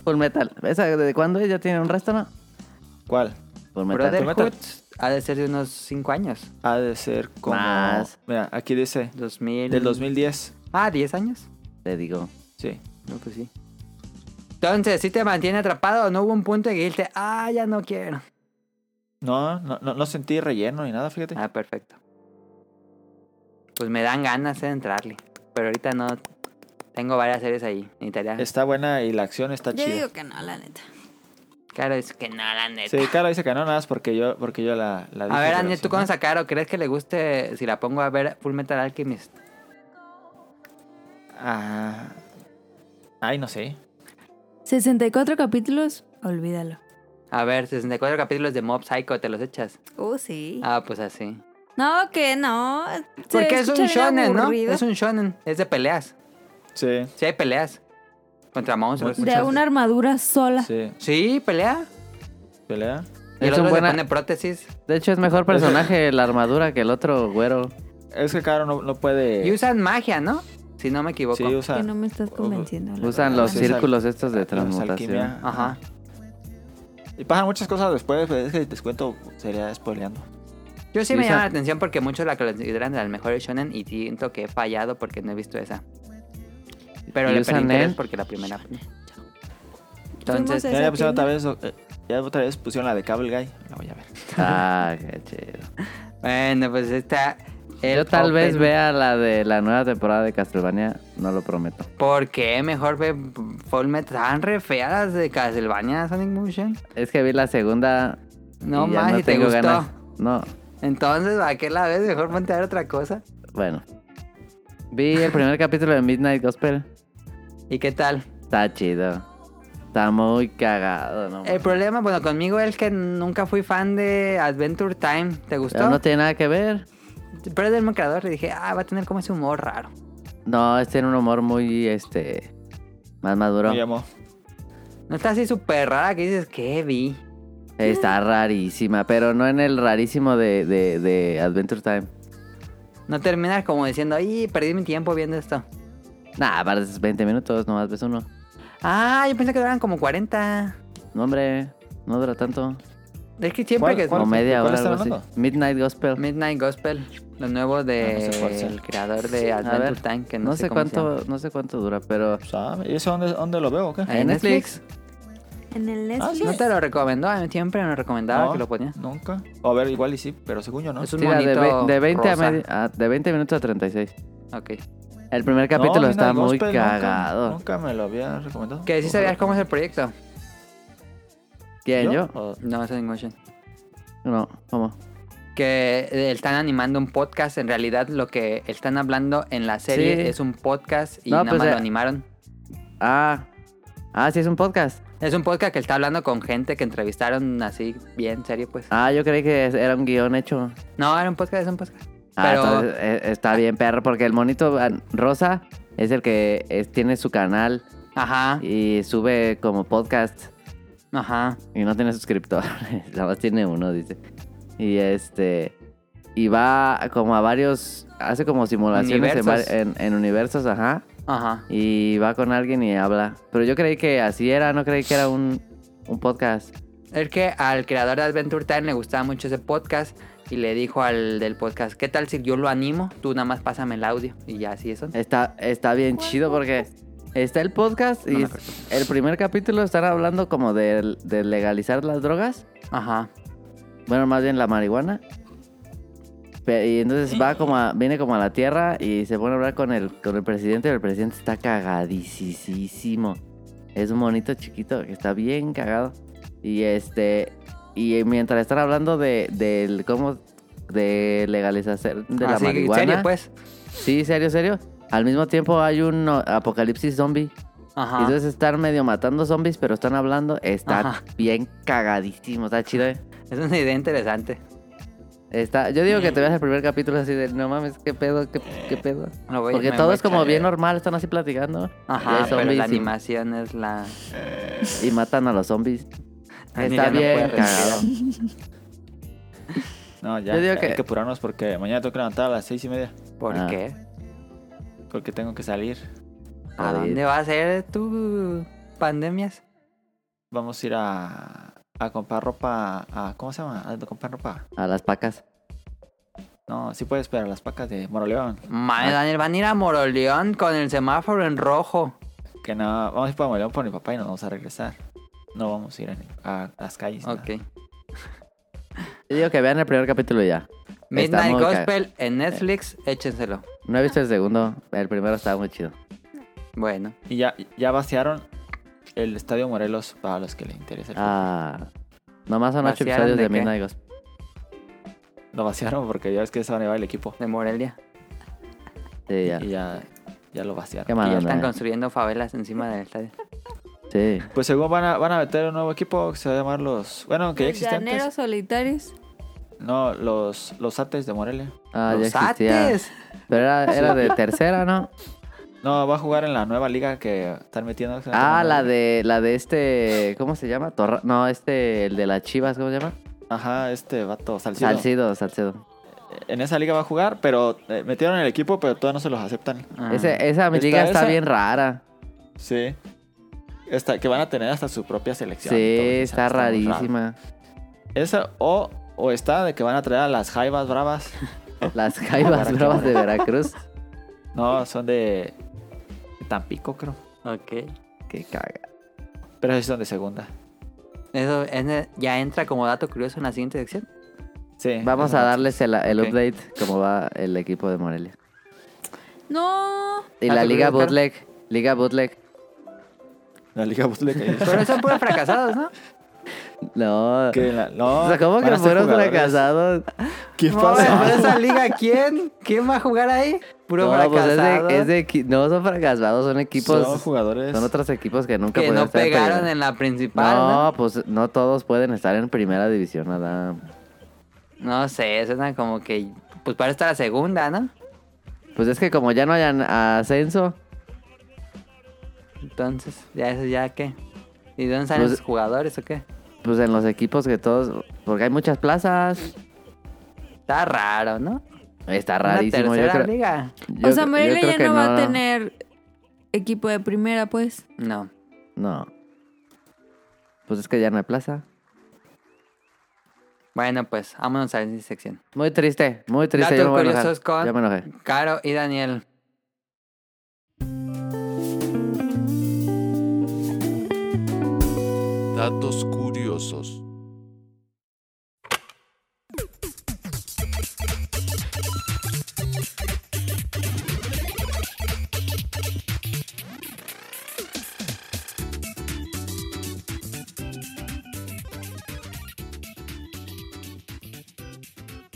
[SPEAKER 4] Full Metal. ¿Esa de cuándo es? ¿Ya tiene un resto, no?
[SPEAKER 3] ¿Cuál?
[SPEAKER 4] Full Metal.
[SPEAKER 2] Brotherhood ha de ser de unos 5 años.
[SPEAKER 3] Ha de ser como...
[SPEAKER 4] Más.
[SPEAKER 3] Mira, aquí dice,
[SPEAKER 2] 2000.
[SPEAKER 3] del 2010.
[SPEAKER 2] Ah, 10 años.
[SPEAKER 4] Te digo.
[SPEAKER 3] Sí.
[SPEAKER 2] No, pues sí. Entonces, si te mantiene atrapado, no hubo un punto en que dijiste, ah, ya no quiero.
[SPEAKER 3] No, no, no, no sentí relleno ni nada, fíjate.
[SPEAKER 2] Ah, perfecto. Pues me dan ganas eh, de entrarle. Pero ahorita no. Tengo varias series ahí. Necesitaría.
[SPEAKER 3] Está buena y la acción está
[SPEAKER 5] Yo
[SPEAKER 3] chida.
[SPEAKER 5] digo que no, la neta.
[SPEAKER 2] Claro, es que no, la neta.
[SPEAKER 3] Sí, claro, dice que no, nada más porque yo, porque yo la, la dije,
[SPEAKER 2] a ver,
[SPEAKER 3] pero
[SPEAKER 2] Daniel,
[SPEAKER 3] sí,
[SPEAKER 2] ¿tú
[SPEAKER 3] ¿no?
[SPEAKER 2] conoces a Caro? ¿Crees que le guste si la pongo a ver Full Metal Alchemist?
[SPEAKER 3] Ah. Ay, no sé.
[SPEAKER 1] 64 capítulos, olvídalo.
[SPEAKER 2] A ver, 64 capítulos de Mob Psycho, ¿te los echas?
[SPEAKER 5] Uh, sí.
[SPEAKER 2] Ah, pues así.
[SPEAKER 5] No, que no. Se
[SPEAKER 2] Porque es un
[SPEAKER 5] escucha bien
[SPEAKER 2] shonen, ¿no?
[SPEAKER 5] aburrido.
[SPEAKER 2] Es un shonen, es de peleas.
[SPEAKER 3] Sí,
[SPEAKER 2] Sí, hay peleas. Contra monstruos.
[SPEAKER 1] De una armadura sola.
[SPEAKER 3] sí.
[SPEAKER 2] Sí, pelea.
[SPEAKER 3] ¿Pelea?
[SPEAKER 2] Y el
[SPEAKER 4] Es un
[SPEAKER 2] otro
[SPEAKER 4] buena-
[SPEAKER 2] le pone prótesis.
[SPEAKER 4] De hecho, es mejor
[SPEAKER 2] Pues,
[SPEAKER 4] personaje la armadura que el otro güero.
[SPEAKER 3] Es que Caro no, no puede.
[SPEAKER 2] Y usan magia, ¿no? Si no me equivoco.
[SPEAKER 3] Sí, usa.
[SPEAKER 1] Que no me estás convenciendo. la
[SPEAKER 4] Usan
[SPEAKER 1] verdad.
[SPEAKER 4] los
[SPEAKER 3] Sí,
[SPEAKER 4] círculos estos de
[SPEAKER 3] usa alquimia.
[SPEAKER 4] transmutación.
[SPEAKER 2] Ajá.
[SPEAKER 3] Y pasan muchas cosas después, pero es que te cuento, sería spoileando.
[SPEAKER 2] Yo sí
[SPEAKER 4] Y
[SPEAKER 2] me llama
[SPEAKER 4] usa-
[SPEAKER 2] la atención porque muchos la consideran de las mejores shonen y siento que he fallado porque no he visto esa. Pero
[SPEAKER 4] Y
[SPEAKER 2] le
[SPEAKER 4] usan
[SPEAKER 2] perdí interés
[SPEAKER 4] el-
[SPEAKER 2] porque la primera. Entonces,
[SPEAKER 5] Fuimos
[SPEAKER 2] Pues
[SPEAKER 3] Ya, ya pusieron otra vez. eh, Ya otra vez pusieron la de Cable Guy. La voy a ver.
[SPEAKER 4] Ah, qué chido.
[SPEAKER 2] bueno, pues esta. el
[SPEAKER 4] Yo tal vez
[SPEAKER 2] open-
[SPEAKER 4] vea la de la nueva temporada de Castlevania, no lo prometo.
[SPEAKER 2] ¿Por qué mejor ve Full Metal? Tan re feas las de Castlevania Sonic Motion.
[SPEAKER 4] Es que vi la segunda.
[SPEAKER 2] No
[SPEAKER 4] y ya
[SPEAKER 2] más, si te gustó.
[SPEAKER 4] No,
[SPEAKER 2] Entonces, ¿a qué la ves? Mejor ponte a ver otra cosa.
[SPEAKER 4] bueno. Vi el primer capítulo de Midnight Gospel.
[SPEAKER 2] ¿Y qué tal?
[SPEAKER 4] Está chido. Está muy cagado, ¿no?
[SPEAKER 2] El problema, bueno, conmigo es que nunca fui fan de Adventure Time. ¿Te
[SPEAKER 4] Pero
[SPEAKER 3] pues,
[SPEAKER 2] gustó?
[SPEAKER 4] no tiene nada que ver.
[SPEAKER 2] Pero es del mismo creador le dije, ah, va a tener como ese humor raro.
[SPEAKER 4] No, este tiene un humor muy, este, más maduro.
[SPEAKER 3] Me llamó.
[SPEAKER 2] No está así súper rara que dices, ¿qué vi?
[SPEAKER 4] Está rarísima, pero no en el rarísimo de, de, de Adventure Time.
[SPEAKER 2] No terminas como diciendo, ay, perdí mi tiempo viendo esto.
[SPEAKER 4] Nah, aparte es 20 minutos, nomás ves uno.
[SPEAKER 2] Ah, yo pensé que duraban como 40.
[SPEAKER 4] No, hombre, no dura tanto.
[SPEAKER 2] Es que siempre que...
[SPEAKER 4] Como media
[SPEAKER 3] cuál
[SPEAKER 4] hora,
[SPEAKER 3] están
[SPEAKER 4] algo así.
[SPEAKER 3] hablando?
[SPEAKER 4] Midnight Gospel.
[SPEAKER 2] Midnight Gospel, lo nuevo
[SPEAKER 3] Ah, no
[SPEAKER 2] del
[SPEAKER 3] sé cuál sea.
[SPEAKER 2] creador de
[SPEAKER 4] A
[SPEAKER 2] Adventure
[SPEAKER 4] ver,
[SPEAKER 2] Time, que no,
[SPEAKER 4] no sé
[SPEAKER 2] cómo se llama.
[SPEAKER 4] cuánto, no sé cuánto dura, pero
[SPEAKER 3] Pues, ah, ¿Y eso dónde, dónde lo veo o qué?
[SPEAKER 4] Ahí
[SPEAKER 2] ¿En
[SPEAKER 4] ¿En
[SPEAKER 2] Netflix?
[SPEAKER 5] En el
[SPEAKER 3] Ah, sí.
[SPEAKER 5] Netflix.
[SPEAKER 2] No te lo recomendó, a mí siempre me recomendaba
[SPEAKER 3] No,
[SPEAKER 2] que lo ponía.
[SPEAKER 3] Nunca. O a ver, igual y sí, pero según yo no.
[SPEAKER 2] Es un
[SPEAKER 4] tira de,
[SPEAKER 2] monito
[SPEAKER 4] ve- de 20 a
[SPEAKER 2] rosa.
[SPEAKER 4] medi- ah, de 20 minutos a 36.
[SPEAKER 2] Ok.
[SPEAKER 4] El primer
[SPEAKER 3] No,
[SPEAKER 4] capítulo
[SPEAKER 3] Midnight
[SPEAKER 4] está muy
[SPEAKER 3] Gospel nunca-
[SPEAKER 4] cagado.
[SPEAKER 3] Nunca, me lo había recomendado.
[SPEAKER 2] Que sí sabías cómo es el proyecto.
[SPEAKER 4] ¿Quién yo?
[SPEAKER 3] ¿Yo? O-
[SPEAKER 2] No, es Motion.
[SPEAKER 4] No, ¿cómo?
[SPEAKER 2] que eh, están animando un podcast. En realidad, lo que están hablando en la serie
[SPEAKER 4] Sí.
[SPEAKER 2] es un podcast y
[SPEAKER 4] No,
[SPEAKER 2] nada
[SPEAKER 4] pues,
[SPEAKER 2] más
[SPEAKER 4] eh.
[SPEAKER 2] lo animaron.
[SPEAKER 4] Ah, ah, sí, es un podcast.
[SPEAKER 2] Es un podcast que está hablando con gente que entrevistaron así, bien serio, pues.
[SPEAKER 4] Ah, yo creí que es- era un guión hecho.
[SPEAKER 2] No, era un podcast, es un podcast.
[SPEAKER 4] Ah,
[SPEAKER 2] Pero-
[SPEAKER 4] entonces, eh, está bien, perro, porque el monito ah, rosa es el que es- tiene su canal
[SPEAKER 2] Ajá,
[SPEAKER 4] y sube como podcast
[SPEAKER 2] ajá.
[SPEAKER 4] y no tiene suscriptores, nada más tiene uno, dice. Y este, y va como a varios, hace como simulaciones en
[SPEAKER 2] Universos.
[SPEAKER 4] va- En, en universos, ajá.
[SPEAKER 2] Ajá.
[SPEAKER 4] Y va con alguien y habla. Pero yo creí que así era, no creí que era un, un podcast.
[SPEAKER 2] Es que al creador de Adventure Time le gustaba mucho ese podcast y le dijo al del podcast, ¿qué tal si yo lo animo? Tú nada más pásame el audio y ya así eso.
[SPEAKER 4] Está, está bien chido porque está el podcast
[SPEAKER 2] No
[SPEAKER 4] y
[SPEAKER 2] me
[SPEAKER 4] es- el primer capítulo están hablando como de, de legalizar las drogas.
[SPEAKER 2] Ajá.
[SPEAKER 4] Bueno, más bien la marihuana. Pe- Y entonces va como a- viene como a la tierra y se pone a hablar con el, con el presidente. Y el presidente está cagadísimo. Es un monito chiquito que está bien cagado. Y este. Y mientras están hablando de, del cómo de legalización de la
[SPEAKER 2] así, en
[SPEAKER 4] marihuana.
[SPEAKER 2] Ah, serio, pues.
[SPEAKER 4] Sí, serio, serio. Al mismo tiempo hay un o- apocalipsis zombie.
[SPEAKER 2] Ajá.
[SPEAKER 4] Y entonces están medio matando zombies, pero están hablando. Está
[SPEAKER 2] Ajá.
[SPEAKER 4] bien cagadísimo. Está chido, eh.
[SPEAKER 2] Es una idea interesante.
[SPEAKER 4] Está, yo digo que te veas el primer capítulo así de, no mames, qué pedo, qué, qué pedo.
[SPEAKER 2] Lo voy-
[SPEAKER 4] Porque
[SPEAKER 2] me
[SPEAKER 4] todo
[SPEAKER 2] voy
[SPEAKER 4] es como
[SPEAKER 2] a-
[SPEAKER 4] bien normal, están así platicando.
[SPEAKER 2] Ajá,
[SPEAKER 4] Y hay
[SPEAKER 2] pero
[SPEAKER 4] zombies
[SPEAKER 2] la
[SPEAKER 4] y-
[SPEAKER 2] animación es la...
[SPEAKER 4] Y, matan a los zombies.
[SPEAKER 2] Ani ya
[SPEAKER 4] Está
[SPEAKER 2] no puede
[SPEAKER 4] bien
[SPEAKER 2] respirar.
[SPEAKER 4] cagado.
[SPEAKER 3] No, ya.
[SPEAKER 4] Yo digo
[SPEAKER 3] hay
[SPEAKER 4] que-
[SPEAKER 3] que apurarnos porque mañana tengo que levantar a las seis y media.
[SPEAKER 2] ¿Por
[SPEAKER 4] Ah.
[SPEAKER 2] qué?
[SPEAKER 3] Porque tengo que salir.
[SPEAKER 2] ¿A
[SPEAKER 4] Está bien.
[SPEAKER 2] dónde va a ser tu pandemias?
[SPEAKER 3] Vamos a ir a, a comprar ropa. A, ¿Cómo se llama? A comprar ropa.
[SPEAKER 4] A las pacas.
[SPEAKER 3] No, sí puedes esperar las pacas de Moroleón.
[SPEAKER 4] Ah.
[SPEAKER 2] Madre, Daniel, van a ir a Moroleón con el semáforo en rojo.
[SPEAKER 3] Que no, vamos a ir para Moroleón por mi papá y nos vamos a regresar. No vamos a ir a, a las calles. nada.
[SPEAKER 2] Ok.
[SPEAKER 4] Yo digo que vean el primer capítulo ya.
[SPEAKER 2] Midnight
[SPEAKER 4] muy ca- Eh.
[SPEAKER 2] Gospel en Netflix, échenselo.
[SPEAKER 4] No he visto el segundo, el primero estaba muy chido.
[SPEAKER 2] Bueno,
[SPEAKER 3] Y ya, ya vaciaron el Estadio Morelos para los que les interesa. el
[SPEAKER 4] Ah, nomás son ocho
[SPEAKER 2] ¿Vaciaron
[SPEAKER 4] episodios
[SPEAKER 2] de qué?
[SPEAKER 4] de, Midnight Gospel.
[SPEAKER 3] fútbol. Lo vaciaron porque ya ves que se van a llevar el equipo.
[SPEAKER 2] de Morelia.
[SPEAKER 4] Sí, ya.
[SPEAKER 3] Y ya, ya lo vaciaron.
[SPEAKER 4] Qué
[SPEAKER 2] Y ya
[SPEAKER 4] mala
[SPEAKER 2] están
[SPEAKER 4] onda, eh.
[SPEAKER 2] construyendo favelas encima del estadio.
[SPEAKER 4] Ah, Sí.
[SPEAKER 3] Pues según van a, van a meter un nuevo equipo que se va a llamar los... Bueno, que ya pues.
[SPEAKER 1] Los
[SPEAKER 3] existentes.
[SPEAKER 1] llaneros solitarios.
[SPEAKER 3] No, los, los Ates de Morelia.
[SPEAKER 4] Ah,
[SPEAKER 2] ¡Los
[SPEAKER 4] ya existía.
[SPEAKER 2] Ates!
[SPEAKER 4] Pero era, era de tercera, ¿no?
[SPEAKER 3] No, va a jugar en la nueva liga que están metiendo.
[SPEAKER 4] Ah, la de la de este, ¿cómo se llama? Torra- no, este, el de las Chivas, ¿cómo se llama?
[SPEAKER 3] Ajá, este vato, Salcido.
[SPEAKER 4] Salcido, Salcido.
[SPEAKER 3] En esa liga va a jugar, pero eh, metieron el equipo, pero todavía no se los aceptan.
[SPEAKER 2] Ah,
[SPEAKER 4] Ese- esa mi
[SPEAKER 3] ¿Está
[SPEAKER 4] liga está
[SPEAKER 3] esa?
[SPEAKER 4] bien rara.
[SPEAKER 3] Sí. Esta- que van a tener hasta su propia selección. y
[SPEAKER 4] sí,
[SPEAKER 3] todo, o sea,
[SPEAKER 4] está,
[SPEAKER 3] muy raro.
[SPEAKER 4] rarísima.
[SPEAKER 3] Esa o, o está de que van a traer a las Jaivas Bravas.
[SPEAKER 4] Las caibas
[SPEAKER 3] Veracruz.
[SPEAKER 4] bravas de Veracruz.
[SPEAKER 3] No, son de de Tampico, creo.
[SPEAKER 2] Ok.
[SPEAKER 4] Qué caga.
[SPEAKER 3] Pero sí son de segunda.
[SPEAKER 2] Eso es- ya entra como dato curioso en la siguiente sección.
[SPEAKER 3] Sí.
[SPEAKER 4] Vamos
[SPEAKER 3] eso
[SPEAKER 4] a
[SPEAKER 3] no.
[SPEAKER 4] darles el, el
[SPEAKER 3] Ok.
[SPEAKER 4] update cómo va el equipo de Morelia.
[SPEAKER 1] No.
[SPEAKER 4] Y
[SPEAKER 2] Ah,
[SPEAKER 4] la
[SPEAKER 2] ¿tú
[SPEAKER 4] liga
[SPEAKER 2] crees, Caro?
[SPEAKER 4] bootleg, liga bootleg.
[SPEAKER 3] La liga bootleg.
[SPEAKER 2] Pero son puros fracasados, ¿no?
[SPEAKER 4] No.
[SPEAKER 3] Que en la- no,
[SPEAKER 4] O sea, ¿cómo
[SPEAKER 3] van
[SPEAKER 4] que
[SPEAKER 3] a ser
[SPEAKER 4] fueron
[SPEAKER 3] jugadores.
[SPEAKER 4] fracasados?
[SPEAKER 3] ¿Qué
[SPEAKER 2] Madre, ¿pero
[SPEAKER 3] pasa?
[SPEAKER 2] esa liga quién? ¿Quién va a jugar ahí? Puro
[SPEAKER 4] No, pues es de,
[SPEAKER 2] fracasado.
[SPEAKER 4] es de equi- no son fracasados, son equipos,
[SPEAKER 3] Son
[SPEAKER 4] son,
[SPEAKER 3] jugadores.
[SPEAKER 4] otros equipos que nunca
[SPEAKER 2] que
[SPEAKER 4] pueden
[SPEAKER 2] no
[SPEAKER 4] estar en
[SPEAKER 2] pegaron
[SPEAKER 4] primera.
[SPEAKER 2] en la principal, ¿no?
[SPEAKER 4] No, pues no todos pueden estar en primera división, nada.
[SPEAKER 2] No sé, suena como que. Pues para estar la segunda, ¿no?
[SPEAKER 4] Pues es que como ya no hayan ascenso,
[SPEAKER 2] Entonces, ya eso ya qué. ¿Y dónde salen
[SPEAKER 4] Pues-
[SPEAKER 2] los jugadores o qué?
[SPEAKER 4] pues en los equipos que todos, porque hay muchas plazas,
[SPEAKER 2] Está raro, ¿no?
[SPEAKER 4] está
[SPEAKER 2] Una
[SPEAKER 4] rarísimo. Yo
[SPEAKER 2] tercera
[SPEAKER 4] creo,
[SPEAKER 2] liga.
[SPEAKER 4] yo-
[SPEAKER 1] o sea,
[SPEAKER 4] yo
[SPEAKER 1] Morelia
[SPEAKER 4] creo
[SPEAKER 1] ya
[SPEAKER 4] que
[SPEAKER 1] no, va a tener equipo de primera, pues.
[SPEAKER 2] No.
[SPEAKER 4] No. Pues es que ya no hay plaza.
[SPEAKER 2] Bueno, pues vámonos a la siguiente sección.
[SPEAKER 4] Muy triste, muy triste. yo
[SPEAKER 2] Datos
[SPEAKER 4] me voy a enojar,
[SPEAKER 2] curiosos con-
[SPEAKER 4] Ya me enojé.
[SPEAKER 2] Caro y Daniel.
[SPEAKER 6] Datos curiosos.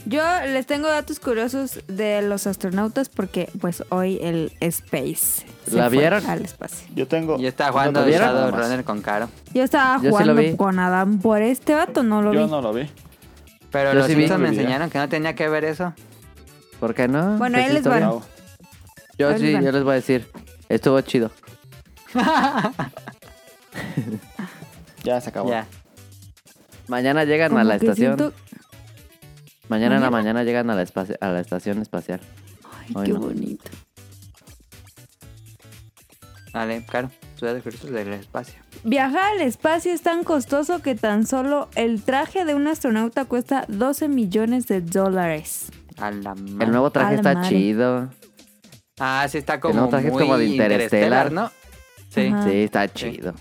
[SPEAKER 1] Yo les tengo datos curiosos de los astronautas porque pues hoy el Space se
[SPEAKER 4] ¿La
[SPEAKER 1] fue
[SPEAKER 4] vieron?
[SPEAKER 1] al espacio.
[SPEAKER 3] Yo tengo.
[SPEAKER 2] Yo estaba jugando
[SPEAKER 4] ¿No lo vieron?
[SPEAKER 2] Shadow
[SPEAKER 4] Nada más.
[SPEAKER 2] Runner con Caro.
[SPEAKER 1] Yo estaba
[SPEAKER 4] Yo sí lo
[SPEAKER 1] jugando
[SPEAKER 4] vi.
[SPEAKER 1] con Adán por este vato, no lo
[SPEAKER 3] Yo
[SPEAKER 1] vi.
[SPEAKER 3] no lo vi.
[SPEAKER 2] Pero
[SPEAKER 4] Yo
[SPEAKER 2] los
[SPEAKER 4] sí vi. Ah,
[SPEAKER 2] Simpsons me
[SPEAKER 3] Olvidé.
[SPEAKER 2] enseñaron que no tenía que ver eso.
[SPEAKER 4] ¿Por qué no?
[SPEAKER 1] Bueno,
[SPEAKER 4] Pues
[SPEAKER 1] él
[SPEAKER 4] sí,
[SPEAKER 1] es
[SPEAKER 4] está bien.
[SPEAKER 1] bueno.
[SPEAKER 3] No.
[SPEAKER 4] Yo
[SPEAKER 1] Él
[SPEAKER 4] sí,
[SPEAKER 1] es bueno.
[SPEAKER 4] yo les voy a decir. Estuvo chido.
[SPEAKER 3] Ya se acabó.
[SPEAKER 2] Ya.
[SPEAKER 4] Mañana llegan a
[SPEAKER 9] Como
[SPEAKER 4] la
[SPEAKER 9] que
[SPEAKER 4] estación.
[SPEAKER 9] siento-
[SPEAKER 4] Mañana en la mañana llegan a la, espaci- a la estación espacial.
[SPEAKER 9] Ay,
[SPEAKER 4] Hoy
[SPEAKER 9] qué
[SPEAKER 4] no.
[SPEAKER 9] bonito.
[SPEAKER 2] Dale, Caro. Sus datos curiosos del espacio.
[SPEAKER 1] Viajar al espacio es tan costoso que tan solo el traje de un astronauta cuesta 12 millones de dólares.
[SPEAKER 2] A la madre.
[SPEAKER 4] El nuevo traje
[SPEAKER 1] A la
[SPEAKER 4] está
[SPEAKER 1] madre.
[SPEAKER 4] chido.
[SPEAKER 2] Ah, sí, está
[SPEAKER 4] nuevo
[SPEAKER 2] como
[SPEAKER 4] traje es
[SPEAKER 2] muy
[SPEAKER 4] como de
[SPEAKER 2] interestelar,
[SPEAKER 4] Interestelar.
[SPEAKER 2] ¿no? Sí.
[SPEAKER 1] Ajá. Ah.
[SPEAKER 4] Sí, está chido.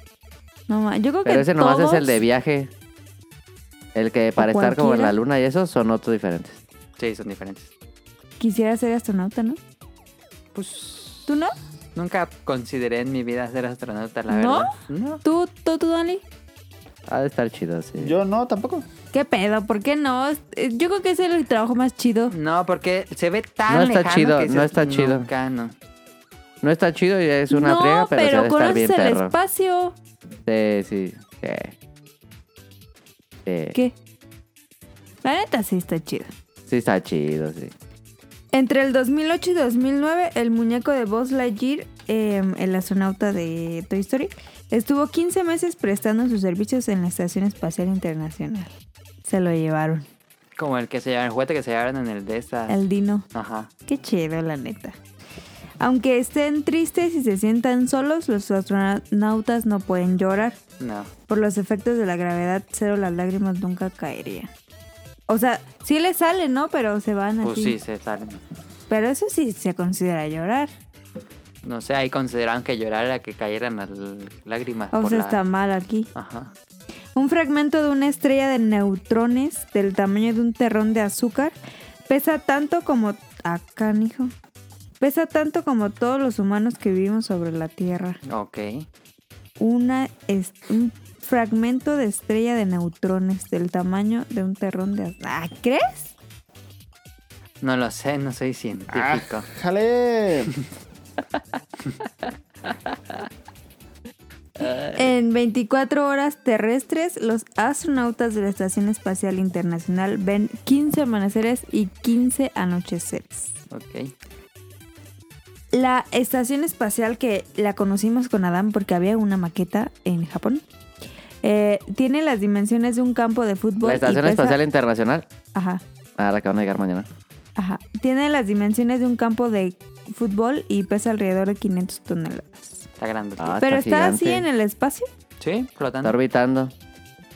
[SPEAKER 1] No ma- yo creo que
[SPEAKER 4] Pero ese nomás
[SPEAKER 1] todos-
[SPEAKER 4] es el de viaje. El que para estar como en
[SPEAKER 1] cualquiera.
[SPEAKER 4] la luna y eso son otros diferentes.
[SPEAKER 2] Sí, son diferentes.
[SPEAKER 1] Quisiera ser astronauta, ¿no? Pues. ¿Tú no?
[SPEAKER 2] Nunca consideré en mi vida ser astronauta, la
[SPEAKER 1] ¿No?
[SPEAKER 2] verdad. No.
[SPEAKER 1] ¿Tú, tú, tú, Dani?
[SPEAKER 4] Ha de estar chido, sí.
[SPEAKER 3] Yo no, tampoco.
[SPEAKER 1] ¿Qué pedo? ¿Por qué no? Es- eh, Yo creo que es el trabajo más chido.
[SPEAKER 2] No, porque se ve tan
[SPEAKER 4] No está
[SPEAKER 2] lejano
[SPEAKER 4] chido,
[SPEAKER 2] que
[SPEAKER 4] no
[SPEAKER 2] dices,
[SPEAKER 4] está chido.
[SPEAKER 2] "Nunca, no".
[SPEAKER 4] No está chido y es una
[SPEAKER 1] no,
[SPEAKER 4] friega, pero, se ha de estar
[SPEAKER 1] conoces
[SPEAKER 4] bien
[SPEAKER 1] el
[SPEAKER 4] perro.
[SPEAKER 1] espacio.
[SPEAKER 4] Sí, sí. sí. Sí.
[SPEAKER 1] ¿Qué? La neta sí está chido.
[SPEAKER 4] Sí está chido, sí.
[SPEAKER 1] Entre el 2008 y 2009, el muñeco de Buzz Lightyear, eh, el astronauta de Toy Story, estuvo 15 meses prestando sus servicios en la Estación Espacial Internacional. Se lo llevaron.
[SPEAKER 2] Como el que se llevaron, el juguete que se llevaron en el de esas.
[SPEAKER 1] El Dino.
[SPEAKER 2] Ajá.
[SPEAKER 1] Qué chido, la neta. Aunque estén tristes y se sientan solos, los astronautas no pueden llorar.
[SPEAKER 2] No.
[SPEAKER 1] Por los efectos de la gravedad cero, las lágrimas nunca caerían. O sea, sí les salen, ¿no? Pero se van
[SPEAKER 2] Pues
[SPEAKER 1] así.
[SPEAKER 2] sí, se salen.
[SPEAKER 1] Pero eso sí se considera llorar.
[SPEAKER 2] No sé, ahí consideraron que llorara que cayeran las l- lágrimas.
[SPEAKER 1] O
[SPEAKER 2] por
[SPEAKER 1] sea,
[SPEAKER 2] la-
[SPEAKER 1] está mal aquí.
[SPEAKER 2] Ajá.
[SPEAKER 1] Un fragmento de una estrella de neutrones del tamaño de un terrón de azúcar pesa tanto como... Acá, hijo. Pesa tanto como todos los humanos que vivimos sobre la Tierra.
[SPEAKER 2] Ok.
[SPEAKER 1] una es- un fragmento de estrella de neutrones del tamaño de un terrón de... az- Ah, ¿crees?
[SPEAKER 2] No lo sé, no soy científico.
[SPEAKER 3] Ah. ¡Jale!
[SPEAKER 1] En 24 horas terrestres, los astronautas de la Estación Espacial Internacional ven 15 amaneceres y 15 anocheceres.
[SPEAKER 2] Ok.
[SPEAKER 1] La estación espacial que la conocimos con Adam porque había una maqueta en Japón. eh, tiene las dimensiones de un campo de fútbol.
[SPEAKER 4] La
[SPEAKER 1] y
[SPEAKER 4] Estación
[SPEAKER 1] pesa-
[SPEAKER 4] Espacial Internacional.
[SPEAKER 1] Ajá.
[SPEAKER 4] A la que van a llegar mañana.
[SPEAKER 2] Ah.
[SPEAKER 1] Ajá. Tiene las dimensiones de un campo de fútbol y pesa alrededor de 500 toneladas.
[SPEAKER 2] Está grande.
[SPEAKER 4] Ah,
[SPEAKER 1] pero
[SPEAKER 4] está
[SPEAKER 1] está así
[SPEAKER 4] gigante.
[SPEAKER 1] en el espacio,
[SPEAKER 2] Sí,
[SPEAKER 4] Está
[SPEAKER 2] flotando.
[SPEAKER 4] orbitando.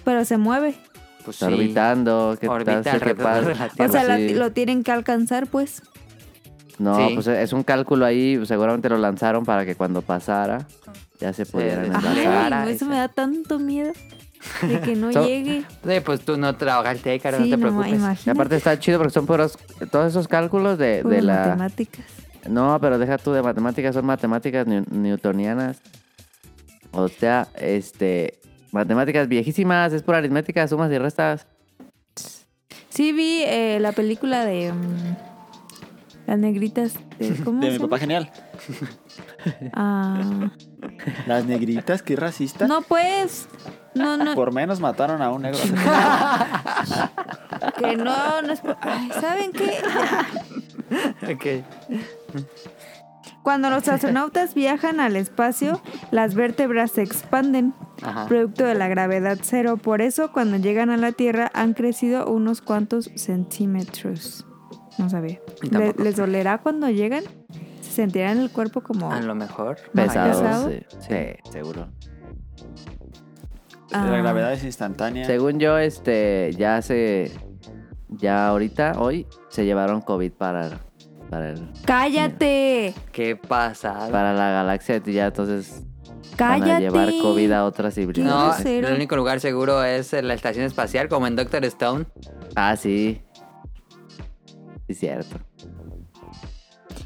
[SPEAKER 1] pero se mueve.
[SPEAKER 2] Pues
[SPEAKER 4] Está
[SPEAKER 2] sí.
[SPEAKER 4] orbitando. ¿Qué
[SPEAKER 2] Orbita
[SPEAKER 4] tal? ¿Qué
[SPEAKER 2] alrededor de
[SPEAKER 4] pasa?
[SPEAKER 2] la
[SPEAKER 1] O
[SPEAKER 2] Tierra.
[SPEAKER 1] sea, la-
[SPEAKER 4] sí.
[SPEAKER 1] lo tienen que alcanzar, pues.
[SPEAKER 4] No,
[SPEAKER 2] Sí.
[SPEAKER 4] pues es un cálculo ahí. Seguramente lo lanzaron para que cuando pasar ya se pudieran
[SPEAKER 2] sí.
[SPEAKER 4] enlazar.
[SPEAKER 1] Ay,
[SPEAKER 2] Llegara,
[SPEAKER 1] no, eso
[SPEAKER 2] esa.
[SPEAKER 1] me da tanto miedo de que no
[SPEAKER 4] So- eh,
[SPEAKER 1] llegue.
[SPEAKER 2] Sí, pues tú no trabajaste, Caro,
[SPEAKER 1] sí,
[SPEAKER 2] no te
[SPEAKER 1] no,
[SPEAKER 2] preocupes.
[SPEAKER 4] Y
[SPEAKER 1] imagínate.
[SPEAKER 4] aparte está chido porque son puros, todos esos cálculos de, de
[SPEAKER 1] puras
[SPEAKER 4] la...
[SPEAKER 1] matemáticas.
[SPEAKER 4] No, pero deja tú de matemáticas, son matemáticas new- newtonianas. O sea, este... Matemáticas viejísimas, es pura aritmética, sumas y restas.
[SPEAKER 1] Sí vi eh, la película de mm, las negritas. de- ¿Cómo
[SPEAKER 3] De
[SPEAKER 1] se
[SPEAKER 3] mi
[SPEAKER 1] llama?
[SPEAKER 3] papá genial.
[SPEAKER 1] Ah,
[SPEAKER 3] Las negritas, qué racista.
[SPEAKER 1] no, pues. No, no.
[SPEAKER 3] Por menos mataron a un negro.
[SPEAKER 4] Ah.
[SPEAKER 1] Que no, no es... Ay, ¿Saben qué?
[SPEAKER 2] Ok.
[SPEAKER 1] Cuando los astronautas viajan al espacio, las vértebras se expanden,
[SPEAKER 2] Ajá.
[SPEAKER 1] producto de la gravedad cero. Por eso, cuando llegan a la Tierra, han crecido unos cuantos centímetros. No sabía.
[SPEAKER 2] Y
[SPEAKER 1] Le-
[SPEAKER 2] tampoco.
[SPEAKER 1] ¿Les dolerá cuando llegan? ¿Se sentirán el cuerpo como
[SPEAKER 2] A lo mejor.
[SPEAKER 1] Ah,
[SPEAKER 4] Pesados.
[SPEAKER 1] ¿pesado?
[SPEAKER 4] sí. Sí, seguro.
[SPEAKER 1] Ah.
[SPEAKER 3] La gravedad es instantánea.
[SPEAKER 4] Según yo, este, ya se... Ya ahorita, hoy, se llevaron COVID para, para, el-
[SPEAKER 1] ¡Cállate!
[SPEAKER 2] Qué pasada.
[SPEAKER 4] para la galaxia. Ya entonces van a
[SPEAKER 1] ¡Cállate!
[SPEAKER 4] llevar COVID a otras
[SPEAKER 2] No,
[SPEAKER 4] civilizaciones.
[SPEAKER 1] grosero.
[SPEAKER 2] el único lugar seguro es en la estación espacial, como en Doctor Stone.
[SPEAKER 4] Ah, sí. Sí, cierto.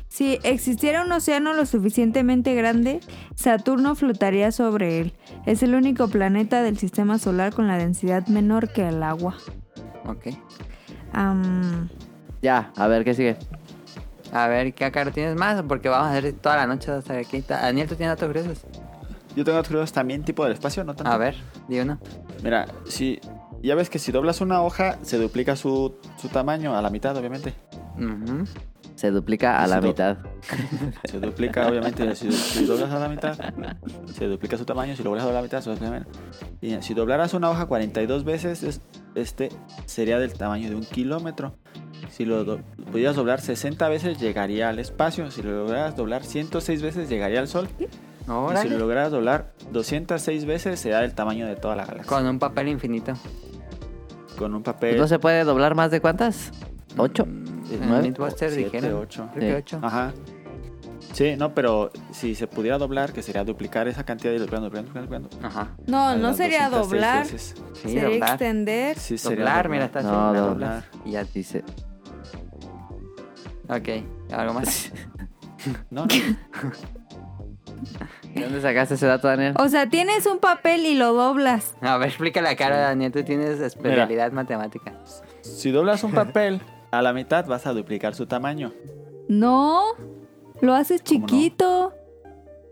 [SPEAKER 1] Si existiera un océano lo suficientemente grande, Saturno flotaría sobre él. Es el único planeta del sistema solar con la densidad menor que el agua.
[SPEAKER 2] Ok.
[SPEAKER 1] Am,
[SPEAKER 4] Ya, a ver qué sigue.
[SPEAKER 2] A ver, ¿qué acá tienes más? Porque vamos a hacer toda la noche hasta aquí. Ta- Daniel, ¿tú tienes datos gruesos?
[SPEAKER 3] Yo tengo otros también tipo del espacio, ¿no? Tanto.
[SPEAKER 2] A ver, di uno.
[SPEAKER 3] Mira, si. Ya ves que si doblas una hoja, se duplica su, su tamaño a la mitad, obviamente.
[SPEAKER 2] Ujú.
[SPEAKER 4] Se duplica a la
[SPEAKER 3] Eso.
[SPEAKER 4] mitad.
[SPEAKER 3] Se duplica, obviamente. Si, si doblas a la mitad, se duplica su tamaño. Si lo doblas a la mitad, se duplica menos. Y si doblaras una hoja 42 veces, es- este sería del tamaño de un kilómetro. Si lo do- pudieras doblar 60 veces, llegaría al espacio. Si lo lograras doblar 106 veces, llegaría al sol. Y si
[SPEAKER 2] Órale.
[SPEAKER 3] lo lograras doblar 206 veces, será del tamaño de toda la galaxia.
[SPEAKER 2] Con un papel infinito.
[SPEAKER 3] Con un papel.
[SPEAKER 4] ¿No se puede doblar más de cuántas? ¿Ocho?
[SPEAKER 3] Mm,
[SPEAKER 2] En
[SPEAKER 4] ¿Nueve?
[SPEAKER 2] Mythbusters
[SPEAKER 3] Siete,
[SPEAKER 2] dijeron.
[SPEAKER 3] ocho.
[SPEAKER 2] Creo que
[SPEAKER 4] Sí.
[SPEAKER 2] ocho.
[SPEAKER 3] Ajá. Sí, no, pero si se pudiera doblar, que sería duplicar esa cantidad y doblando, doblando, doblando, doblando.
[SPEAKER 2] Ajá.
[SPEAKER 5] No,
[SPEAKER 3] a
[SPEAKER 5] no
[SPEAKER 3] las
[SPEAKER 5] sería
[SPEAKER 3] 206
[SPEAKER 5] doblar.
[SPEAKER 3] veces.
[SPEAKER 2] Sí,
[SPEAKER 5] Sería
[SPEAKER 2] doblar.
[SPEAKER 5] extender.
[SPEAKER 3] Sí, sería
[SPEAKER 2] Doblar, mira, está así.
[SPEAKER 4] No,
[SPEAKER 2] la
[SPEAKER 4] doblar.
[SPEAKER 2] doblas. Y ya.
[SPEAKER 4] Dice.
[SPEAKER 2] Ok, algo más.
[SPEAKER 3] No, no.
[SPEAKER 4] ¿De dónde sacaste ese dato, Daniel?
[SPEAKER 5] O sea, tienes un papel y lo doblas.
[SPEAKER 2] A ver, explica la cara, Daniel. Tú tienes especialidad matemática.
[SPEAKER 3] Si doblas un papel a la mitad, vas a duplicar su tamaño.
[SPEAKER 5] No, lo haces
[SPEAKER 3] ¿Cómo no?
[SPEAKER 5] chiquito.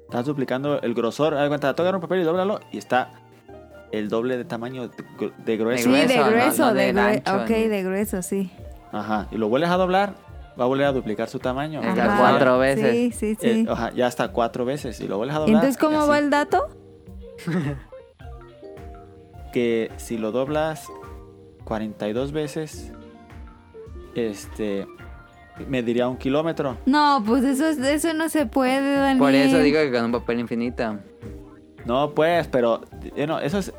[SPEAKER 3] Estás duplicando el grosor. Haz de cuenta, toca un papel y dóblalo y está el doble de tamaño de, gru- de grueso.
[SPEAKER 5] Sí,
[SPEAKER 2] Grueso,
[SPEAKER 5] de
[SPEAKER 2] no-
[SPEAKER 5] grueso,
[SPEAKER 2] no
[SPEAKER 5] de
[SPEAKER 2] del
[SPEAKER 5] grueso.
[SPEAKER 2] ancho,
[SPEAKER 5] Ok,
[SPEAKER 2] ni-
[SPEAKER 5] de grueso, sí.
[SPEAKER 3] Ajá. Y lo vuelves a doblar, va a volver a duplicar su tamaño.
[SPEAKER 2] Ajá.
[SPEAKER 3] Ya
[SPEAKER 4] Ya
[SPEAKER 3] está-
[SPEAKER 4] cuatro veces.
[SPEAKER 5] Sí, sí,
[SPEAKER 3] eh,
[SPEAKER 5] sí.
[SPEAKER 2] oh,
[SPEAKER 3] ajá, ya hasta cuatro veces. Y lo vuelves a doblar.
[SPEAKER 5] Entonces,
[SPEAKER 3] y
[SPEAKER 5] ¿cómo
[SPEAKER 3] así.
[SPEAKER 5] va el dato?
[SPEAKER 3] que si lo doblas 42 veces, este, mediría un kilómetro.
[SPEAKER 5] No, pues eso, es- eso no se puede, Daniel.
[SPEAKER 2] Por eso digo que con un papel infinito.
[SPEAKER 3] No, pues, pero, eh, no, eso es,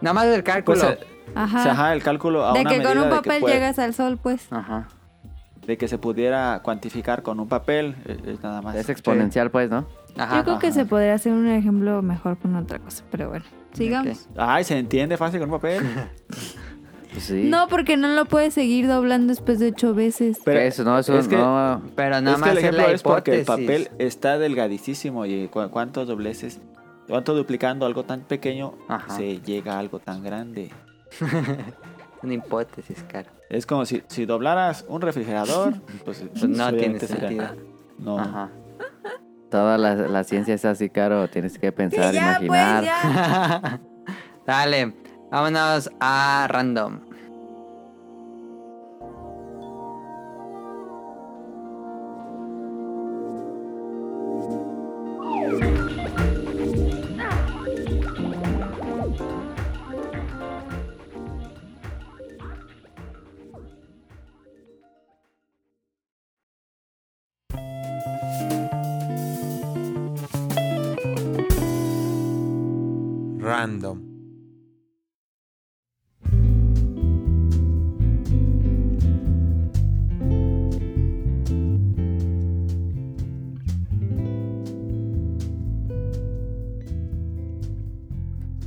[SPEAKER 2] Nada más el cálculo.
[SPEAKER 3] pues, eh,
[SPEAKER 5] Ajá.
[SPEAKER 3] se- ajá, el cálculo a
[SPEAKER 5] de
[SPEAKER 3] una
[SPEAKER 5] que con
[SPEAKER 3] medida
[SPEAKER 5] un
[SPEAKER 3] de que
[SPEAKER 5] papel
[SPEAKER 3] puede-
[SPEAKER 5] llegas al sol, pues.
[SPEAKER 2] Ajá.
[SPEAKER 3] de que se pudiera cuantificar con un papel, eh, eh, nada más.
[SPEAKER 4] Es exponencial, pues, ¿no?
[SPEAKER 2] Ajá.
[SPEAKER 5] Yo creo que
[SPEAKER 3] ajá.
[SPEAKER 5] se podría hacer un ejemplo mejor con otra cosa, pero bueno, sigamos.
[SPEAKER 3] Ay, se entiende fácil con un papel.
[SPEAKER 4] Pues sí.
[SPEAKER 5] No, porque no lo puedes seguir doblando después de ocho veces.
[SPEAKER 3] Pero
[SPEAKER 4] eso no, eso
[SPEAKER 3] es que-
[SPEAKER 4] no.
[SPEAKER 2] Pero nada
[SPEAKER 3] es que
[SPEAKER 2] más
[SPEAKER 3] el
[SPEAKER 2] es
[SPEAKER 3] ejemplo
[SPEAKER 2] la
[SPEAKER 3] es porque el
[SPEAKER 2] hipótesis.
[SPEAKER 3] papel está delgadicísimo y cu- cuántos dobleces, cuánto duplicando algo tan pequeño
[SPEAKER 2] Ajá.
[SPEAKER 3] se llega a algo tan grande.
[SPEAKER 2] Una hipótesis, claro.
[SPEAKER 3] Es como si, si doblaras un refrigerador, pues,
[SPEAKER 2] Pues no tiene
[SPEAKER 3] obviamente sería-
[SPEAKER 2] sentido.
[SPEAKER 3] No.
[SPEAKER 2] Ajá.
[SPEAKER 4] Toda la, la ciencia es así, caro. Tienes que pensar,
[SPEAKER 5] pues,
[SPEAKER 4] imaginar.
[SPEAKER 2] Dale, vámonos a random.
[SPEAKER 6] Random.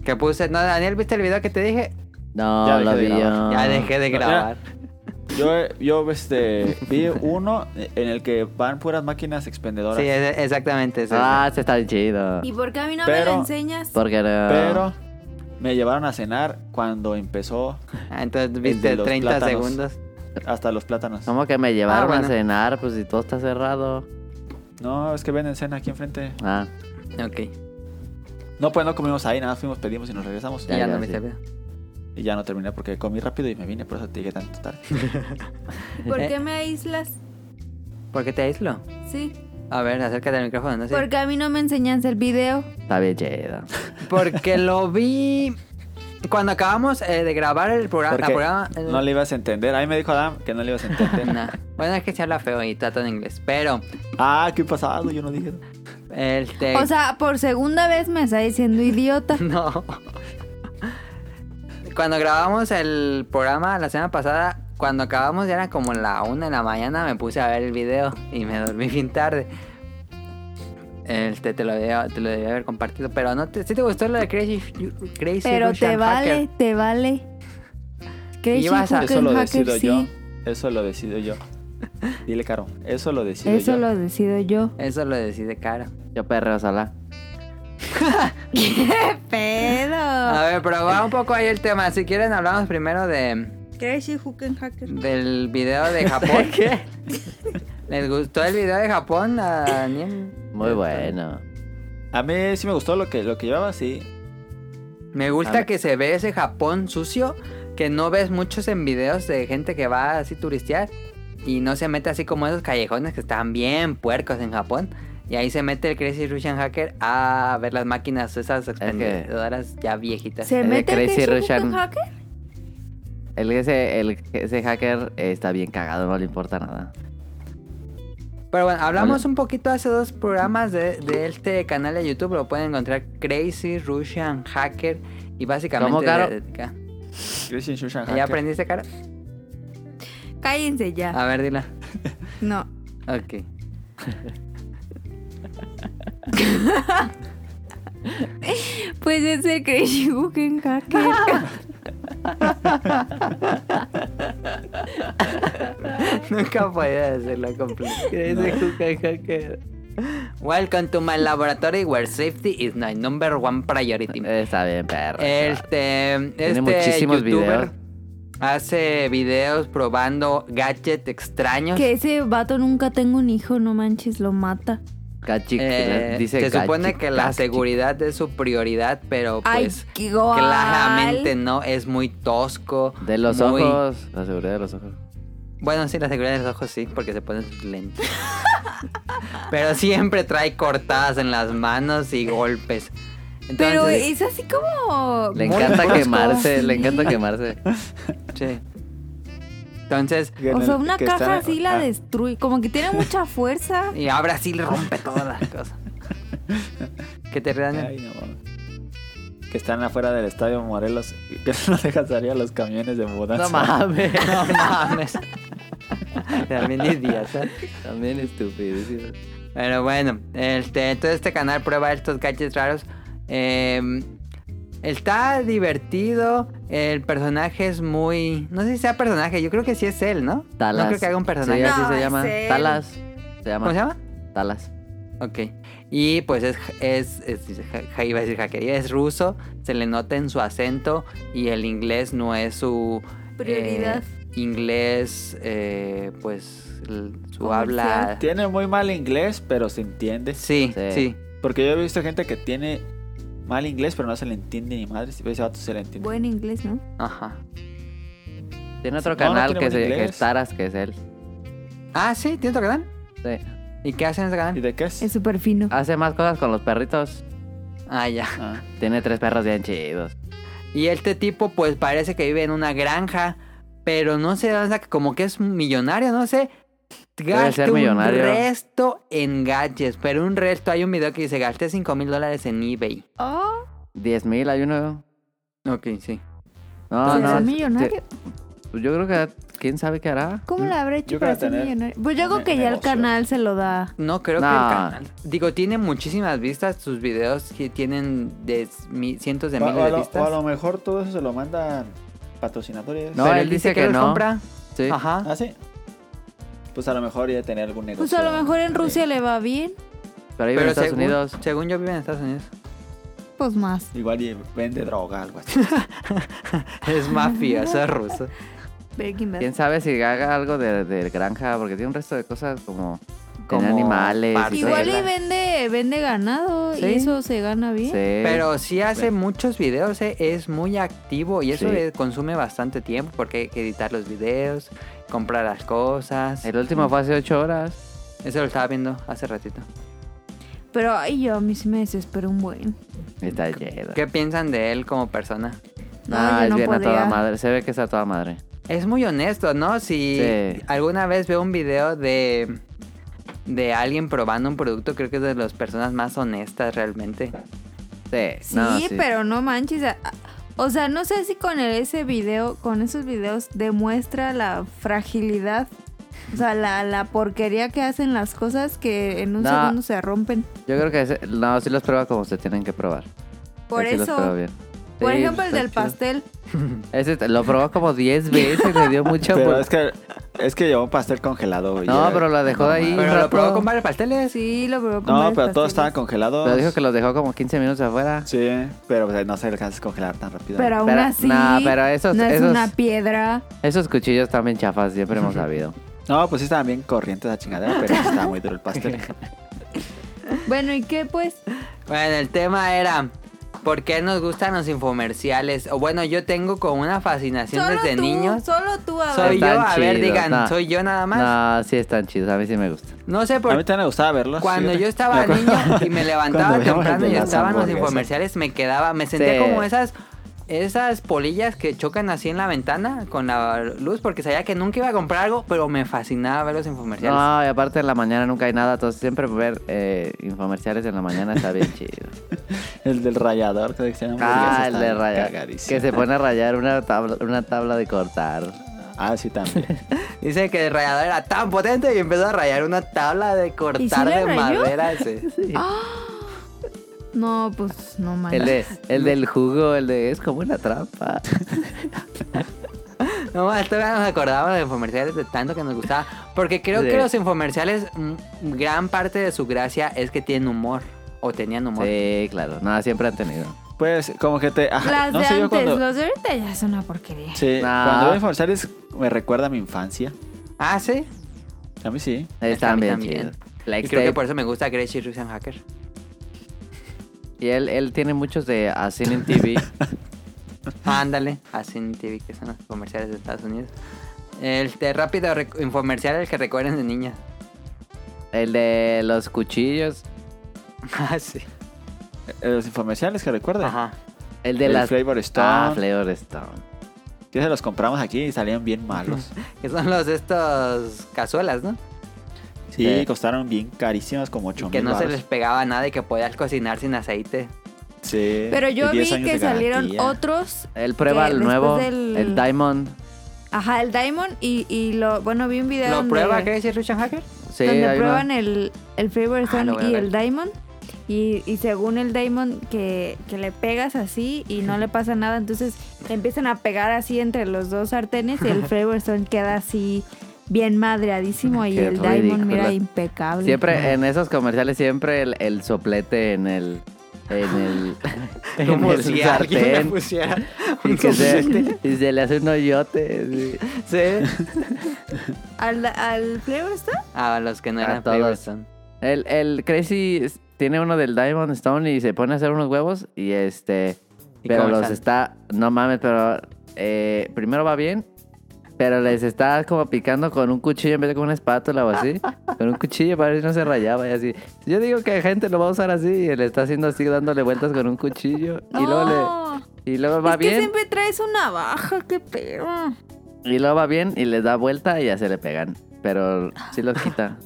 [SPEAKER 2] Que puse, no, Daniel, ¿viste el video que te dije?
[SPEAKER 4] No,
[SPEAKER 3] Ya dejé
[SPEAKER 4] lo
[SPEAKER 3] de
[SPEAKER 4] vi
[SPEAKER 3] grabar.
[SPEAKER 4] yo.
[SPEAKER 2] Ya dejé de
[SPEAKER 3] Ah, Ya.
[SPEAKER 2] grabar.
[SPEAKER 3] Yo, yo este, vi uno en el que van puras máquinas expendedoras.
[SPEAKER 2] Sí, es- exactamente. es ese.
[SPEAKER 4] Ah, se está chido.
[SPEAKER 5] ¿Y por qué a mí no me
[SPEAKER 3] Pero-
[SPEAKER 5] lo enseñas?
[SPEAKER 4] Porque eh, no.
[SPEAKER 3] Pero me llevaron a cenar cuando empezó
[SPEAKER 2] Ah, entonces
[SPEAKER 3] de
[SPEAKER 2] viste
[SPEAKER 3] los
[SPEAKER 2] 30
[SPEAKER 3] plátanos.
[SPEAKER 2] segundos.
[SPEAKER 3] hasta los plátanos.
[SPEAKER 4] ¿Cómo que me llevaron
[SPEAKER 2] Ah, bueno.
[SPEAKER 4] a cenar? Pues si todo está cerrado.
[SPEAKER 3] No, es que venden cena aquí enfrente.
[SPEAKER 4] Ah,
[SPEAKER 2] Ok,
[SPEAKER 3] No, pues no comimos ahí, nada, más fuimos, pedimos y nos regresamos.
[SPEAKER 2] ya,
[SPEAKER 4] Ya, ya,
[SPEAKER 2] no me
[SPEAKER 4] sí.
[SPEAKER 2] sirvió.
[SPEAKER 3] Y ya no terminé porque comí rápido y me vine, por eso te llegué tanto tarde.
[SPEAKER 5] ¿Y ¿Por qué me aíslas?
[SPEAKER 2] ¿Por qué te aíslo?
[SPEAKER 5] Sí.
[SPEAKER 2] A ver, acércate al micrófono, no sé.
[SPEAKER 5] Porque a mí no me enseñas el video.
[SPEAKER 4] está bien chido.
[SPEAKER 2] Porque lo vi cuando acabamos eh, de grabar el programa. la
[SPEAKER 3] Porque
[SPEAKER 2] programa- el-
[SPEAKER 3] no le ibas a entender. Ahí me dijo Adam que no le ibas a entender.
[SPEAKER 2] Nah. Bueno, es que se habla feo y trata en inglés. Pero,
[SPEAKER 3] Ah, qué pasado, yo no dije. eso. Eh.
[SPEAKER 2] este.
[SPEAKER 5] O sea, por segunda vez me está diciendo idiota.
[SPEAKER 2] No. Cuando grabamos el programa la semana pasada, cuando acabamos ya era como la una de la mañana, me puse a ver el video y me dormí bien tarde. Este, te lo debía, te lo debía haber compartido, pero no te, ¿sí te gustó lo de Crazy, Crazy
[SPEAKER 5] Pero
[SPEAKER 2] Russian
[SPEAKER 5] te vale,
[SPEAKER 2] Hacker?
[SPEAKER 5] te vale. Crazy
[SPEAKER 2] Ibas a-
[SPEAKER 5] Fucking
[SPEAKER 3] Eso lo
[SPEAKER 5] Hacker,
[SPEAKER 3] decido
[SPEAKER 5] sí.
[SPEAKER 3] yo. Eso lo decido yo. Dile, Caro, eso lo decido
[SPEAKER 5] Eso
[SPEAKER 3] yo.
[SPEAKER 5] lo decido yo.
[SPEAKER 2] Eso lo decide cara.
[SPEAKER 4] Yo perreo sola.
[SPEAKER 5] ¡Qué pedo!
[SPEAKER 3] Ah.
[SPEAKER 5] Ah.
[SPEAKER 2] A ver, pero va un poco ahí el tema. Si quieren hablamos primero de
[SPEAKER 1] ¿Qué decir Hooken Hacker?
[SPEAKER 2] Del video de Japón. ¿Les gustó el video de Japón a Daniel?
[SPEAKER 4] Muy bueno.
[SPEAKER 3] A mí sí me gustó lo que, lo que llevaba, sí.
[SPEAKER 2] Me
[SPEAKER 4] A
[SPEAKER 2] gusta
[SPEAKER 4] ver.
[SPEAKER 2] que se ve ese Japón sucio que no ves muchos en videos de gente que va así turistear y no se mete así como esos callejones que están bien puercos en Japón. Y ahí se mete el Crazy Russian Hacker a ver las máquinas esas expendedoras ya viejitas.
[SPEAKER 1] ¿Se
[SPEAKER 4] El
[SPEAKER 1] mete el
[SPEAKER 4] Crazy
[SPEAKER 1] Crazy
[SPEAKER 4] Russian.
[SPEAKER 1] Hooken Hacker?
[SPEAKER 4] El, ese, el, ese hacker eh, está bien cagado, no le importa nada.
[SPEAKER 2] Pero bueno, hablamos un poquito hace dos programas de, de este canal de YouTube. Lo pueden encontrar Crazy Russian Hacker. Y básicamente...
[SPEAKER 4] ¿Cómo, Caro? Ah,
[SPEAKER 2] de- de-
[SPEAKER 3] Christian Shushan
[SPEAKER 2] ¿Ya
[SPEAKER 3] Hacker.
[SPEAKER 2] aprendiste, cara?
[SPEAKER 1] Cállense
[SPEAKER 4] Ah.
[SPEAKER 1] ya.
[SPEAKER 2] A ver, dila.
[SPEAKER 1] No.
[SPEAKER 2] Ok.
[SPEAKER 1] Pues es el Crazy Hooken Hacker.
[SPEAKER 2] Nunca podía hacerlo completo. Welcome to my laboratory where safety is my number one priority.
[SPEAKER 4] Está bien, perro.
[SPEAKER 2] Este, este
[SPEAKER 4] Eh, muchísimos
[SPEAKER 2] youtuber
[SPEAKER 4] videos.
[SPEAKER 2] hace videos probando gadgets extraños.
[SPEAKER 1] que ese vato nunca tenga un hijo, no manches, lo mata.
[SPEAKER 4] Gachi,
[SPEAKER 2] Eh,
[SPEAKER 4] dice
[SPEAKER 2] se
[SPEAKER 4] gachi,
[SPEAKER 2] supone que la
[SPEAKER 4] gachi.
[SPEAKER 2] seguridad es su prioridad, pero
[SPEAKER 1] Ay,
[SPEAKER 2] pues
[SPEAKER 1] qué igual.
[SPEAKER 2] claramente no, es muy tosco.
[SPEAKER 4] De los
[SPEAKER 2] muy-
[SPEAKER 4] ojos. La seguridad de los ojos.
[SPEAKER 2] Bueno, sí, la seguridad de los ojos sí, porque se ponen sus lentes. Pero siempre trae cortadas en las manos y golpes. Entonces,
[SPEAKER 1] Pero es así como.
[SPEAKER 4] Le
[SPEAKER 2] Muy
[SPEAKER 4] encanta
[SPEAKER 2] tosco.
[SPEAKER 4] quemarse, le encanta quemarse.
[SPEAKER 2] sí. Entonces,
[SPEAKER 1] O sea, una
[SPEAKER 3] Que está-
[SPEAKER 1] caja así la
[SPEAKER 3] ah,
[SPEAKER 1] destruye. Como que tiene mucha fuerza.
[SPEAKER 2] y ahora sí le rompe todas las cosas. que te redan.
[SPEAKER 3] ay, no. Que están afuera del estadio Morelos. Que no dejan salir a los camiones de mudanza.
[SPEAKER 4] No mames.
[SPEAKER 2] No mames. También idiota.
[SPEAKER 4] También estúpido. sí.
[SPEAKER 2] ¿eh? Pero bueno, este, entonces este canal prueba estos gadgets raros. Eh, está divertido. El personaje es muy. No sé si sea personaje, yo creo que sí es él, ¿no?
[SPEAKER 4] Talas.
[SPEAKER 2] No creo que haga un personaje.
[SPEAKER 4] Sí, así
[SPEAKER 1] No,
[SPEAKER 4] se
[SPEAKER 1] es
[SPEAKER 4] llama.
[SPEAKER 1] él.
[SPEAKER 4] Talas. Se llama.
[SPEAKER 2] ¿Cómo se llama?
[SPEAKER 4] Talas.
[SPEAKER 2] Ok. Y pues es, es, es- ja- iba a decir hackería, es ruso, se le nota en su acento y el inglés no es su eh,
[SPEAKER 1] Prioridad.
[SPEAKER 2] inglés, eh, pues l- su
[SPEAKER 1] Comercial.
[SPEAKER 2] habla.
[SPEAKER 3] Tiene muy mal inglés, pero se entiende.
[SPEAKER 2] Sí,
[SPEAKER 4] Sí.
[SPEAKER 2] sí,
[SPEAKER 3] Porque yo he visto gente que tiene mal inglés, pero no se le entiende ni madre. Ese vato se le entiende.
[SPEAKER 1] Buen inglés, ¿no?
[SPEAKER 2] Ajá.
[SPEAKER 4] Tiene
[SPEAKER 3] No,
[SPEAKER 4] otro
[SPEAKER 3] no
[SPEAKER 4] canal
[SPEAKER 3] tiene
[SPEAKER 4] que,
[SPEAKER 3] buen
[SPEAKER 4] se, que
[SPEAKER 3] inglés.
[SPEAKER 4] es Taras, que es él.
[SPEAKER 2] Ah, sí, tiene otro canal.
[SPEAKER 4] Sí.
[SPEAKER 2] ¿Y qué hacen en ese
[SPEAKER 3] ¿Y
[SPEAKER 2] canal?
[SPEAKER 3] de qué es?
[SPEAKER 1] Es súper fino.
[SPEAKER 4] Hace más cosas con los perritos.
[SPEAKER 2] Ah, ya.
[SPEAKER 3] Ah,
[SPEAKER 4] Tiene tres perros bien chidos.
[SPEAKER 2] Y este tipo, pues parece que vive en una granja, pero no sé, o sea, que como que es millonario, no sé.
[SPEAKER 4] ser
[SPEAKER 2] Gaste un
[SPEAKER 4] millonario.
[SPEAKER 2] resto en gadgets, pero un resto. Hay un video que dice, gasté 5 mil dólares en eBay.
[SPEAKER 1] Oh,
[SPEAKER 4] Diez mil, hay uno.
[SPEAKER 2] Ok, sí.
[SPEAKER 1] ¿Será
[SPEAKER 4] No, Ah, no. es-
[SPEAKER 1] pues, millonario?
[SPEAKER 4] te- Yo creo que quién sabe qué hará.
[SPEAKER 1] ¿Cómo la habrá hecho
[SPEAKER 3] Yo
[SPEAKER 1] para
[SPEAKER 3] creo
[SPEAKER 1] ser
[SPEAKER 3] tener
[SPEAKER 1] millonario? Pues yo creo
[SPEAKER 3] ne-
[SPEAKER 1] que ya el
[SPEAKER 3] negocio.
[SPEAKER 1] canal se lo da.
[SPEAKER 2] No, creo que
[SPEAKER 4] Nah.
[SPEAKER 2] el canal. Digo, tiene muchísimas vistas. Sus videos que tienen de s- mi- cientos de
[SPEAKER 3] o,
[SPEAKER 2] miles
[SPEAKER 3] o a
[SPEAKER 2] de
[SPEAKER 3] lo, o a lo
[SPEAKER 2] vistas.
[SPEAKER 3] mejor todo eso se lo mandan patrocinadores.
[SPEAKER 4] No,
[SPEAKER 2] Pero
[SPEAKER 4] él dice que
[SPEAKER 2] los
[SPEAKER 4] no.
[SPEAKER 2] compra.
[SPEAKER 4] Sí.
[SPEAKER 2] Ajá.
[SPEAKER 3] Ah, sí. Pues a lo mejor ya tener algún negocio.
[SPEAKER 1] Pues a lo mejor en Rusia le va bien.
[SPEAKER 4] Pero ahí
[SPEAKER 2] Pero
[SPEAKER 4] en Estados
[SPEAKER 2] según,
[SPEAKER 4] Unidos.
[SPEAKER 2] según yo vive en Estados Unidos.
[SPEAKER 1] Pues más.
[SPEAKER 3] Igual y vende droga, algo así.
[SPEAKER 2] Es mafioso ruso.
[SPEAKER 1] Breaking Bad.
[SPEAKER 4] Quién sabe si haga algo de, de granja, porque tiene un resto de cosas como. Con
[SPEAKER 2] Como
[SPEAKER 4] animales. y todo.
[SPEAKER 1] Igual y
[SPEAKER 2] Vela.
[SPEAKER 1] vende, vende ganado
[SPEAKER 2] Sí.
[SPEAKER 1] y eso se gana bien.
[SPEAKER 4] Sí.
[SPEAKER 2] Pero sí hace muchos videos, eh, es muy activo y eso
[SPEAKER 4] Sí.
[SPEAKER 2] eh, consume bastante tiempo porque hay que editar los videos, comprar las cosas.
[SPEAKER 4] El último fue hace ocho horas.
[SPEAKER 2] Eso lo estaba viendo hace ratito.
[SPEAKER 1] Pero ay, yo a mí sí me desespero un buen.
[SPEAKER 4] Está lleno.
[SPEAKER 2] ¿Qué piensan de él como persona?
[SPEAKER 1] No,
[SPEAKER 4] ah,
[SPEAKER 1] yo
[SPEAKER 4] es
[SPEAKER 1] no
[SPEAKER 4] bien a toda
[SPEAKER 1] podría.
[SPEAKER 4] madre. Se ve que está a toda madre.
[SPEAKER 2] Es muy honesto, ¿no? Si
[SPEAKER 4] Sí.
[SPEAKER 2] alguna vez veo un video de de alguien probando un producto, creo que es de las personas más honestas realmente.
[SPEAKER 4] Sí,
[SPEAKER 1] Sí,
[SPEAKER 4] no,
[SPEAKER 1] pero no manches. a- a- O sea, no sé si con el- ese video, con esos videos, demuestra la fragilidad. O sea, la, la porquería que hacen las cosas que en un
[SPEAKER 4] No.
[SPEAKER 1] segundo se rompen.
[SPEAKER 4] Yo creo que ese- no, sí los prueba como se tienen que probar.
[SPEAKER 1] Por
[SPEAKER 4] Él sí los prueba
[SPEAKER 1] eso,
[SPEAKER 4] bien.
[SPEAKER 1] por
[SPEAKER 4] Sí,
[SPEAKER 1] ejemplo, el
[SPEAKER 4] está
[SPEAKER 1] del
[SPEAKER 4] chido.
[SPEAKER 1] pastel.
[SPEAKER 4] Ese te- lo probó como 10 veces, le dio mucha
[SPEAKER 3] Pero
[SPEAKER 4] vuelta.
[SPEAKER 3] es que Es que llevó un pastel congelado. güey.
[SPEAKER 4] pues. No,
[SPEAKER 3] Era-
[SPEAKER 4] pero la dejó ahí. un
[SPEAKER 2] Pero lo
[SPEAKER 4] rato.
[SPEAKER 2] probó con varios pasteles.
[SPEAKER 1] Sí, lo probó con
[SPEAKER 3] No,
[SPEAKER 1] varios
[SPEAKER 3] pero todo
[SPEAKER 1] pasteles.
[SPEAKER 3] estaba congelado.
[SPEAKER 4] Pero dijo que los dejó como 15 minutos afuera.
[SPEAKER 3] Sí, pero pues, no se alcanza a descongelar tan rápido.
[SPEAKER 1] Pero aún
[SPEAKER 4] Pero-
[SPEAKER 1] así,
[SPEAKER 4] no, pero esos-
[SPEAKER 1] no es
[SPEAKER 4] esos-
[SPEAKER 1] una piedra.
[SPEAKER 4] Esos cuchillos también chafas, siempre hemos sabido.
[SPEAKER 3] No, pues sí estaban bien corrientes la chingadera, pero sí estaba muy duro el pastel.
[SPEAKER 1] Bueno, ¿y qué pues?
[SPEAKER 2] Bueno, el tema era. ¿Por qué nos gustan los infomerciales? O bueno, yo tengo como una fascinación desde
[SPEAKER 1] tú,
[SPEAKER 2] niños.
[SPEAKER 1] solo tú, a ver.
[SPEAKER 2] Soy yo,
[SPEAKER 4] Están
[SPEAKER 2] a ver,
[SPEAKER 4] chidos,
[SPEAKER 2] digan,
[SPEAKER 4] no.
[SPEAKER 2] soy yo nada más.
[SPEAKER 4] No, sí están chidos, a mí sí me gusta.
[SPEAKER 2] No, sé
[SPEAKER 3] A mí
[SPEAKER 2] por
[SPEAKER 3] también me gustaba verlos.
[SPEAKER 2] Cuando
[SPEAKER 3] fíjate.
[SPEAKER 2] yo
[SPEAKER 3] Me
[SPEAKER 2] estaba
[SPEAKER 3] acuerdo.
[SPEAKER 2] niño y me levantaba
[SPEAKER 3] Cuando veíamos
[SPEAKER 2] temprano
[SPEAKER 3] el
[SPEAKER 2] y
[SPEAKER 3] de las
[SPEAKER 2] estaban los
[SPEAKER 3] hamburguesas.
[SPEAKER 2] infomerciales, me quedaba, me sentía
[SPEAKER 4] Sí.
[SPEAKER 2] como esas esas polillas que chocan así en la ventana con la luz porque sabía que nunca iba a comprar algo, pero me fascinaba ver los infomerciales.
[SPEAKER 3] Ah.
[SPEAKER 4] No, y aparte en la mañana nunca hay nada, entonces siempre ver eh, infomerciales en la mañana está bien chido.
[SPEAKER 3] El del rayador, que decían hamburguesas,
[SPEAKER 4] ah, el de
[SPEAKER 3] estaba
[SPEAKER 4] rayar.
[SPEAKER 3] cagadísimo.
[SPEAKER 4] Que se pone a rayar una tabla, una tabla de cortar.
[SPEAKER 3] Ah, sí, también.
[SPEAKER 2] Dice que el rayador era tan potente y empezó a rayar una tabla de cortar
[SPEAKER 1] le
[SPEAKER 2] de
[SPEAKER 1] rayó?
[SPEAKER 2] madera. ese.
[SPEAKER 1] No, pues no manches.
[SPEAKER 4] El, de, el del jugo, el de es como una trampa.
[SPEAKER 2] No, más, todavía nos acordábamos de los infomerciales de tanto que nos gustaba. Porque creo
[SPEAKER 4] Sí.
[SPEAKER 2] que los infomerciales, mm, gran parte de su gracia es que tienen humor. O tenían humor.
[SPEAKER 4] Sí, claro. No, siempre han tenido.
[SPEAKER 3] Pues como que te... ajá,
[SPEAKER 1] Las
[SPEAKER 3] no
[SPEAKER 1] de
[SPEAKER 3] sé, yo
[SPEAKER 1] antes,
[SPEAKER 3] cuando...
[SPEAKER 1] los de ahorita ya son una porquería.
[SPEAKER 3] Sí,
[SPEAKER 4] Nah.
[SPEAKER 3] cuando veo infomerciales me recuerda a mi infancia.
[SPEAKER 2] Ah, sí.
[SPEAKER 3] A mí sí.
[SPEAKER 4] Están
[SPEAKER 2] mí
[SPEAKER 4] bien
[SPEAKER 2] también.
[SPEAKER 4] chidos. este,
[SPEAKER 2] Y
[SPEAKER 4] Flex
[SPEAKER 2] creo que
[SPEAKER 4] tape.
[SPEAKER 2] por eso me gusta Gracie Russian Hacker.
[SPEAKER 4] Y él, él tiene muchos de Asin en TV.
[SPEAKER 2] Ándale, así en TV, que son los comerciales de Estados Unidos. El de rápido rec- infomercial, el que recuerden de niña.
[SPEAKER 4] el de los cuchillos.
[SPEAKER 2] Ah, sí.
[SPEAKER 3] Eh, Los infomerciales que recuerda.
[SPEAKER 2] Ajá.
[SPEAKER 4] El de
[SPEAKER 3] el
[SPEAKER 4] las.
[SPEAKER 3] Flavor Stone.
[SPEAKER 4] Ah, Flavor Stone.
[SPEAKER 3] que se los compramos aquí y salían bien malos.
[SPEAKER 2] Que son los de estos cazuelas, ¿no?
[SPEAKER 3] Sí,
[SPEAKER 4] Sí.
[SPEAKER 3] costaron bien carísimas, como 8 mil
[SPEAKER 2] Que no se
[SPEAKER 3] baros.
[SPEAKER 2] les pegaba nada y que podías cocinar sin aceite.
[SPEAKER 3] Sí.
[SPEAKER 1] Pero yo
[SPEAKER 3] y
[SPEAKER 1] vi
[SPEAKER 3] 10 años
[SPEAKER 1] que
[SPEAKER 3] de
[SPEAKER 1] salieron
[SPEAKER 3] garantía.
[SPEAKER 1] otros.
[SPEAKER 4] Él prueba
[SPEAKER 1] Que
[SPEAKER 4] el
[SPEAKER 1] después
[SPEAKER 4] nuevo,
[SPEAKER 1] del-
[SPEAKER 4] el Diamond.
[SPEAKER 1] Ajá, el Diamond y, y lo. Bueno, vi un video
[SPEAKER 2] ¿Lo
[SPEAKER 1] donde,
[SPEAKER 2] prueba Gracie Russian Hacker?
[SPEAKER 4] Sí,
[SPEAKER 1] donde
[SPEAKER 4] hay uno.
[SPEAKER 1] prueban el, el Flavor Stone
[SPEAKER 2] lo voy a
[SPEAKER 1] y
[SPEAKER 2] ver.
[SPEAKER 1] el Diamond. Y, y según el Diamond, que, que le pegas así y no le pasa nada, entonces te empiezan a pegar así entre los dos sartenes y el Flavor Stone queda así bien madreadísimo y
[SPEAKER 4] Qué
[SPEAKER 1] el Diamond, mira,
[SPEAKER 4] ridículo.
[SPEAKER 1] impecable.
[SPEAKER 4] Siempre en esos comerciales, siempre el, el soplete en el. En el. en
[SPEAKER 2] Como
[SPEAKER 4] el
[SPEAKER 2] si alguien le
[SPEAKER 4] sartén.
[SPEAKER 2] pusiera
[SPEAKER 4] Y,
[SPEAKER 2] un
[SPEAKER 4] que
[SPEAKER 2] soplete.
[SPEAKER 4] se, y se le hace un hoyote. sí.
[SPEAKER 2] Sí.
[SPEAKER 1] ¿Al, al Flavor Stone?
[SPEAKER 2] A Ah, los que no
[SPEAKER 4] A
[SPEAKER 2] eran
[SPEAKER 4] todos.
[SPEAKER 2] Flavorstone.
[SPEAKER 4] El, el Crazy s- tiene uno del Diamond Stone y se pone a hacer unos huevos y este...
[SPEAKER 2] ¿Y
[SPEAKER 4] pero
[SPEAKER 2] cómo
[SPEAKER 4] los
[SPEAKER 2] están?
[SPEAKER 4] está... No mames, pero... eh, primero va bien, pero les está como picando con un cuchillo en vez de con una espátula o así. con un cuchillo para ver si no se rayaba y así. Yo digo que gente lo va a usar así y le está haciendo así dándole vueltas con un cuchillo. Y luego
[SPEAKER 1] No.
[SPEAKER 4] le... Y luego va
[SPEAKER 1] es que
[SPEAKER 4] bien.
[SPEAKER 1] siempre traes una baja, qué pedo.
[SPEAKER 4] Y luego va bien y les da vuelta y ya se le pegan. Pero sí los quita.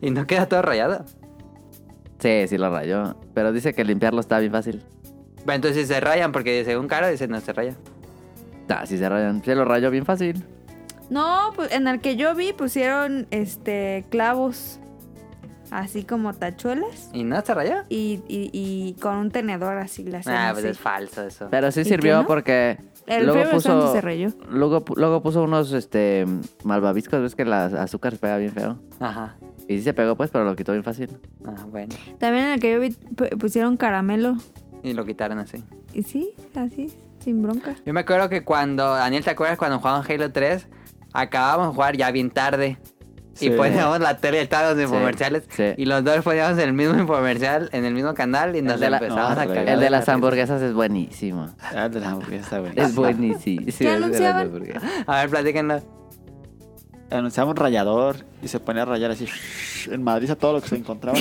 [SPEAKER 2] Y no queda todo rayado.
[SPEAKER 4] sí, sí lo rayó. Pero dice que limpiarlo está bien fácil.
[SPEAKER 2] Pero entonces se rayan porque según cara dice no se raya.
[SPEAKER 4] Ah, sí se rayan. Se lo rayó bien fácil.
[SPEAKER 1] No, pues en el que yo vi pusieron este clavos así como tachuelas
[SPEAKER 2] ¿Y no se raya?
[SPEAKER 1] y, y- y con un tenedor así las
[SPEAKER 2] Ah, pues es falso eso.
[SPEAKER 4] Pero sí
[SPEAKER 1] ¿Y
[SPEAKER 4] sirvió
[SPEAKER 1] qué no?
[SPEAKER 4] porque
[SPEAKER 1] El
[SPEAKER 4] luego
[SPEAKER 1] Flavor Stone
[SPEAKER 4] puso
[SPEAKER 1] se rayó.
[SPEAKER 4] luego, pu- luego puso unos este malvaviscos, ves que el azúcar se pega bien feo.
[SPEAKER 2] Ajá.
[SPEAKER 4] Y sí se pegó pues, pero lo quitó bien fácil.
[SPEAKER 2] Ah, bueno.
[SPEAKER 1] También en el que yo vi pu- pusieron caramelo.
[SPEAKER 2] Y lo quitaron así.
[SPEAKER 1] Y sí, así, sin bronca.
[SPEAKER 2] Yo me acuerdo que cuando, Daniel, ¿te acuerdas cuando jugaban Halo 3? Acabábamos de jugar ya bien tarde.
[SPEAKER 3] Sí.
[SPEAKER 2] Y poníamos la tele y estaban los
[SPEAKER 4] Sí,
[SPEAKER 2] infomerciales.
[SPEAKER 4] sí.
[SPEAKER 2] Y los dos poníamos el mismo infomercial en el mismo canal y nos
[SPEAKER 4] de la-
[SPEAKER 2] empezábamos
[SPEAKER 3] no,
[SPEAKER 2] a
[SPEAKER 3] el
[SPEAKER 2] cagar.
[SPEAKER 4] El de
[SPEAKER 2] la
[SPEAKER 4] las
[SPEAKER 2] risa.
[SPEAKER 4] hamburguesas es buenísimo.
[SPEAKER 3] Ah, el de la hamburguesa está bueno.
[SPEAKER 4] Es buenísimo. Sí, el de las
[SPEAKER 1] anunciaban?
[SPEAKER 4] hamburguesas.
[SPEAKER 2] A ver, platíquenlo.
[SPEAKER 3] Anunciaba un rayador y se ponía a rayar así shhh, en Madriza todo lo que se encontraba.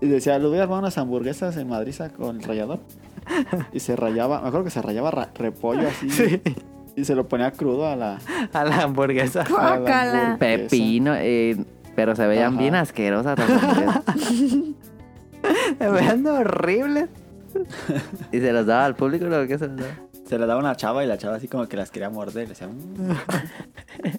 [SPEAKER 3] y decía, le voy a armar unas hamburguesas en Madriza con el rayador. Y se rayaba, me acuerdo que se rayaba ra- repollo así. Y se lo ponía crudo a la,
[SPEAKER 2] A la hamburguesa.
[SPEAKER 3] a la
[SPEAKER 1] Guácala.
[SPEAKER 3] hamburguesa.
[SPEAKER 4] Pepino, eh, pero se veían
[SPEAKER 3] Ajá.
[SPEAKER 4] bien asquerosas las hamburguesas.
[SPEAKER 2] Me vean horribles.
[SPEAKER 4] y se las daba al público, ¿no? ¿Qué se las daba?
[SPEAKER 3] Se le daba una chava y la chava así como que las quería morder. Le decía, "Mm".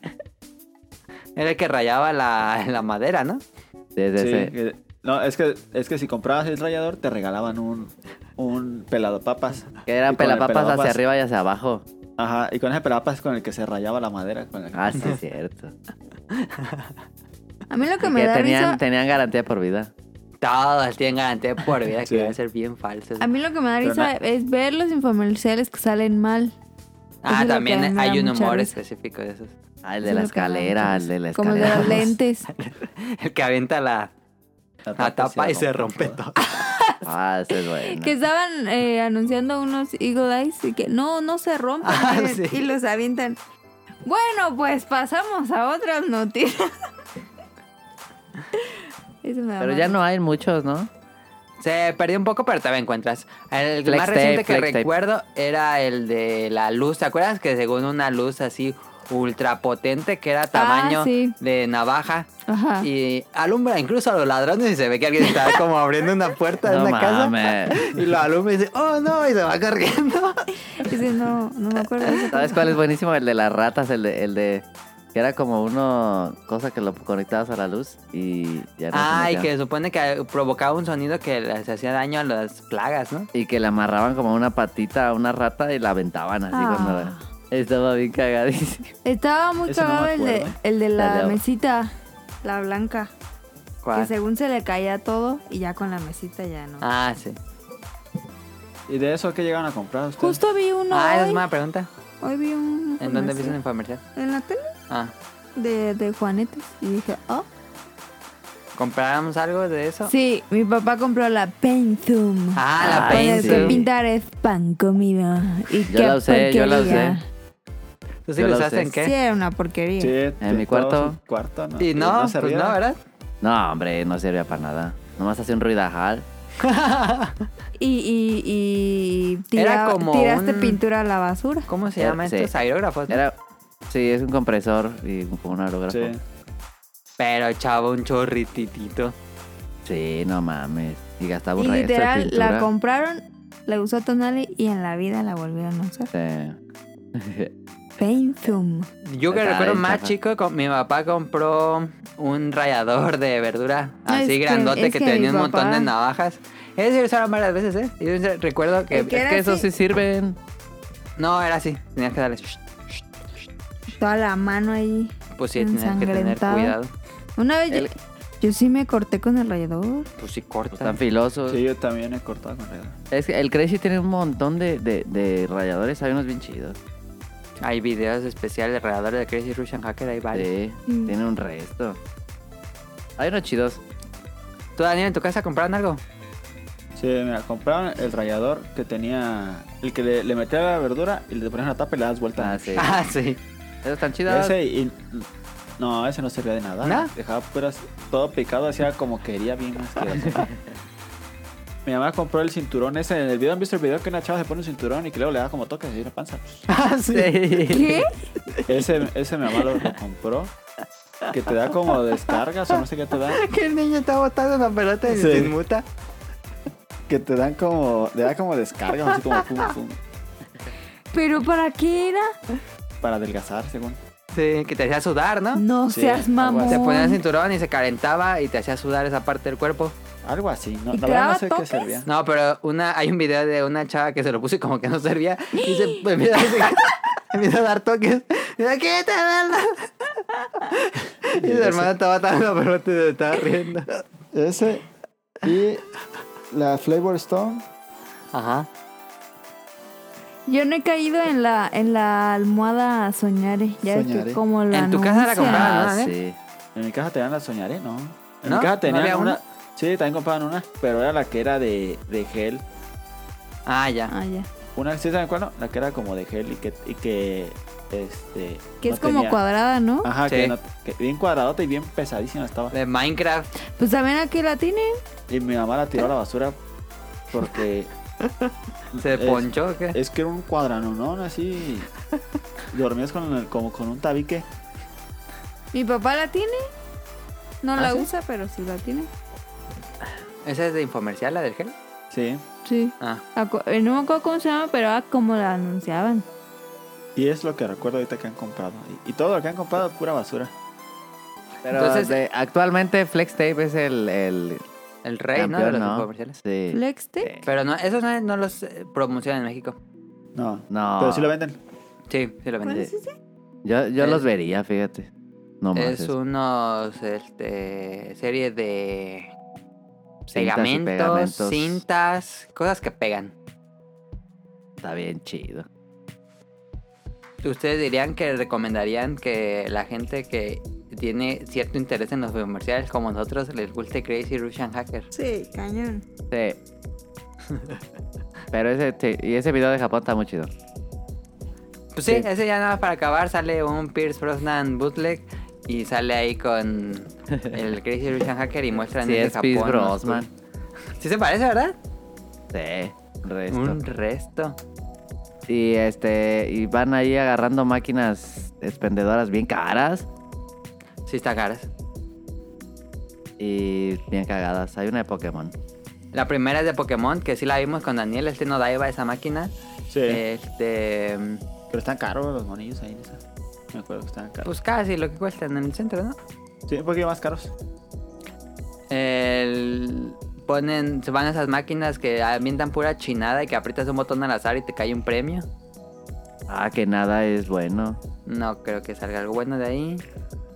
[SPEAKER 2] Era el que rayaba la, la madera, ¿no?
[SPEAKER 4] Sí, sí,
[SPEAKER 3] Sí,
[SPEAKER 4] sí.
[SPEAKER 3] que- no, es que, es que si comprabas el rayador te regalaban un, un pelado papas.
[SPEAKER 4] Que eran
[SPEAKER 3] Y con el
[SPEAKER 4] pelapapas hacia
[SPEAKER 3] pelapapas-
[SPEAKER 4] arriba y hacia abajo.
[SPEAKER 3] Ajá, y con ese pelapas con el que se rayaba la madera. Con el que-
[SPEAKER 4] Ah, sí, es cierto.
[SPEAKER 1] A mí lo que
[SPEAKER 4] Y
[SPEAKER 1] me
[SPEAKER 4] que
[SPEAKER 1] da
[SPEAKER 4] tenían,
[SPEAKER 1] risa.
[SPEAKER 4] tenían garantía por vida.
[SPEAKER 2] Todos tienen garantía por vida
[SPEAKER 3] Sí.
[SPEAKER 2] que van a ser bien falsos.
[SPEAKER 1] A mí lo que me da
[SPEAKER 3] Pero
[SPEAKER 1] risa es ver los infomerciales que salen mal. eso es
[SPEAKER 2] Ah,
[SPEAKER 1] lo que
[SPEAKER 2] también
[SPEAKER 1] me da
[SPEAKER 2] hay un
[SPEAKER 1] mucha
[SPEAKER 2] humor
[SPEAKER 1] risa.
[SPEAKER 2] específico de esos.
[SPEAKER 4] Ah, el
[SPEAKER 1] Eso es
[SPEAKER 4] de
[SPEAKER 1] lo que me
[SPEAKER 4] la
[SPEAKER 1] da
[SPEAKER 4] escalera,
[SPEAKER 1] mucha
[SPEAKER 4] el de la escalera.
[SPEAKER 1] Como el de los
[SPEAKER 4] los-
[SPEAKER 1] lentes.
[SPEAKER 2] El que avienta la,
[SPEAKER 3] La
[SPEAKER 2] la tapa y se rompe
[SPEAKER 3] toda.
[SPEAKER 2] todo.
[SPEAKER 4] Ah, ese es bueno.
[SPEAKER 1] Que estaban eh, anunciando unos Eagle Eyes y que no, no se rompen.
[SPEAKER 2] Ah,
[SPEAKER 1] miren,
[SPEAKER 2] sí.
[SPEAKER 1] Y los avientan. Bueno, pues pasamos a otras noticias. Eso me da
[SPEAKER 4] Pero
[SPEAKER 1] más
[SPEAKER 4] ya
[SPEAKER 1] risa.
[SPEAKER 4] no hay muchos, ¿no?
[SPEAKER 2] Se perdió un poco, pero te encuentras. El
[SPEAKER 4] Flex
[SPEAKER 2] más
[SPEAKER 4] tape,
[SPEAKER 2] reciente que
[SPEAKER 4] flex tape.
[SPEAKER 2] recuerdo era el de la luz. ¿Te acuerdas que según una luz así ultra potente que era tamaño
[SPEAKER 1] Ah, sí. Ah.
[SPEAKER 2] de navaja?
[SPEAKER 1] Ajá.
[SPEAKER 2] Y alumbra incluso a los ladrones y se ve que alguien está como abriendo una puerta de
[SPEAKER 4] No
[SPEAKER 2] una casa.
[SPEAKER 4] mames.
[SPEAKER 2] Y lo alumbra y dice, oh no, y se va corriendo.
[SPEAKER 1] Ese no, no me acuerdo. de ese.
[SPEAKER 4] ¿Sabes cuál es buenísimo? El de las ratas, el de, el de que era como uno cosa que lo conectabas a la luz y ya no se
[SPEAKER 2] Ay, que
[SPEAKER 4] metían.
[SPEAKER 2] se supone que provocaba un sonido que les hacía daño a las plagas, ¿no?
[SPEAKER 4] y que le amarraban como una patita a una rata y la aventaban así
[SPEAKER 1] Ah.
[SPEAKER 4] cuando la- estaba bien cagadísimo.
[SPEAKER 1] Estaba muy
[SPEAKER 3] Ese no me
[SPEAKER 1] cagado el, de,
[SPEAKER 2] ¿eh?
[SPEAKER 3] acuerdo.
[SPEAKER 1] el de la
[SPEAKER 4] Dale, o-
[SPEAKER 1] mesita, la blanca. Que
[SPEAKER 2] ¿Cuál?
[SPEAKER 1] según se le caía todo y ya con la mesita ya no.
[SPEAKER 2] Ah, sí.
[SPEAKER 3] ¿Y de eso qué llegaron a comprar ustedes?
[SPEAKER 1] Justo vi uno
[SPEAKER 2] Ah, esa es
[SPEAKER 1] hoy.
[SPEAKER 2] una pregunta.
[SPEAKER 1] Hoy vi un...
[SPEAKER 2] ¿En dónde viste el
[SPEAKER 1] comercial.
[SPEAKER 2] infomercial?
[SPEAKER 1] En la tele
[SPEAKER 2] Ah.
[SPEAKER 1] de, de Juanetes. Y dije, oh.
[SPEAKER 2] ¿Compramos algo de eso?
[SPEAKER 1] Sí, mi papá compró la Paint Zoom.
[SPEAKER 2] Ah, la
[SPEAKER 4] Ah,
[SPEAKER 1] Con el
[SPEAKER 2] Paint
[SPEAKER 4] sí.
[SPEAKER 1] que
[SPEAKER 2] Zoom.
[SPEAKER 1] pintar es pan comido. Y
[SPEAKER 4] Yo
[SPEAKER 1] qué
[SPEAKER 4] la usé, yo la
[SPEAKER 1] porquería.
[SPEAKER 4] usé.
[SPEAKER 2] ¿Tú sí
[SPEAKER 4] Yo
[SPEAKER 2] lo
[SPEAKER 4] la
[SPEAKER 2] usaste
[SPEAKER 4] usé.
[SPEAKER 2] en
[SPEAKER 1] Sí,
[SPEAKER 2] qué?
[SPEAKER 1] era una porquería.
[SPEAKER 3] Sí,
[SPEAKER 4] En mi
[SPEAKER 3] todo
[SPEAKER 4] cuarto.
[SPEAKER 3] su cuarto, ¿no?
[SPEAKER 2] Y no,
[SPEAKER 3] se
[SPEAKER 2] pues
[SPEAKER 3] rieron.
[SPEAKER 2] no, ¿verdad?
[SPEAKER 4] No, hombre, no servía para nada. Nomás hacía un ruidajal.
[SPEAKER 1] Y, y, y
[SPEAKER 2] Era
[SPEAKER 1] tira-
[SPEAKER 2] como
[SPEAKER 1] tiraste
[SPEAKER 2] un-
[SPEAKER 1] pintura a la basura.
[SPEAKER 2] ¿Cómo se
[SPEAKER 4] Era-
[SPEAKER 2] llaman
[SPEAKER 4] Eh, sí.
[SPEAKER 2] estos aerógrafos?
[SPEAKER 4] Era sí, es un compresor y como un aerógrafo.
[SPEAKER 3] Sí.
[SPEAKER 4] Sí.
[SPEAKER 2] Pero chavo, un chorrititito.
[SPEAKER 4] no mames. Y gastaba
[SPEAKER 1] Y
[SPEAKER 4] un resto de
[SPEAKER 1] literal, la
[SPEAKER 4] pintura.
[SPEAKER 1] compraron, la usó Tonali y en la vida la volvieron a usar.
[SPEAKER 4] Sí.
[SPEAKER 1] Paint Zoom.
[SPEAKER 2] Yo que
[SPEAKER 4] Está
[SPEAKER 2] recuerdo
[SPEAKER 4] bien
[SPEAKER 2] más
[SPEAKER 4] Pues chafa.
[SPEAKER 2] chico, con- mi papá compró un rallador de verdura
[SPEAKER 1] Ah, es
[SPEAKER 2] así
[SPEAKER 1] que-
[SPEAKER 2] grandote que,
[SPEAKER 1] es que
[SPEAKER 2] tenía
[SPEAKER 1] mi
[SPEAKER 2] un montón
[SPEAKER 1] papá-
[SPEAKER 2] de navajas. Ese lo usaron varias veces, ¿eh? Yo se- recuerdo que...
[SPEAKER 1] El que
[SPEAKER 4] es
[SPEAKER 1] era
[SPEAKER 4] que esos
[SPEAKER 1] así.
[SPEAKER 4] sí sirven.
[SPEAKER 2] No, era así. Tenías que darle...
[SPEAKER 1] Toda la mano ahí.
[SPEAKER 2] Pues sí, tenías que tener
[SPEAKER 1] Ensangrentado.
[SPEAKER 2] cuidado.
[SPEAKER 1] Una vez
[SPEAKER 4] El-
[SPEAKER 1] yo, yo sí me corté con el rallador.
[SPEAKER 2] Pues sí,
[SPEAKER 4] Pues
[SPEAKER 2] corta.
[SPEAKER 4] Están filosos.
[SPEAKER 3] Sí, yo también he cortado con regla.
[SPEAKER 4] Es que el Crazy tiene un montón de, de, de rayadores. Hay unos bien chidos.
[SPEAKER 2] Hay videos especiales de ralladores de Crazy Russian Hacker, hay varios.
[SPEAKER 4] Sí,
[SPEAKER 1] Mm.
[SPEAKER 4] tiene un resto. Hay unos chidos.
[SPEAKER 2] ¿Tú, Daniel, en tu casa compraron algo?
[SPEAKER 3] Sí, mira, compraron el rallador que tenía. El que le, le metía la verdura y le ponías una tapa y le das vuelta.
[SPEAKER 4] Ah, sí.
[SPEAKER 2] Ah, sí.
[SPEAKER 4] Esos están chidos.
[SPEAKER 3] Ese y. No, ese no servía de nada.
[SPEAKER 2] ¿No?
[SPEAKER 3] Dejaba puras, todo picado, hacía como quería bien asqueroso. Mi mamá compró el cinturón ese. En el video han visto el video que una chava se pone un cinturón y que luego le da como toques así en la panza.
[SPEAKER 2] Ah, sí.
[SPEAKER 1] ¿Qué?
[SPEAKER 3] Ese, ese mi mamá lo, lo compró. Que te da como descargas o no sé qué te da.
[SPEAKER 2] Que el niño está botando una pelota y
[SPEAKER 3] Sí.
[SPEAKER 2] se inmuta.
[SPEAKER 3] Que te dan como. Le da como descargas, así como pum, pum.
[SPEAKER 1] ¿Pero para qué era?
[SPEAKER 3] Para adelgazar, según.
[SPEAKER 2] Sí, que te hacía sudar, ¿no?
[SPEAKER 1] No
[SPEAKER 3] Sí,
[SPEAKER 1] seas
[SPEAKER 3] algo
[SPEAKER 1] mamón.
[SPEAKER 3] así.
[SPEAKER 2] Se ponía el cinturón y se calentaba y te hacía sudar esa parte del cuerpo.
[SPEAKER 3] Algo así. No,
[SPEAKER 1] ¿Y
[SPEAKER 3] la
[SPEAKER 1] te
[SPEAKER 3] verdad
[SPEAKER 1] daba
[SPEAKER 3] no sé qué
[SPEAKER 1] toques?
[SPEAKER 3] servía.
[SPEAKER 2] No, pero una, hay un video de una chava que se lo puso y como que no servía. Y se empieza a, empieza a dar toques. Y dice, "Quítate, verla". Y su hermano estaba dando pero te estaba riendo.
[SPEAKER 3] Ese. Y la Flavor Stone.
[SPEAKER 2] Ajá.
[SPEAKER 1] Yo no he caído en la, en la almohada soñare. Ya ves que
[SPEAKER 5] ¿eh?
[SPEAKER 3] Soñaré.
[SPEAKER 1] como la
[SPEAKER 2] En tu casa la
[SPEAKER 1] anuncian.
[SPEAKER 2] compraron.
[SPEAKER 4] Ah,
[SPEAKER 1] ¿Eh?
[SPEAKER 2] Ah,
[SPEAKER 4] sí.
[SPEAKER 3] En mi casa tenían la Soñaré, ¿no?
[SPEAKER 2] ¿No?
[SPEAKER 3] En mi
[SPEAKER 2] ¿No
[SPEAKER 3] casa tenían
[SPEAKER 2] había
[SPEAKER 3] una...
[SPEAKER 2] una?
[SPEAKER 3] Sí, también compraban una, pero era la que era de, de gel.
[SPEAKER 2] Ah, ya.
[SPEAKER 1] Ah, ya.
[SPEAKER 3] Una, ¿sí saben cuál? No? La que era como de gel y que... Y que este,
[SPEAKER 1] Que
[SPEAKER 3] no
[SPEAKER 1] es como
[SPEAKER 3] tenía-
[SPEAKER 1] cuadrada, ¿no?
[SPEAKER 5] Ah.
[SPEAKER 3] Ajá,
[SPEAKER 2] Sí.
[SPEAKER 3] que, no- que bien cuadradota y bien pesadísima estaba.
[SPEAKER 2] De Minecraft.
[SPEAKER 1] Pues también aquí la tiene.
[SPEAKER 3] Y mi mamá la tiró a la basura porque
[SPEAKER 2] Se
[SPEAKER 3] Es-
[SPEAKER 2] ponchó. o ¿qué?
[SPEAKER 3] es que era un cuadranonón así. Dormías con el- como con un tabique.
[SPEAKER 1] Mi papá la tiene. No
[SPEAKER 2] ¿Ah,
[SPEAKER 1] la
[SPEAKER 2] sí?
[SPEAKER 1] usa, pero sí la tiene.
[SPEAKER 2] ¿Esa es de infomercial, la del gel?
[SPEAKER 3] Sí.
[SPEAKER 1] Sí.
[SPEAKER 2] Ah.
[SPEAKER 1] Acu- eh, no me acuerdo cómo se llama, pero ah, como la anunciaban.
[SPEAKER 3] Y es lo que recuerdo ahorita que han comprado. Y, y todo lo que han comprado es pura basura.
[SPEAKER 4] Pero
[SPEAKER 2] Entonces-
[SPEAKER 4] de- actualmente Flex Tape es el, el
[SPEAKER 2] El rey, ¿no? De
[SPEAKER 4] campeón,
[SPEAKER 2] los
[SPEAKER 4] Ah, ¿no?
[SPEAKER 2] infomerciales.
[SPEAKER 4] Sí.
[SPEAKER 1] Flex Tape.
[SPEAKER 4] Sí.
[SPEAKER 2] Pero no, esos no, no los eh, promocionan en México.
[SPEAKER 3] No.
[SPEAKER 4] No.
[SPEAKER 3] Pero sí lo venden.
[SPEAKER 2] Sí, sí lo
[SPEAKER 5] ¿Cuál
[SPEAKER 2] vendí.
[SPEAKER 5] es ese?
[SPEAKER 4] Yo, yo
[SPEAKER 2] Es-
[SPEAKER 4] los vería, fíjate. Pues, No más.
[SPEAKER 2] Es
[SPEAKER 4] eso.
[SPEAKER 2] unos este serie de
[SPEAKER 4] Cintas y
[SPEAKER 2] pegamentos,
[SPEAKER 4] pegamentos.
[SPEAKER 2] cintas, cosas que pegan.
[SPEAKER 4] Está bien chido.
[SPEAKER 2] ¿Ustedes dirían que recomendarían que la gente que tiene cierto interés en los comerciales como nosotros les guste Crazy Russian Hacker?
[SPEAKER 5] Sí, cañón.
[SPEAKER 4] Sí. Pero ese, te- y ese video de Japón está muy chido.
[SPEAKER 2] Pues sí,
[SPEAKER 4] Sí.
[SPEAKER 2] ese ya nada más para acabar sale un Pierce Brosnan bootleg y sale ahí con el Crazy Russian Hacker y muestran
[SPEAKER 4] Sí,
[SPEAKER 2] el de
[SPEAKER 4] es Pierce
[SPEAKER 2] Japón, ¿no?
[SPEAKER 4] Brosnan.
[SPEAKER 2] Sí se parece, ¿verdad?
[SPEAKER 4] Sí. Resto.
[SPEAKER 2] Un resto.
[SPEAKER 4] Y este y van ahí agarrando máquinas expendedoras bien caras
[SPEAKER 2] Sí está caras.
[SPEAKER 4] y bien cagadas. Hay una de Pokémon.
[SPEAKER 2] La primera es de Pokémon, que sí la vimos con Daniel, este no daiba esa máquina.
[SPEAKER 3] Sí.
[SPEAKER 2] Este.
[SPEAKER 3] Pero están caros los monillos ahí en esa. Me acuerdo que estaban caros.
[SPEAKER 2] Pues casi lo que cuestan en el centro, ¿no?
[SPEAKER 3] Sí, un poquito más caros.
[SPEAKER 2] El- Ponen, se van esas máquinas que avientan pura chinada y que aprietas un botón al azar y te cae un premio.
[SPEAKER 4] Ah, que nada es bueno.
[SPEAKER 2] No creo que salga algo bueno de ahí.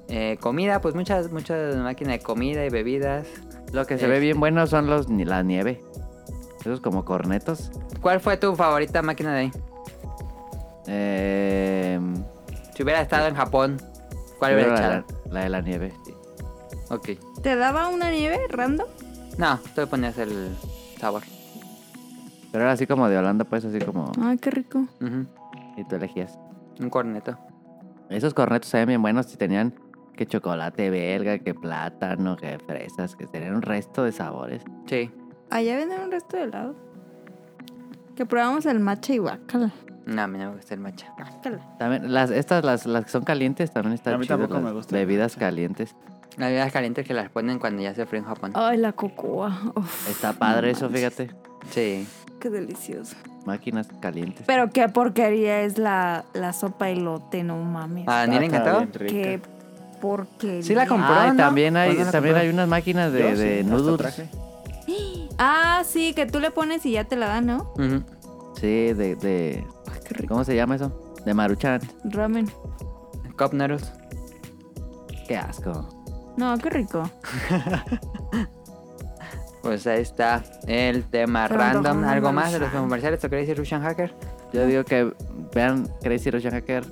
[SPEAKER 2] Eh, comida, pues muchas, muchas máquinas de comida y bebidas.
[SPEAKER 4] Lo que se
[SPEAKER 2] Este.
[SPEAKER 4] ve bien bueno son los ni- la nieve. Esos como cornetos.
[SPEAKER 2] ¿Cuál fue tu favorita máquina de ahí?
[SPEAKER 4] Eh,
[SPEAKER 2] Si hubiera estado en Japón, ¿cuál
[SPEAKER 4] yo
[SPEAKER 2] hubiera
[SPEAKER 4] la,
[SPEAKER 2] echado?
[SPEAKER 4] la- la de la nieve.
[SPEAKER 2] Ok.
[SPEAKER 5] ¿Te daba una nieve random?
[SPEAKER 2] No, tú le ponías el sabor.
[SPEAKER 4] Pero era así como de Holanda, pues así como.
[SPEAKER 1] Ah.
[SPEAKER 5] Ay, qué rico.
[SPEAKER 2] Ujú,
[SPEAKER 4] Y tú elegías.
[SPEAKER 2] Un corneto.
[SPEAKER 4] Esos cornetos se ven bien buenos si tenían que chocolate belga, que plátano, que fresas, que tenían un resto de sabores.
[SPEAKER 2] Sí.
[SPEAKER 5] Allá venden un resto de helado. Que probamos el matcha y guacala.
[SPEAKER 2] No, a mí no me gusta el matcha.
[SPEAKER 4] También, las, estas, las, las que son calientes, también están
[SPEAKER 3] A mí
[SPEAKER 4] chidas,
[SPEAKER 3] tampoco
[SPEAKER 4] las
[SPEAKER 3] me gusta.
[SPEAKER 4] Bebidas calientes.
[SPEAKER 2] Las bebidas calientes que las ponen cuando ya se frío en Japón.
[SPEAKER 5] Ay, la cocoa. Uf,
[SPEAKER 4] Está padre eso, fíjate.
[SPEAKER 2] Sí.
[SPEAKER 5] qué delicioso.
[SPEAKER 4] Máquinas calientes.
[SPEAKER 5] Pero qué porquería es la, la sopa elote, no mames.
[SPEAKER 2] ¿A Daniel le
[SPEAKER 3] Ah, Está
[SPEAKER 2] encantó?
[SPEAKER 3] bien rica.
[SPEAKER 5] qué porquería.
[SPEAKER 2] Ah, Sí la compró,
[SPEAKER 4] Ah, y
[SPEAKER 2] ¿no?
[SPEAKER 4] también hay,
[SPEAKER 2] ¿Cuándo la
[SPEAKER 4] también
[SPEAKER 2] compró?
[SPEAKER 4] hay unas máquinas
[SPEAKER 3] Yo
[SPEAKER 4] de,
[SPEAKER 3] sí,
[SPEAKER 4] de
[SPEAKER 3] hasta
[SPEAKER 4] noodles.
[SPEAKER 3] traje.
[SPEAKER 5] Ah, sí, que tú le pones y ya te la dan, ¿no?
[SPEAKER 2] Ujú.
[SPEAKER 4] Sí, de, de.
[SPEAKER 5] Ay, qué rico.
[SPEAKER 4] ¿Cómo se llama eso? De Maruchan.
[SPEAKER 5] Ramen.
[SPEAKER 2] Cup noodles.
[SPEAKER 4] Qué asco.
[SPEAKER 5] No, qué rico.
[SPEAKER 2] Pues ahí está el tema
[SPEAKER 5] Se me antojó
[SPEAKER 2] random.
[SPEAKER 5] un
[SPEAKER 2] ¿Algo más de los
[SPEAKER 5] Maruchan.
[SPEAKER 2] comerciales? ¿O queréis decir Russian Hacker?
[SPEAKER 4] Yo digo que vean Crazy Russian Hacker.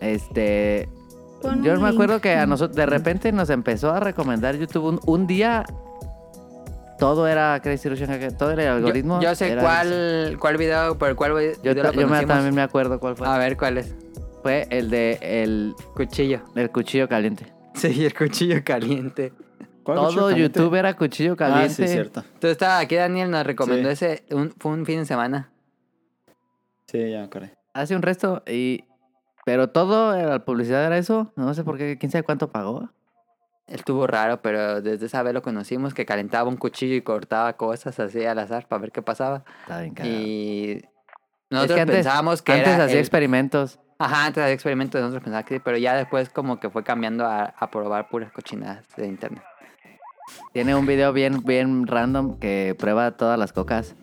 [SPEAKER 4] Este.
[SPEAKER 5] Pon
[SPEAKER 4] yo
[SPEAKER 5] un
[SPEAKER 4] me acuerdo
[SPEAKER 5] link.
[SPEAKER 4] que a nosotros de repente nos empezó a recomendar YouTube un, un día. Todo era Crazy Russian Hacker, todo era el
[SPEAKER 2] Yo-
[SPEAKER 4] algoritmo.
[SPEAKER 2] Yo, sé
[SPEAKER 4] era-
[SPEAKER 2] cuál, cuál video, por cuál vi-
[SPEAKER 4] Yo,
[SPEAKER 2] video lo
[SPEAKER 4] ta- yo me-
[SPEAKER 2] conocimos. Ah.
[SPEAKER 4] también me acuerdo cuál fue.
[SPEAKER 2] A ver, ¿cuál es?
[SPEAKER 4] Fue el de el,
[SPEAKER 2] Cuchillo.
[SPEAKER 4] el cuchillo caliente.
[SPEAKER 2] Sí, el cuchillo caliente.
[SPEAKER 3] ¿Cuál cuchillo
[SPEAKER 4] Todo
[SPEAKER 3] caliente?
[SPEAKER 4] YouTube era cuchillo
[SPEAKER 3] Ah,
[SPEAKER 4] caliente.
[SPEAKER 3] sí, cierto.
[SPEAKER 2] Tú estabas aquí, Daniel, nos recomendó
[SPEAKER 3] Sí.
[SPEAKER 2] ese. un- fue un fin de semana.
[SPEAKER 3] Sí, ya me acordé.
[SPEAKER 4] Hace un resto y... Pero todo, eh, la publicidad era eso. No sé por qué, quién sabe cuánto pagó.
[SPEAKER 2] Estuvo raro, pero desde esa vez lo conocimos, que calentaba un cuchillo y cortaba cosas así al azar para ver qué pasaba.
[SPEAKER 4] Está bien caro.
[SPEAKER 2] Y nosotros
[SPEAKER 4] antes-
[SPEAKER 2] pensábamos que
[SPEAKER 4] Antes
[SPEAKER 2] era
[SPEAKER 4] hacía
[SPEAKER 2] el-
[SPEAKER 4] experimentos.
[SPEAKER 2] Ajá, antes había experimentos, nosotros pensábamos que sí, pero ya después como que fue cambiando a, a probar puras cochinadas de internet.
[SPEAKER 4] Tiene un video bien, bien random que prueba todas las cocas.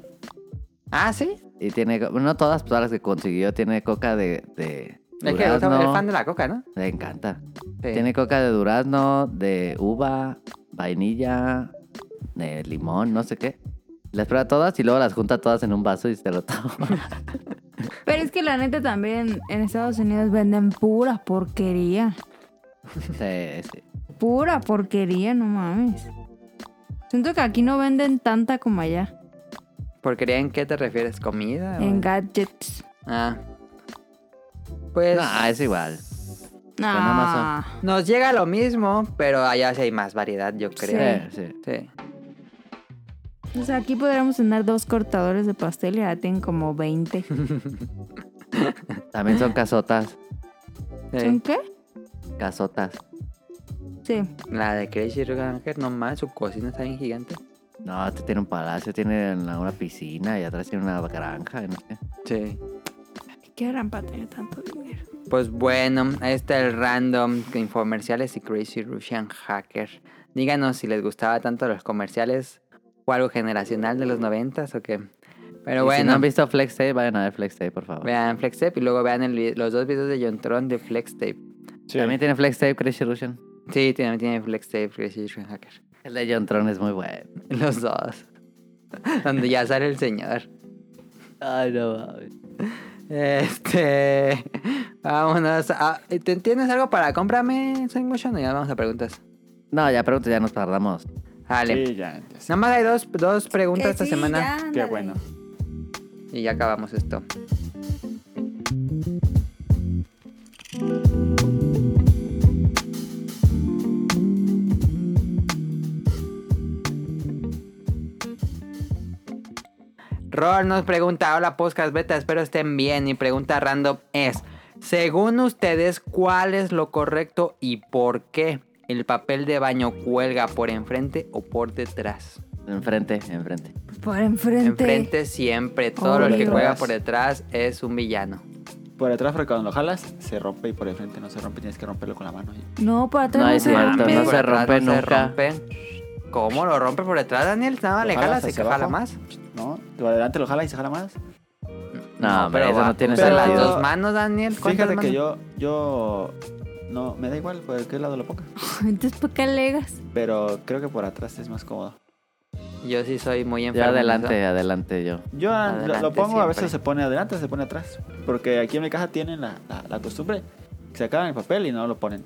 [SPEAKER 2] Ah, sí.
[SPEAKER 4] Y tiene... co- No todas, todas las que consiguió. Tiene coca de... de
[SPEAKER 2] Es que eres
[SPEAKER 4] durazno.
[SPEAKER 2] fan de la coca, ¿no?
[SPEAKER 4] Le encanta.
[SPEAKER 2] Sí.
[SPEAKER 4] Tiene coca de durazno, de uva, vainilla, de limón, no sé qué. Las prueba todas y luego las junta todas en un vaso y se lo toma.
[SPEAKER 5] Pero es que la neta también en Estados Unidos venden pura porquería.
[SPEAKER 4] Sí, sí.
[SPEAKER 5] Pura porquería, no mames. Siento que aquí no venden tanta como allá.
[SPEAKER 2] ¿Porquería en qué te refieres? ¿Comida? o-
[SPEAKER 5] En gadgets.
[SPEAKER 2] Ah. Pues
[SPEAKER 4] No, es igual.
[SPEAKER 5] No. Ah.
[SPEAKER 4] Amazon.
[SPEAKER 2] nos llega lo mismo, pero allá sí hay más variedad, yo creo.
[SPEAKER 4] Sí, sí.
[SPEAKER 2] Sí.
[SPEAKER 5] O sea, aquí podríamos tener dos cortadores de pastel y ya tienen como 20.
[SPEAKER 4] También son casotas.
[SPEAKER 2] sí.
[SPEAKER 5] ¿Son qué?
[SPEAKER 4] Casotas.
[SPEAKER 5] Sí.
[SPEAKER 2] La de Crazy Russian Hacker, no mames, su cocina está bien gigante.
[SPEAKER 4] No, este tiene un palacio, tiene una, una piscina y atrás tiene una granja. y no sé.
[SPEAKER 2] Sí.
[SPEAKER 5] ¿Qué harán para tener tanto dinero?
[SPEAKER 2] Pues bueno, ahí está el random que infomerciales y Crazy Russian Hacker. Díganos si les gustaba tanto los comerciales o algo generacional de los noventas o qué.
[SPEAKER 4] Y
[SPEAKER 2] Pero
[SPEAKER 4] si no
[SPEAKER 2] bueno,
[SPEAKER 4] han visto Flex Tape, vayan a ver Flex Tape, por favor.
[SPEAKER 2] vean Flex Tape y luego vean el vi- los dos videos de John Tron de Flex Tape.
[SPEAKER 3] Sí.
[SPEAKER 4] También tiene Flex Tape Crazy Russian.
[SPEAKER 2] Sí, también tiene Flex Tape, Crazy Russian Hacker.
[SPEAKER 4] El de John Tron es muy bueno.
[SPEAKER 2] Los dos. Donde ya sale el señor.
[SPEAKER 4] Ay, no mames.
[SPEAKER 2] Este. Vámonos. a- ¿te- ¿Tienes algo para cómprame, Sonic Motion? O ya vamos a preguntas.
[SPEAKER 4] No, ya pronto ya nos tardamos.
[SPEAKER 2] Dale.
[SPEAKER 3] Sí, ya, ya sé.
[SPEAKER 2] Nada más hay dos, dos preguntas
[SPEAKER 1] Que
[SPEAKER 2] esta
[SPEAKER 1] sí,
[SPEAKER 2] semana.
[SPEAKER 1] ya, ándale.
[SPEAKER 3] Qué bueno.
[SPEAKER 2] Y ya acabamos esto. Ror nos pregunta, hola podcast beta, espero estén bien. Mi pregunta random es, según ustedes, ¿cuál es lo correcto y por qué? ¿El papel de baño cuelga por enfrente o por detrás?
[SPEAKER 4] Enfrente, enfrente.
[SPEAKER 1] Por enfrente.
[SPEAKER 2] Enfrente siempre, todo
[SPEAKER 1] Obvio.
[SPEAKER 2] lo que juega por detrás es un villano.
[SPEAKER 3] Por atrás, porque cuando lo jalas, se rompe y por el frente no se rompe, tienes que romperlo con la mano.
[SPEAKER 1] No, para atrás
[SPEAKER 4] No
[SPEAKER 1] no,
[SPEAKER 4] es
[SPEAKER 1] se
[SPEAKER 4] cierto,
[SPEAKER 1] rompe.
[SPEAKER 4] no
[SPEAKER 2] Por
[SPEAKER 4] se
[SPEAKER 2] atrás
[SPEAKER 4] rompe
[SPEAKER 2] no se
[SPEAKER 4] nunca.
[SPEAKER 2] rompe. ¿Cómo lo rompe por detrás, Daniel? Nada,
[SPEAKER 3] ¿Lo
[SPEAKER 2] le
[SPEAKER 3] jalas
[SPEAKER 2] jala, se
[SPEAKER 3] hacia
[SPEAKER 2] jala
[SPEAKER 3] abajo?
[SPEAKER 2] más.
[SPEAKER 3] No, por adelante lo jala y se jala más.
[SPEAKER 4] No, hombre, eso
[SPEAKER 2] va,
[SPEAKER 4] no tiene
[SPEAKER 2] usa las
[SPEAKER 4] sentido.
[SPEAKER 2] dos manos, Daniel. ¿Cuántas
[SPEAKER 3] Fíjate que
[SPEAKER 2] manos?
[SPEAKER 3] yo, yo, no, me da igual por qué lado lo ponga,
[SPEAKER 1] Entonces, ¿por qué alegas?
[SPEAKER 3] pero creo que por atrás es más cómodo.
[SPEAKER 2] Yo sí soy muy
[SPEAKER 4] Yo
[SPEAKER 2] enfermo. en
[SPEAKER 4] adelante,
[SPEAKER 2] eso.
[SPEAKER 4] adelante yo.
[SPEAKER 3] Yo a- lo- lo,
[SPEAKER 2] Adelante
[SPEAKER 3] pongo, a veces
[SPEAKER 2] siempre.
[SPEAKER 3] se pone adelante, se pone atrás, porque aquí en mi casa tienen la, la, la costumbre que se acaban el papel y no lo ponen.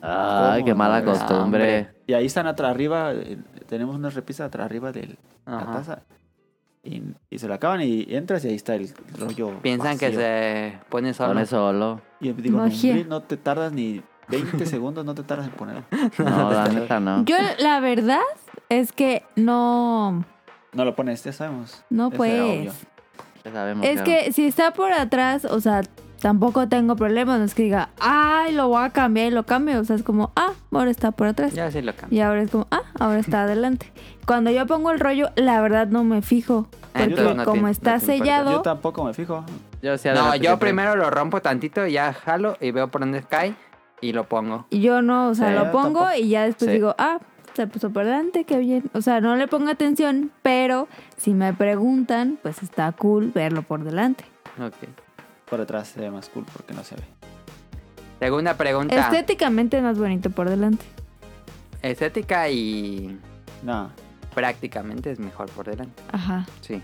[SPEAKER 4] Ay,
[SPEAKER 3] ¿Cómo?
[SPEAKER 4] qué mala
[SPEAKER 3] No,
[SPEAKER 4] costumbre.
[SPEAKER 3] Y ahí están atrás arriba, eh, tenemos una repisa atrás arriba de la
[SPEAKER 2] Ajá.
[SPEAKER 3] taza. Y, y se la acaban y entras y ahí está el rollo.
[SPEAKER 2] Piensan que
[SPEAKER 3] vacío.
[SPEAKER 2] se pone solo.
[SPEAKER 4] Pone solo.
[SPEAKER 3] Y yo digo, no,
[SPEAKER 1] Magia.
[SPEAKER 3] hombre, no te tardas ni 20 segundos, no te tardas en ponerlo.
[SPEAKER 4] No, la neta no.
[SPEAKER 1] Yo, la verdad, es que no.
[SPEAKER 3] No lo pones, ya sabemos.
[SPEAKER 1] No,
[SPEAKER 3] Eso era obvio.
[SPEAKER 1] pues.
[SPEAKER 4] Ya sabemos,
[SPEAKER 1] Es
[SPEAKER 4] claro.
[SPEAKER 1] que si está por atrás, o sea, tampoco tengo problema. No es que diga, ay, lo voy a cambiar y lo cambio. O sea, es como, ah, ahora está por atrás.
[SPEAKER 2] Ya sí lo cambio.
[SPEAKER 1] Y ahora es como, ah, ahora está adelante. Cuando yo pongo el rollo, la verdad no me fijo.
[SPEAKER 2] Ah, entonces
[SPEAKER 1] Porque
[SPEAKER 2] no te-
[SPEAKER 1] como
[SPEAKER 2] no te
[SPEAKER 1] está
[SPEAKER 2] importa.
[SPEAKER 1] sellado,
[SPEAKER 3] Yo tampoco me fijo.
[SPEAKER 4] Yo sí
[SPEAKER 2] No,
[SPEAKER 4] adelante
[SPEAKER 2] yo
[SPEAKER 4] siempre.
[SPEAKER 2] primero lo rompo tantito, ya jalo y veo por dónde cae y lo pongo.
[SPEAKER 1] yo no, o sea,
[SPEAKER 4] Sí.
[SPEAKER 1] lo pongo
[SPEAKER 3] Tampoco.
[SPEAKER 1] y ya después
[SPEAKER 4] Sí.
[SPEAKER 1] digo, ah, se puso por delante, qué bien. O sea, no le pongo atención, pero si me preguntan, pues está cool verlo por delante.
[SPEAKER 2] Ok.
[SPEAKER 3] Por atrás se ve más cool porque no se ve.
[SPEAKER 2] Segunda pregunta.
[SPEAKER 1] Este- Estéticamente es más bonito por delante.
[SPEAKER 2] Estética y
[SPEAKER 3] No,
[SPEAKER 2] prácticamente es mejor por delante.
[SPEAKER 1] Ajá.
[SPEAKER 2] Sí.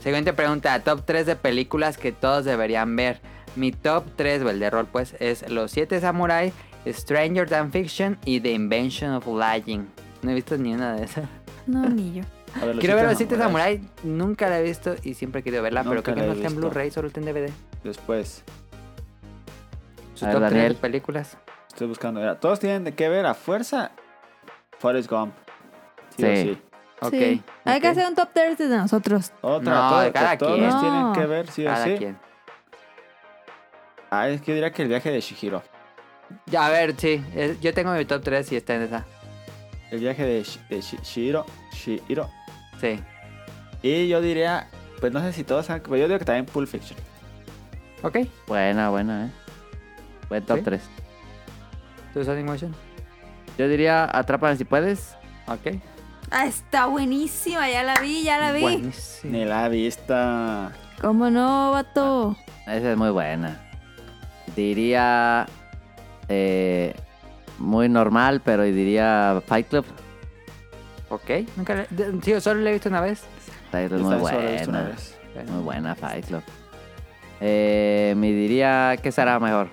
[SPEAKER 2] Siguiente pregunta, top 3 de películas que todos deberían ver. Mi top 3, o el de rol pues, es Los Siete Samuráis, Stranger Than Fiction y The Invention of Lying. No he visto ni una de esas.
[SPEAKER 1] No, ni yo.
[SPEAKER 3] A ver,
[SPEAKER 2] Quiero ver Los
[SPEAKER 3] siete
[SPEAKER 2] Siete Samuráis, nunca la he visto y siempre he querido verla, pero
[SPEAKER 3] Nunca
[SPEAKER 2] creo que
[SPEAKER 3] la
[SPEAKER 2] no
[SPEAKER 3] he
[SPEAKER 2] está en
[SPEAKER 3] visto.
[SPEAKER 2] Blu-ray, solo está en DVD.
[SPEAKER 3] Después,
[SPEAKER 2] Su
[SPEAKER 4] A ver,
[SPEAKER 2] top 3 de
[SPEAKER 4] Daniel.
[SPEAKER 2] películas.
[SPEAKER 3] estoy buscando. Mira, todos tienen de qué ver a fuerza Forrest Gump. Sí. o
[SPEAKER 4] Sí.
[SPEAKER 3] sí.
[SPEAKER 2] Ok.
[SPEAKER 1] Sí. Hay que
[SPEAKER 2] ok.
[SPEAKER 1] hacer un top 3 de nosotros.
[SPEAKER 3] Otra,
[SPEAKER 2] No,
[SPEAKER 3] todo-
[SPEAKER 2] de cada
[SPEAKER 3] que todos
[SPEAKER 2] quien.
[SPEAKER 3] tienen que ver, sí
[SPEAKER 2] Cada
[SPEAKER 3] o sí.
[SPEAKER 2] quien.
[SPEAKER 3] Ah, es que yo diría que el viaje de Shihiro.
[SPEAKER 2] Ya, A ver, sí. es- yo tengo mi top 3 y está en esa.
[SPEAKER 3] El viaje de, Shi- de Shi- Shihiro. Shihiro.
[SPEAKER 2] Sí.
[SPEAKER 3] Y yo diría, pues no sé si todos saben, pero yo digo que también Pulp Fiction.
[SPEAKER 2] Ok.
[SPEAKER 4] Buena, buena, eh. Buen top
[SPEAKER 2] Sí.
[SPEAKER 4] 3.
[SPEAKER 2] ¿Tú Sonic Motion?
[SPEAKER 4] Yo diría, atrápame si puedes.
[SPEAKER 2] Ok.
[SPEAKER 1] Ah, está buenísima, ya la vi, ya la vi.
[SPEAKER 2] Buenísimo.
[SPEAKER 3] Ni la he visto.
[SPEAKER 1] ¿Cómo no, vato?
[SPEAKER 4] Esa es muy buena. Diría. eh, muy normal, pero diría Fight Club.
[SPEAKER 2] Ok, nunca le... de- Tío, solo la he visto una vez.
[SPEAKER 4] Fight Club
[SPEAKER 3] Yo
[SPEAKER 4] es muy
[SPEAKER 3] también solo la he visto una
[SPEAKER 4] buena.
[SPEAKER 3] vez.
[SPEAKER 2] Pero-
[SPEAKER 4] Muy buena Fight Club. Eh, me diría, ¿qué será mejor?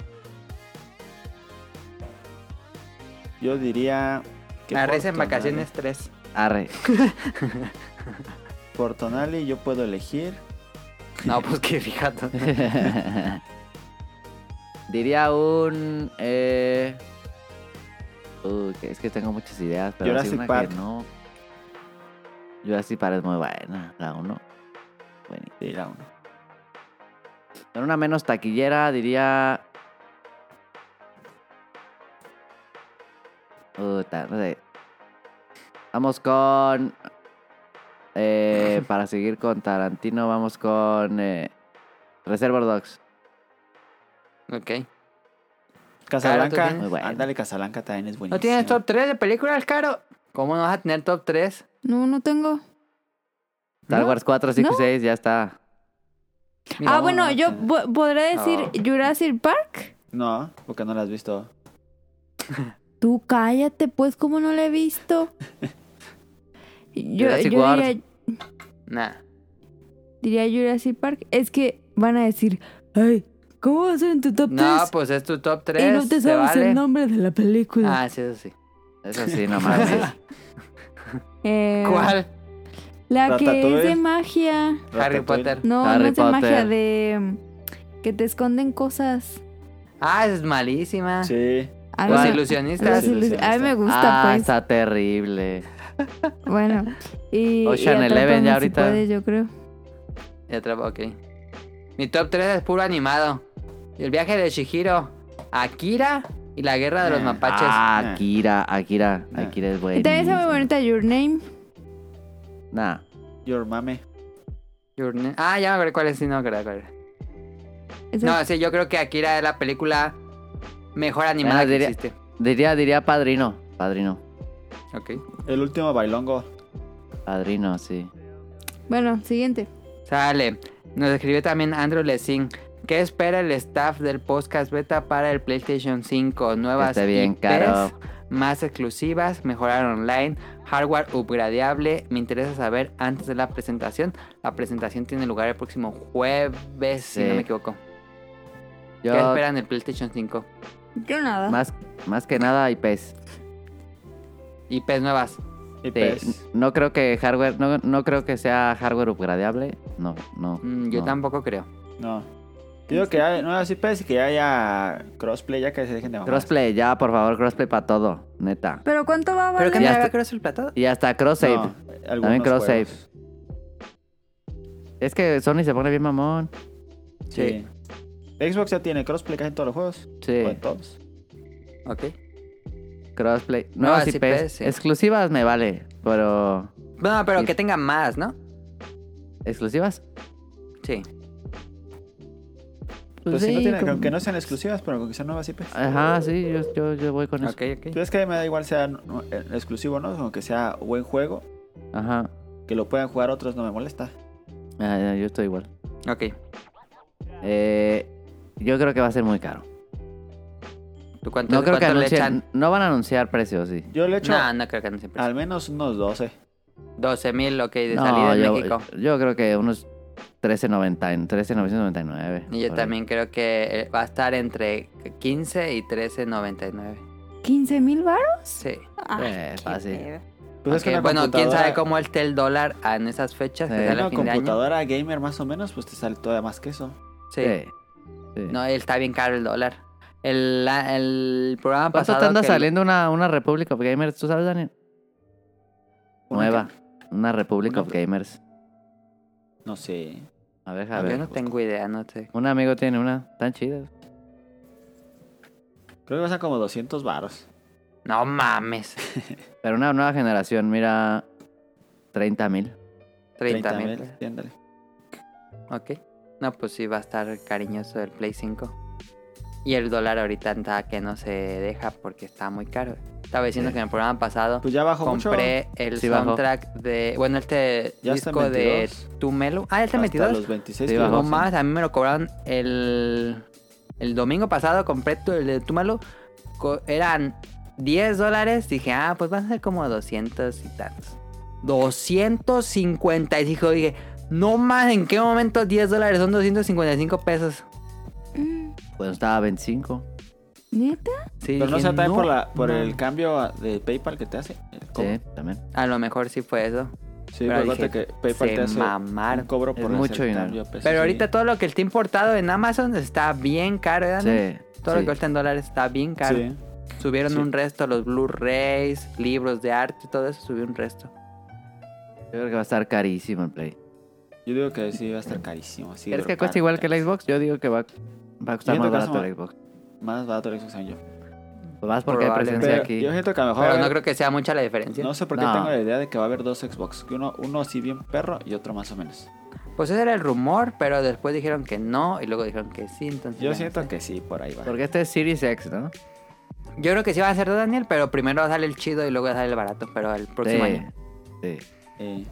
[SPEAKER 3] Yo diría. que
[SPEAKER 2] La risa en
[SPEAKER 3] Portonale.
[SPEAKER 2] vacaciones 3.
[SPEAKER 4] Arre.
[SPEAKER 3] Portonale, yo puedo elegir.
[SPEAKER 2] No, pues qué fíjate.
[SPEAKER 4] diría un. Eh... uh, que- es que tengo muchas ideas, pero así
[SPEAKER 3] Jurassic
[SPEAKER 4] una
[SPEAKER 3] Park.
[SPEAKER 4] que no. Jurassic Park es muy buena, la uno. Bueno,
[SPEAKER 3] Sí, la uno.
[SPEAKER 4] en una menos taquillera diría. Puta, no sé. Vamos con. eh, para seguir con Tarantino, vamos con. Eh, Reservoir Dogs.
[SPEAKER 2] ok.
[SPEAKER 3] Casablanca.
[SPEAKER 2] tienes-
[SPEAKER 4] Muy bueno.
[SPEAKER 3] Ándale, Casablanca también es buenísimo.
[SPEAKER 2] ¿No tienes top 3 de películas, Caro? ¿Cómo no vas a tener top 3?
[SPEAKER 1] No, no tengo.
[SPEAKER 4] Star
[SPEAKER 1] ¿No?
[SPEAKER 4] Wars 4, 5
[SPEAKER 1] ¿No?
[SPEAKER 4] 6 ya está.
[SPEAKER 1] ah, bueno, yo
[SPEAKER 2] Mira,
[SPEAKER 1] po- podré decir
[SPEAKER 2] No.
[SPEAKER 1] Jurassic Park.
[SPEAKER 3] No, porque no la has visto.
[SPEAKER 1] Tú cállate, pues, ¿cómo no la he visto? Yo,
[SPEAKER 4] Jurassic
[SPEAKER 1] yo
[SPEAKER 4] World.
[SPEAKER 1] diría,
[SPEAKER 2] Nah.
[SPEAKER 1] diría Jurassic Park. Es que van a decir, ay, ¿cómo va a ser en tu top 3?
[SPEAKER 2] No, pues es tu top 3.
[SPEAKER 1] y no te sabes
[SPEAKER 2] vale?
[SPEAKER 1] el nombre de la película.
[SPEAKER 2] Ah, sí, eso sí.
[SPEAKER 4] Eso sí, nomás.
[SPEAKER 1] Eh,
[SPEAKER 2] ¿Cuál?
[SPEAKER 1] La que es
[SPEAKER 3] Ratatouille.
[SPEAKER 1] de magia.
[SPEAKER 2] Harry
[SPEAKER 3] Ratatouille.
[SPEAKER 2] Potter.
[SPEAKER 1] No,
[SPEAKER 4] Harry
[SPEAKER 1] no es de
[SPEAKER 4] Potter.
[SPEAKER 1] magia, de mm, que te esconden cosas.
[SPEAKER 2] Ah, esa es malísima.
[SPEAKER 3] Sí.
[SPEAKER 1] A mí,
[SPEAKER 2] Los
[SPEAKER 1] me-
[SPEAKER 2] ilusionistas.
[SPEAKER 1] las
[SPEAKER 3] Los
[SPEAKER 1] ilus- a mí me gusta,
[SPEAKER 4] ah,
[SPEAKER 1] pues.
[SPEAKER 4] está terrible.
[SPEAKER 1] Bueno. Y,
[SPEAKER 4] Ocean
[SPEAKER 1] y
[SPEAKER 4] Eleven ya
[SPEAKER 1] Atrápame si
[SPEAKER 4] ahorita.
[SPEAKER 1] puedes, yo creo.
[SPEAKER 2] Y otra- ok. Mi top 3 es puro animado. El viaje de Shihiro, Akira y la guerra de los
[SPEAKER 3] Eh,
[SPEAKER 2] mapaches.
[SPEAKER 4] Ah, Akira, Akira,
[SPEAKER 2] Eh.
[SPEAKER 3] Nah.
[SPEAKER 4] Akira es
[SPEAKER 1] Y
[SPEAKER 4] bueno.
[SPEAKER 1] también está muy bonita Your Name.
[SPEAKER 4] Nah.
[SPEAKER 3] Your mame.
[SPEAKER 2] Your Name- Ah, ya me acuerdo cuál es. Sí, no me acuerdo cuál era.
[SPEAKER 1] Esa-
[SPEAKER 2] No, sí, yo creo que Akira es la película mejor animada
[SPEAKER 4] Bueno,
[SPEAKER 2] que
[SPEAKER 4] diría-
[SPEAKER 2] existe.
[SPEAKER 4] Diría, diría Padrino. Padrino.
[SPEAKER 2] Ok.
[SPEAKER 3] El último bailongo.
[SPEAKER 4] Padrino, sí.
[SPEAKER 1] Bueno, siguiente.
[SPEAKER 2] Sale. Nos escribió también Andrew Lessing. ¿Qué espera el staff del podcast beta para el PlayStation 5? Nuevas
[SPEAKER 4] Está bien
[SPEAKER 2] IPs,
[SPEAKER 4] caro.
[SPEAKER 2] más exclusivas, mejorar online, hardware upgradeable. Me interesa saber antes de la presentación. La presentación tiene lugar el próximo jueves, si
[SPEAKER 4] Sí.
[SPEAKER 2] no me equivoco.
[SPEAKER 4] Yo,
[SPEAKER 2] ¿Qué esperan del PlayStation 5?
[SPEAKER 1] Yo nada.
[SPEAKER 4] más, más que nada, IPs.
[SPEAKER 2] IPs nuevas.
[SPEAKER 3] Y
[SPEAKER 4] Sí,
[SPEAKER 3] pues,
[SPEAKER 4] n- No creo que hardware, no, no creo que sea hardware upgradeable. No, no.
[SPEAKER 2] Mm, yo
[SPEAKER 4] no.
[SPEAKER 2] tampoco creo.
[SPEAKER 3] No. Digo que ya, no, así pues, que ya haya crossplay, ya que se dejen de mamar.
[SPEAKER 4] Crossplay, ya, por favor, crossplay para todo, neta.
[SPEAKER 1] ¿Pero cuánto va a valer?
[SPEAKER 4] que me hasta-
[SPEAKER 2] creo el platado?
[SPEAKER 4] Y hasta cross save. También cross
[SPEAKER 3] save.
[SPEAKER 4] Es que Sony se pone bien mamón.
[SPEAKER 3] Sí. Xbox ya tiene crossplay casi en todos los juegos.
[SPEAKER 4] Sí, Pues
[SPEAKER 3] O en todos.
[SPEAKER 2] Ok.
[SPEAKER 4] crossplay.
[SPEAKER 2] Nuevas
[SPEAKER 4] Nuevas
[SPEAKER 2] IPs,
[SPEAKER 4] IPs,
[SPEAKER 2] sí.
[SPEAKER 4] exclusivas me vale, pero
[SPEAKER 2] Bueno, pero
[SPEAKER 4] Sí.
[SPEAKER 2] que tenga más, ¿no?
[SPEAKER 4] exclusivas.
[SPEAKER 2] Sí.
[SPEAKER 3] Pues, sí, no
[SPEAKER 4] sí,
[SPEAKER 3] tienen,
[SPEAKER 4] como-
[SPEAKER 3] aunque no sean exclusivas, pero aunque sean nuevas IPs.
[SPEAKER 4] Ajá, sí, yo, yo, yo voy con
[SPEAKER 2] Ok,
[SPEAKER 3] Tú
[SPEAKER 2] ok.
[SPEAKER 3] ves que me da igual sea no, eh, exclusivo o no, aunque sea buen juego,
[SPEAKER 4] eso. Ajá.
[SPEAKER 3] que lo puedan jugar otros no me molesta.
[SPEAKER 4] Ah, ya, yo estoy igual.
[SPEAKER 2] Ok.
[SPEAKER 4] Eh, yo creo que va a ser muy caro.
[SPEAKER 2] ¿Tú cuánto,
[SPEAKER 4] No creo que
[SPEAKER 2] cuánto le
[SPEAKER 4] anuncien,
[SPEAKER 2] echan?
[SPEAKER 4] no van a anunciar precios, sí.
[SPEAKER 3] Yo le echo
[SPEAKER 2] No, no creo que anuncien precios.
[SPEAKER 3] al menos unos 12.
[SPEAKER 2] 12 mil, ok, de
[SPEAKER 4] No,
[SPEAKER 2] salida en
[SPEAKER 4] yo,
[SPEAKER 2] México.
[SPEAKER 4] yo creo que unos 13.90, 13.999.
[SPEAKER 2] Y yo
[SPEAKER 4] por ahí.
[SPEAKER 2] también creo que eh, va a estar entre 15 y 13.99.
[SPEAKER 1] ¿15 mil baros?
[SPEAKER 2] Sí.
[SPEAKER 4] Eh, fácil.
[SPEAKER 3] Pues es
[SPEAKER 2] Ok,
[SPEAKER 3] que una
[SPEAKER 2] bueno, quién
[SPEAKER 3] computadora-
[SPEAKER 2] sabe cómo esté el dólar en esas fechas,
[SPEAKER 4] Sí.
[SPEAKER 2] que sale a
[SPEAKER 3] Una
[SPEAKER 2] fin de año.
[SPEAKER 3] computadora gamer más o menos, pues te sale todavía más que eso.
[SPEAKER 2] Sí.
[SPEAKER 4] Sí, sí.
[SPEAKER 2] No, está bien caro el dólar. El, la- el programa
[SPEAKER 4] ¿Cuánto
[SPEAKER 2] pasado.
[SPEAKER 4] te anda
[SPEAKER 2] que-
[SPEAKER 4] saliendo una, una Republic of Gamers? ¿Tú sabes, Daniel?
[SPEAKER 3] ¿Una
[SPEAKER 4] Nueva. Una Republic
[SPEAKER 3] Una
[SPEAKER 4] of
[SPEAKER 3] qué?
[SPEAKER 4] Gamers.
[SPEAKER 3] No sé.
[SPEAKER 4] A ver, a
[SPEAKER 2] Yo
[SPEAKER 4] ver.
[SPEAKER 2] no tengo idea, no sé.
[SPEAKER 4] Un amigo tiene una. Tan chida.
[SPEAKER 3] Creo que va a como 200 varos.
[SPEAKER 2] No mames.
[SPEAKER 4] Pero una nueva generación, mira. 30 mil.
[SPEAKER 2] 30 mil.
[SPEAKER 3] Entiéndale.
[SPEAKER 2] Ok. No, pues sí, va a estar cariñoso el Play 5. Y el dólar ahorita anda que no se deja porque está muy caro. Estaba diciendo que en el programa pasado
[SPEAKER 3] Pues ya bajó mucho.
[SPEAKER 2] compré el
[SPEAKER 4] Sí, bajó.
[SPEAKER 2] soundtrack de. Bueno, este
[SPEAKER 3] Ya está en
[SPEAKER 2] disco de
[SPEAKER 3] 22.
[SPEAKER 2] Tumelo. Ah, ya está
[SPEAKER 3] Hasta
[SPEAKER 2] en 22.
[SPEAKER 3] los 26
[SPEAKER 4] Sí,
[SPEAKER 3] creo,
[SPEAKER 4] bajó.
[SPEAKER 2] No más, a mí me lo cobraron el, el domingo pasado, compré tu- el de Tumalo, co- eran 10 dólares, dije, ah, pues van a ser como 200 y tantos. 250, y dijo, dije, no más, ¿en qué momento 10 dólares son 255 pesos?
[SPEAKER 4] Cuando estaba a 25.
[SPEAKER 1] ¿Neta?
[SPEAKER 2] Sí,
[SPEAKER 3] Pero no
[SPEAKER 2] dije,
[SPEAKER 3] sea también por, la, por
[SPEAKER 2] no.
[SPEAKER 3] el cambio de PayPal que te hace. el cobro.
[SPEAKER 4] Sí, también.
[SPEAKER 2] A lo mejor sí fue eso.
[SPEAKER 3] Sí,
[SPEAKER 2] Pero
[SPEAKER 3] pero
[SPEAKER 2] dije,
[SPEAKER 3] acuérdate que PayPal
[SPEAKER 2] se
[SPEAKER 3] te hace
[SPEAKER 2] mamaron.
[SPEAKER 3] un cobro
[SPEAKER 4] Es
[SPEAKER 3] por
[SPEAKER 4] mucho
[SPEAKER 3] hacer
[SPEAKER 4] dinero.
[SPEAKER 3] cambio a pesos,
[SPEAKER 2] Pero
[SPEAKER 3] sí.
[SPEAKER 2] ahorita todo lo que está importado en Amazon está bien caro, ¿verdad?
[SPEAKER 4] Sí.
[SPEAKER 2] Todo
[SPEAKER 4] sí.
[SPEAKER 2] lo que cuesta en dólares está bien caro.
[SPEAKER 3] Sí.
[SPEAKER 2] Subieron
[SPEAKER 3] Sí.
[SPEAKER 2] un resto los Blu-rays, libros de arte, todo eso subió un resto.
[SPEAKER 4] Yo creo que va a estar carísimo el Play.
[SPEAKER 3] Yo digo que sí va a estar carísimo. Sí,
[SPEAKER 4] ¿Quieres
[SPEAKER 3] pero
[SPEAKER 4] que
[SPEAKER 3] caro,
[SPEAKER 4] cueste igual que
[SPEAKER 3] caro.
[SPEAKER 4] el Xbox? Yo digo que va, va a costar
[SPEAKER 3] Yo
[SPEAKER 4] más
[SPEAKER 3] creo que
[SPEAKER 4] barato
[SPEAKER 3] es
[SPEAKER 4] el Xbox.
[SPEAKER 3] Más barato el Xbox según yo.
[SPEAKER 4] Vas porque hay
[SPEAKER 2] Probablemente.
[SPEAKER 4] presencia
[SPEAKER 3] Pero
[SPEAKER 4] aquí.
[SPEAKER 3] Yo siento que a lo mejor. va
[SPEAKER 2] Pero
[SPEAKER 3] Ah, a
[SPEAKER 2] no
[SPEAKER 3] haber-
[SPEAKER 2] creo que sea mucha la diferencia.
[SPEAKER 3] no sé por qué
[SPEAKER 4] No.
[SPEAKER 3] tengo la idea de que va a haber dos Xbox. Que uno, uno así bien perro y otro más o menos.
[SPEAKER 2] Pues ese era el rumor, pero después dijeron que no y luego dijeron que sí. Entonces,
[SPEAKER 3] Yo
[SPEAKER 2] ya no
[SPEAKER 3] siento
[SPEAKER 2] sé.
[SPEAKER 3] que sí, por ahí va.
[SPEAKER 4] Porque este es Series X, ¿no?
[SPEAKER 2] Yo creo que sí va a ser Daniel, pero primero sale el chido y luego sale el barato, pero el próximo
[SPEAKER 4] sí.
[SPEAKER 2] año.
[SPEAKER 4] Sí.
[SPEAKER 3] Eh,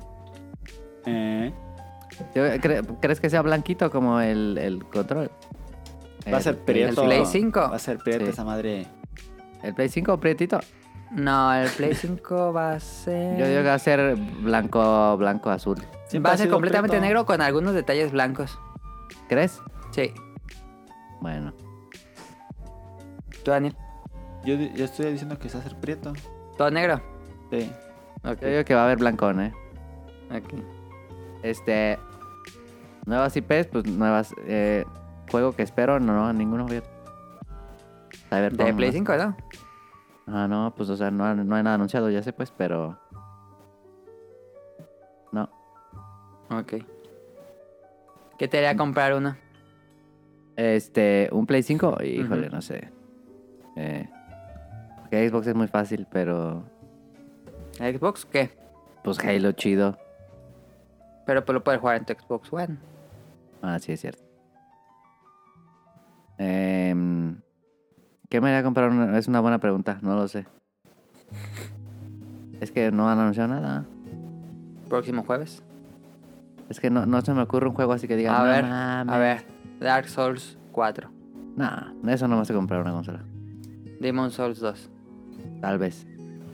[SPEAKER 10] Eh,
[SPEAKER 4] ¿Cre- ¿Crees que sea blanquito como el, el control?
[SPEAKER 3] Va a ser
[SPEAKER 4] El-
[SPEAKER 2] ¿El
[SPEAKER 3] prieto.
[SPEAKER 2] Play 5?
[SPEAKER 3] Va a ser prieta
[SPEAKER 4] Sí.
[SPEAKER 3] esa madre.
[SPEAKER 4] ¿El Play 5 o prietito?
[SPEAKER 2] No, el Play 5 va a ser...
[SPEAKER 4] Yo digo que va a ser blanco, blanco, azul.
[SPEAKER 3] Siempre
[SPEAKER 2] va
[SPEAKER 3] ha
[SPEAKER 2] a ser
[SPEAKER 3] sido
[SPEAKER 2] completamente
[SPEAKER 3] prieto.
[SPEAKER 2] negro con algunos detalles blancos.
[SPEAKER 4] ¿Crees?
[SPEAKER 2] Sí.
[SPEAKER 4] Bueno.
[SPEAKER 2] ¿Tú, Daniel?
[SPEAKER 3] Yo, di- yo estoy diciendo que se va a ser prieto.
[SPEAKER 2] ¿Todo negro?
[SPEAKER 3] Sí.
[SPEAKER 2] Ok.
[SPEAKER 4] Yo digo que va a haber blancón, ¿eh?
[SPEAKER 2] ok.
[SPEAKER 4] Este. Nuevas IPs, pues nuevas. Eh, juego que espero, no, no, ninguno. fíjate. Cyberpunk,
[SPEAKER 2] De Play
[SPEAKER 4] ¿no?
[SPEAKER 2] 5, ¿no?
[SPEAKER 4] Ah, no, pues, o sea, no, no hay nada anunciado, ya sé, pues, pero. No.
[SPEAKER 2] Ok. ¿Qué te haría comprar uno?
[SPEAKER 4] Este, un Play 5, híjole,
[SPEAKER 2] Ujú.
[SPEAKER 4] no sé. Eh, porque Xbox es muy fácil, pero.
[SPEAKER 2] ¿Xbox qué?
[SPEAKER 4] Pues Halo chido.
[SPEAKER 2] Pero pues lo puedes jugar en tu Xbox One.
[SPEAKER 4] Ah, sí, es cierto. Em, ¿Qué me voy a comprar? Una- Es una buena pregunta, no lo sé. Es que no han anunciado nada.
[SPEAKER 2] Próximo jueves.
[SPEAKER 4] Es que no, no se me ocurre un juego así que diga.
[SPEAKER 2] A
[SPEAKER 4] "No
[SPEAKER 2] ver,
[SPEAKER 4] mames".
[SPEAKER 2] A ver, Dark Souls 4.
[SPEAKER 4] No, eso no me hace comprar una consola.
[SPEAKER 2] Demon Souls 2.
[SPEAKER 4] Tal vez.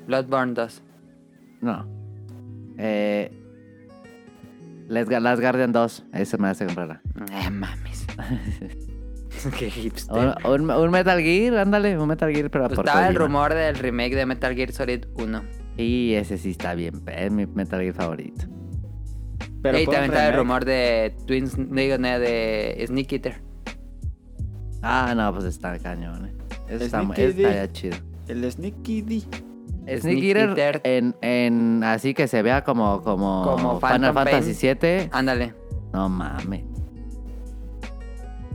[SPEAKER 2] Bloodborne 2.
[SPEAKER 4] No. Eh, Let's Ga- Last Guardian 2. Eso me hace comprarla.
[SPEAKER 2] Eh, mames. Qué hipster.
[SPEAKER 4] Un, un- un Metal Gear, ándale, un Metal Gear, pero
[SPEAKER 2] Pues
[SPEAKER 4] por
[SPEAKER 2] estaba el
[SPEAKER 4] Kojima.
[SPEAKER 2] rumor del remake de Metal Gear Solid 1.
[SPEAKER 4] Y ese sí está bien, es mi Metal Gear favorito.
[SPEAKER 3] Pero
[SPEAKER 2] y
[SPEAKER 3] por
[SPEAKER 2] también estaba el
[SPEAKER 3] remake.
[SPEAKER 2] rumor de Twins, digo, no, de Sneak Eater.
[SPEAKER 4] Ah, no, pues está cañón, eh. Eso está, mu-
[SPEAKER 3] Sneaky Dick.
[SPEAKER 4] estaría chido.
[SPEAKER 3] El Sneaky D.
[SPEAKER 4] Sneak Eater en, en, así que se vea como, como,
[SPEAKER 2] Como Phantom
[SPEAKER 4] Final Fantasy VII.
[SPEAKER 2] Ándale.
[SPEAKER 4] No mames.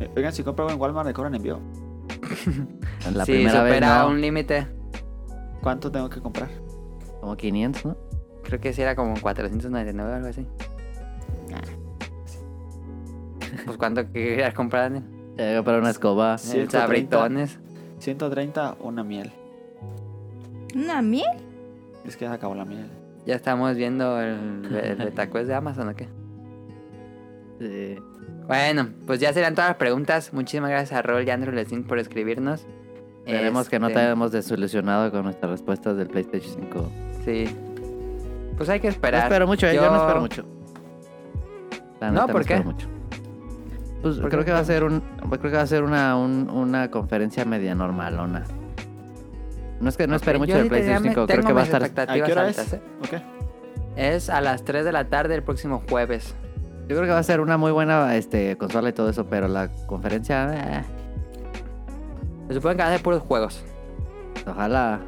[SPEAKER 3] Eh, Oigan, si compran en Walmart, le cobran envío.
[SPEAKER 4] La
[SPEAKER 2] sí,
[SPEAKER 4] primera vez
[SPEAKER 2] supera
[SPEAKER 4] no,
[SPEAKER 2] un límite.
[SPEAKER 3] ¿Cuánto tengo que comprar?
[SPEAKER 4] como 500, ¿no?
[SPEAKER 2] Creo que sí era como 499 o algo así. Pues cuánto querías comprar, Daniel.
[SPEAKER 4] Eh, Para una escoba.
[SPEAKER 2] El
[SPEAKER 3] 130.
[SPEAKER 2] Sabritones.
[SPEAKER 3] 130, una miel.
[SPEAKER 5] ¿Una miel?
[SPEAKER 3] Es que ya se acabó la miel.
[SPEAKER 2] Ya estamos viendo el, el betacuest de Amazon o qué.
[SPEAKER 4] Eh,
[SPEAKER 2] Bueno, pues ya serán todas las preguntas. Muchísimas gracias a Rol y Andrew Lesín por escribirnos.
[SPEAKER 4] Esperemos que no te
[SPEAKER 2] Este,
[SPEAKER 4] hayamos desilusionado con nuestras respuestas del PlayStation 5.
[SPEAKER 2] Sí. Pues hay que
[SPEAKER 4] No
[SPEAKER 2] esperar.
[SPEAKER 4] espero mucho, eh, yo...
[SPEAKER 2] Yo-
[SPEAKER 4] no espero mucho. La
[SPEAKER 2] No,
[SPEAKER 4] neta,
[SPEAKER 2] ¿por qué?
[SPEAKER 4] espero mucho. Pues
[SPEAKER 2] ¿Por
[SPEAKER 4] creo
[SPEAKER 2] qué?
[SPEAKER 4] que va a ser un, pues, creo que va a ser una, un- una conferencia media normalona. No es que no espero
[SPEAKER 2] Ok,
[SPEAKER 4] mucho
[SPEAKER 2] yo
[SPEAKER 4] del
[SPEAKER 2] sí tenía-
[SPEAKER 4] PlayStation 5, creo
[SPEAKER 2] tengo
[SPEAKER 4] que va a
[SPEAKER 2] mis
[SPEAKER 4] estar.
[SPEAKER 3] ¿A
[SPEAKER 2] expectativas
[SPEAKER 3] qué hora es?
[SPEAKER 2] altas, ¿eh?
[SPEAKER 3] ¿Ok?
[SPEAKER 2] Es a las 3 de la tarde el próximo jueves.
[SPEAKER 4] Yo creo que va a ser una muy buena este, consola y todo eso, pero la conferencia, eh,
[SPEAKER 2] Se supone que va a ser puros juegos.
[SPEAKER 4] ojalá.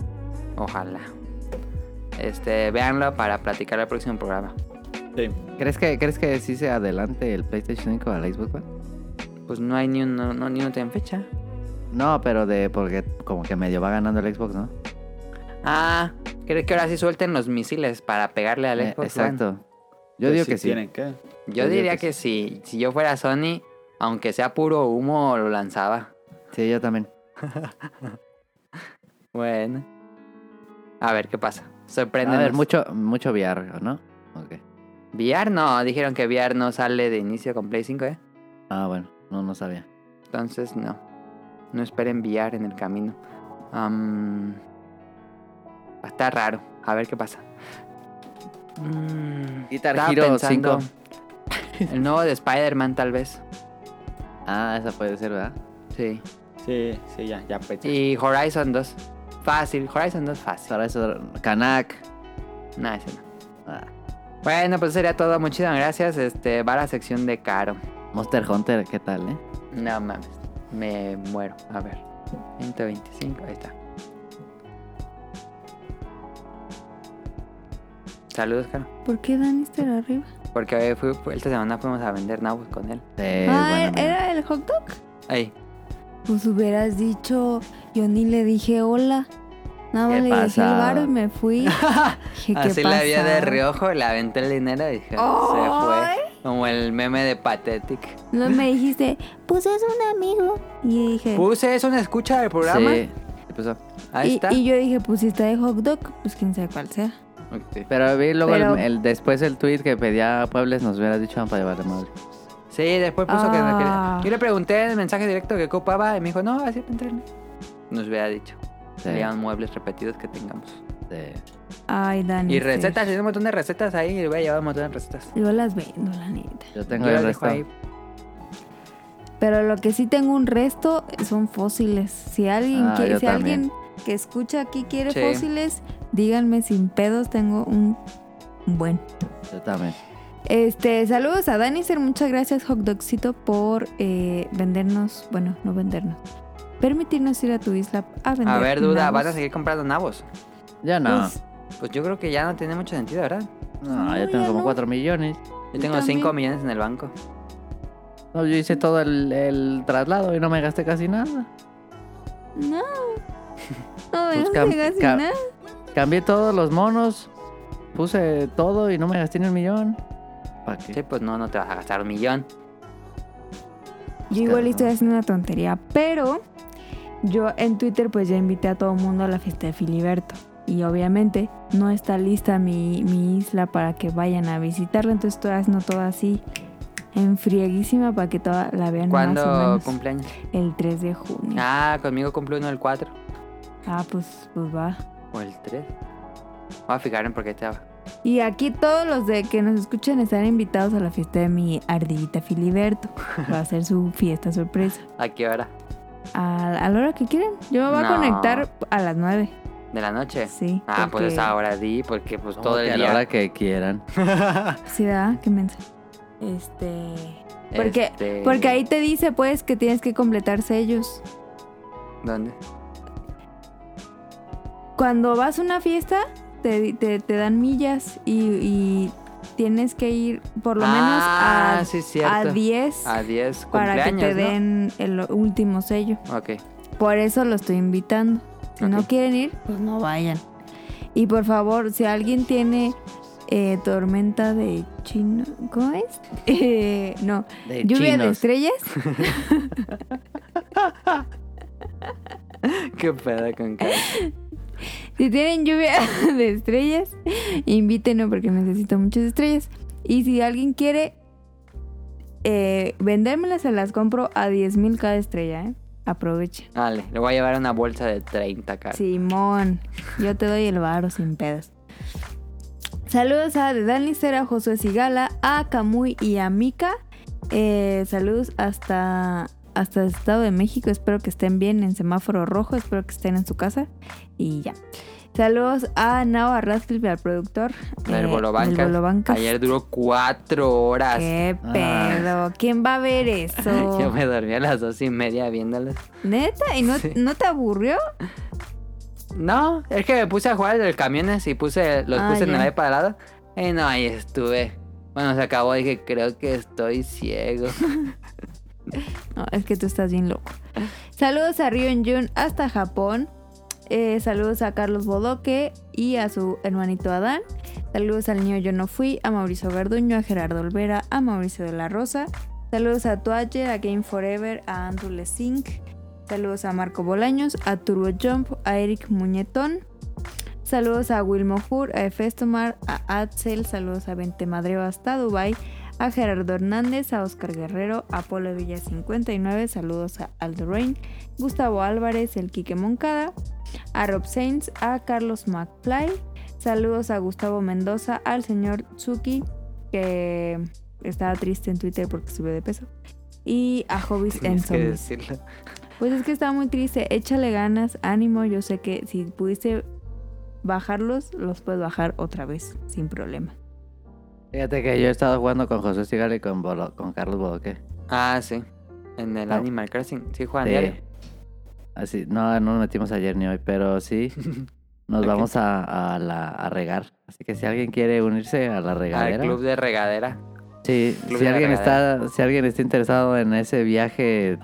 [SPEAKER 2] Ojalá. Este, véanlo para platicar el próximo programa.
[SPEAKER 3] Sí.
[SPEAKER 4] ¿Crees que crees que sí se adelante el PlayStation 5 a la Xbox One?
[SPEAKER 2] Pues no hay ni uno, no, ni uno tiene fecha.
[SPEAKER 4] No, pero de porque como que medio va ganando el Xbox, ¿no?
[SPEAKER 2] Ah, creo que ahora sí suelten los misiles para pegarle al
[SPEAKER 4] Eh,
[SPEAKER 2] Xbox One.
[SPEAKER 4] exacto. Yo
[SPEAKER 3] Pues
[SPEAKER 4] digo
[SPEAKER 3] si
[SPEAKER 4] que sí.
[SPEAKER 3] ¿Tienen qué?
[SPEAKER 2] Yo diría que pues sí. Si yo fuera Sony, aunque sea puro humo, lo lanzaba.
[SPEAKER 4] Sí, yo también.
[SPEAKER 2] Bueno. A ver qué pasa.
[SPEAKER 4] A
[SPEAKER 2] Sorprende.
[SPEAKER 4] ver, mucho, mucho VR, ¿no? Ok.
[SPEAKER 2] VR no, dijeron que VR no sale de inicio con Play 5, ¿eh?
[SPEAKER 4] Ah, bueno, no, no sabía.
[SPEAKER 2] Entonces, no. No esperen VR en el camino. Am, va a estar raro. A ver qué pasa. Mm,
[SPEAKER 4] Guitar
[SPEAKER 2] estaba
[SPEAKER 4] Hero
[SPEAKER 2] pensando
[SPEAKER 4] 5.
[SPEAKER 2] El nuevo de Spider-Man, tal vez.
[SPEAKER 4] Ah, esa puede ser, ¿verdad?
[SPEAKER 2] Sí.
[SPEAKER 3] Sí, sí, ya, ya, pues. ya.
[SPEAKER 2] Y Horizon 2. Fácil. Horizon 2 fácil.
[SPEAKER 4] Para eso, Kanak.
[SPEAKER 2] No, ese no.
[SPEAKER 4] Ah,
[SPEAKER 2] Bueno, pues sería todo. Muchísimas gracias. Este, va a la sección de Caro.
[SPEAKER 4] Monster Hunter, ¿qué tal, eh?
[SPEAKER 2] No mames. Me muero. A ver. 125. Ahí está. Saludos, Caro.
[SPEAKER 5] ¿Por qué Dan estará arriba?
[SPEAKER 2] Porque hoy fui- fue- esta semana fuimos a vender nabos con él.
[SPEAKER 5] ah,
[SPEAKER 4] Sí, Eh, bueno, mira.
[SPEAKER 5] ¿era el hot dog?
[SPEAKER 2] Ahí.
[SPEAKER 5] Pues hubieras dicho, yo ni le dije hola. Nada
[SPEAKER 4] ¿Qué
[SPEAKER 5] más le dije el
[SPEAKER 4] pasaba?
[SPEAKER 5] bar y me fui. Dije, ¿qué
[SPEAKER 2] Así la vi de
[SPEAKER 5] pasaba?
[SPEAKER 2] reojo, le aventé el dinero y dije,
[SPEAKER 5] ¡Ay!
[SPEAKER 2] se fue. Como el meme de Pathetic.
[SPEAKER 5] No me dijiste, pues es un amigo. Y dije,
[SPEAKER 2] Puse eso en escucha del programa.
[SPEAKER 4] Sí. ¿Qué pasó?
[SPEAKER 2] Ahí
[SPEAKER 5] y,
[SPEAKER 2] está.
[SPEAKER 5] y yo dije, pues si está de hot dog, pues quién sabe cuál sea.
[SPEAKER 2] Ok.
[SPEAKER 4] Pero vi luego el-
[SPEAKER 1] Pero-
[SPEAKER 4] El, después el tweet que pedía Puebles nos hubiera dicho Ampa de Vale Madre.
[SPEAKER 2] Sí, después puso que no
[SPEAKER 1] Ah.
[SPEAKER 2] quería. Yo le pregunté en el mensaje directo que ocupaba y me dijo, no, así te entrené. Nos hubiera dicho.
[SPEAKER 4] Sí,
[SPEAKER 2] Serían muebles repetidos que tengamos.
[SPEAKER 4] sí.
[SPEAKER 1] Ay, Dani.
[SPEAKER 2] Y
[SPEAKER 1] sí.
[SPEAKER 2] recetas, tiene un montón de recetas ahí y voy a llevar un montón de recetas.
[SPEAKER 1] Yo las vendo, la neta.
[SPEAKER 4] Yo tengo
[SPEAKER 2] Yo
[SPEAKER 4] el
[SPEAKER 2] las
[SPEAKER 4] resto.
[SPEAKER 2] dejo ahí.
[SPEAKER 1] Pero lo que sí tengo un resto son fósiles. Si alguien,
[SPEAKER 4] Ah,
[SPEAKER 1] que,
[SPEAKER 4] yo
[SPEAKER 1] si
[SPEAKER 4] también.
[SPEAKER 1] alguien que escucha aquí quiere
[SPEAKER 2] Sí.
[SPEAKER 1] fósiles, díganme sin pedos, tengo un buen.
[SPEAKER 4] Yo también.
[SPEAKER 1] Este, saludos a Daniser, muchas gracias Hot Dogcito por eh, vendernos, bueno, no vendernos, permitirnos ir a tu isla a vender.
[SPEAKER 2] A ver, duda,
[SPEAKER 1] nabos.
[SPEAKER 2] ¿vas a seguir comprando nabos?
[SPEAKER 4] Ya no.
[SPEAKER 1] Pues,
[SPEAKER 2] Pues yo creo que ya no tiene mucho sentido, ¿verdad?
[SPEAKER 4] no,
[SPEAKER 1] no,
[SPEAKER 4] yo tengo
[SPEAKER 1] ya
[SPEAKER 4] como
[SPEAKER 1] no.
[SPEAKER 4] 4 millones.
[SPEAKER 2] Yo tengo
[SPEAKER 1] también.
[SPEAKER 2] 5 millones en el banco.
[SPEAKER 4] No, yo hice todo el, el traslado y no me gasté casi nada.
[SPEAKER 1] No. No,
[SPEAKER 4] Pues
[SPEAKER 1] no
[SPEAKER 4] cam-
[SPEAKER 1] llegas sin
[SPEAKER 4] cam-
[SPEAKER 1] nada.
[SPEAKER 4] Cambié todos los monos, puse todo y no me gasté ni un millón. ¿Para qué?
[SPEAKER 2] Sí, pues no, no te vas a gastar un millón.
[SPEAKER 1] Yo igual
[SPEAKER 4] Claro.
[SPEAKER 1] estoy haciendo una tontería, pero yo en Twitter pues ya invité a todo el mundo a la fiesta de Filiberto. Y obviamente no está lista mi, mi isla para que vayan a visitarla, entonces estoy haciendo todo así en frieguísima para que toda la vean más o
[SPEAKER 2] ¿Cuándo
[SPEAKER 1] menos
[SPEAKER 2] cumpleaños?
[SPEAKER 1] el 3 de junio. Ah,
[SPEAKER 2] Ah, conmigo cumple uno el 4
[SPEAKER 1] pues, pues va.
[SPEAKER 2] o el 3. Voy a fijarme porque estaba.
[SPEAKER 1] Y aquí todos los de que nos escuchan están invitados a la fiesta de mi ardillita Filiberto. Va a ser su fiesta sorpresa.
[SPEAKER 2] ¿A qué hora?
[SPEAKER 1] A, a la hora que quieran. Yo me voy a
[SPEAKER 2] No.
[SPEAKER 1] conectar a las 9.
[SPEAKER 2] ¿De la noche?
[SPEAKER 1] Sí.
[SPEAKER 2] Ah,
[SPEAKER 1] porque-
[SPEAKER 2] pues esa hora di, porque pues todo el
[SPEAKER 4] que a la hora
[SPEAKER 2] día.
[SPEAKER 4] que quieran.
[SPEAKER 1] Sí, ¿verdad? Qué mensa. Este. Porque,
[SPEAKER 2] Este,
[SPEAKER 1] porque ahí te dice, pues, que tienes que completar sellos.
[SPEAKER 2] ¿Dónde?
[SPEAKER 1] Cuando vas a una fiesta, te, te- te dan millas y, y tienes que ir por lo
[SPEAKER 2] ah,
[SPEAKER 1] menos
[SPEAKER 2] sí,
[SPEAKER 1] a, a
[SPEAKER 2] cierto. Ah,
[SPEAKER 1] 10
[SPEAKER 2] A 10
[SPEAKER 1] para que
[SPEAKER 2] cumpleaños,
[SPEAKER 1] te den el último sello.
[SPEAKER 2] ¿no? Ok.
[SPEAKER 1] Por eso lo estoy invitando. Si no
[SPEAKER 2] Ok.
[SPEAKER 1] quieren ir, pues no vayan. Y por favor, si alguien tiene eh, tormenta de chino, ¿cómo es? Eh, no,
[SPEAKER 4] De
[SPEAKER 1] lluvia de
[SPEAKER 4] chinos.
[SPEAKER 1] estrellas.
[SPEAKER 2] Qué pedo con cara.
[SPEAKER 1] Si tienen lluvia de estrellas, invítenme porque necesito muchas estrellas. Y si alguien quiere eh, vendérmelas, se las compro a 10 mil cada estrella, ¿eh? Aprovechen.
[SPEAKER 2] Vale, le voy a llevar una bolsa de 30 caras.
[SPEAKER 1] Simón, yo te doy el varo sin pedos. Saludos a The Danister, a Josué Sigala, a Camuy y a Mika. Eh, saludos hasta, hasta el Estado de México. Espero que estén bien en semáforo rojo. Espero que estén en su casa. Y ya. Saludos a Nao, a Radcliffe, al productor.
[SPEAKER 2] Del
[SPEAKER 1] eh,
[SPEAKER 2] Bolobancas.
[SPEAKER 1] del Bolobancas.
[SPEAKER 2] Ayer duró 4 horas.
[SPEAKER 1] Qué
[SPEAKER 4] Ah.
[SPEAKER 1] pedo. ¿Quién va a ver
[SPEAKER 2] Yo
[SPEAKER 1] eso?
[SPEAKER 2] me dormí a las dos y media viéndolas.
[SPEAKER 1] ¿Neta? ¿Y no,
[SPEAKER 2] Sí.
[SPEAKER 1] no te aburrió?
[SPEAKER 2] No, es que me puse a jugar del camiones y puse, los
[SPEAKER 1] Ah,
[SPEAKER 2] puse en
[SPEAKER 1] ya.
[SPEAKER 2] el iPad al lado. Y no, ahí estuve. Bueno, se acabó, dije, creo que estoy ciego.
[SPEAKER 1] No, es que tú estás bien loco. Saludos a Ryun Jun hasta Japón. Eh, saludos a Carlos Bodoque y a su hermanito Adán. Saludos al niño Yo No Fui, a Mauricio Garduño, a Gerardo Olvera, a Mauricio de la Rosa. Saludos a Toache, a Game Forever, a Andrew Lesink. Saludos a Marco Bolaños, a Turbo Jump, a Eric Muñetón. Saludos a Wilmo Hur, a Festomar, a Axel. Saludos a Vente Madreo hasta Dubai a Gerardo Hernández, a Oscar Guerrero, a Polo Villa 59, saludos a Aldo Rain, Gustavo Álvarez, el Quique Moncada, a Rob Sainz, a Carlos McFly, saludos a Gustavo Mendoza, al señor Tsuki, que estaba triste en Twitter porque subió de peso, y a Hobbies en
[SPEAKER 2] Tienes que
[SPEAKER 1] Zombies.
[SPEAKER 2] decirlo.
[SPEAKER 1] Pues es que estaba muy triste, échale ganas, ánimo, yo sé que si pudiste bajarlos, los puedes bajar otra vez, sin problema.
[SPEAKER 4] Fíjate que yo he estado jugando con José Sigal y con, Bolo- con Carlos Bodoque.
[SPEAKER 2] Ah, sí. En el
[SPEAKER 4] No.
[SPEAKER 2] Animal Crossing. Sí, Juan,
[SPEAKER 4] Sí. Así, no, no nos metimos ayer ni hoy, pero sí. Nos
[SPEAKER 2] Ok.
[SPEAKER 4] vamos a, a la, a regar. Así que si alguien quiere unirse a la regadera.
[SPEAKER 2] Al club de regadera.
[SPEAKER 4] Sí,
[SPEAKER 2] Club
[SPEAKER 4] si
[SPEAKER 2] de la
[SPEAKER 4] alguien, está, si alguien está interesado en ese viaje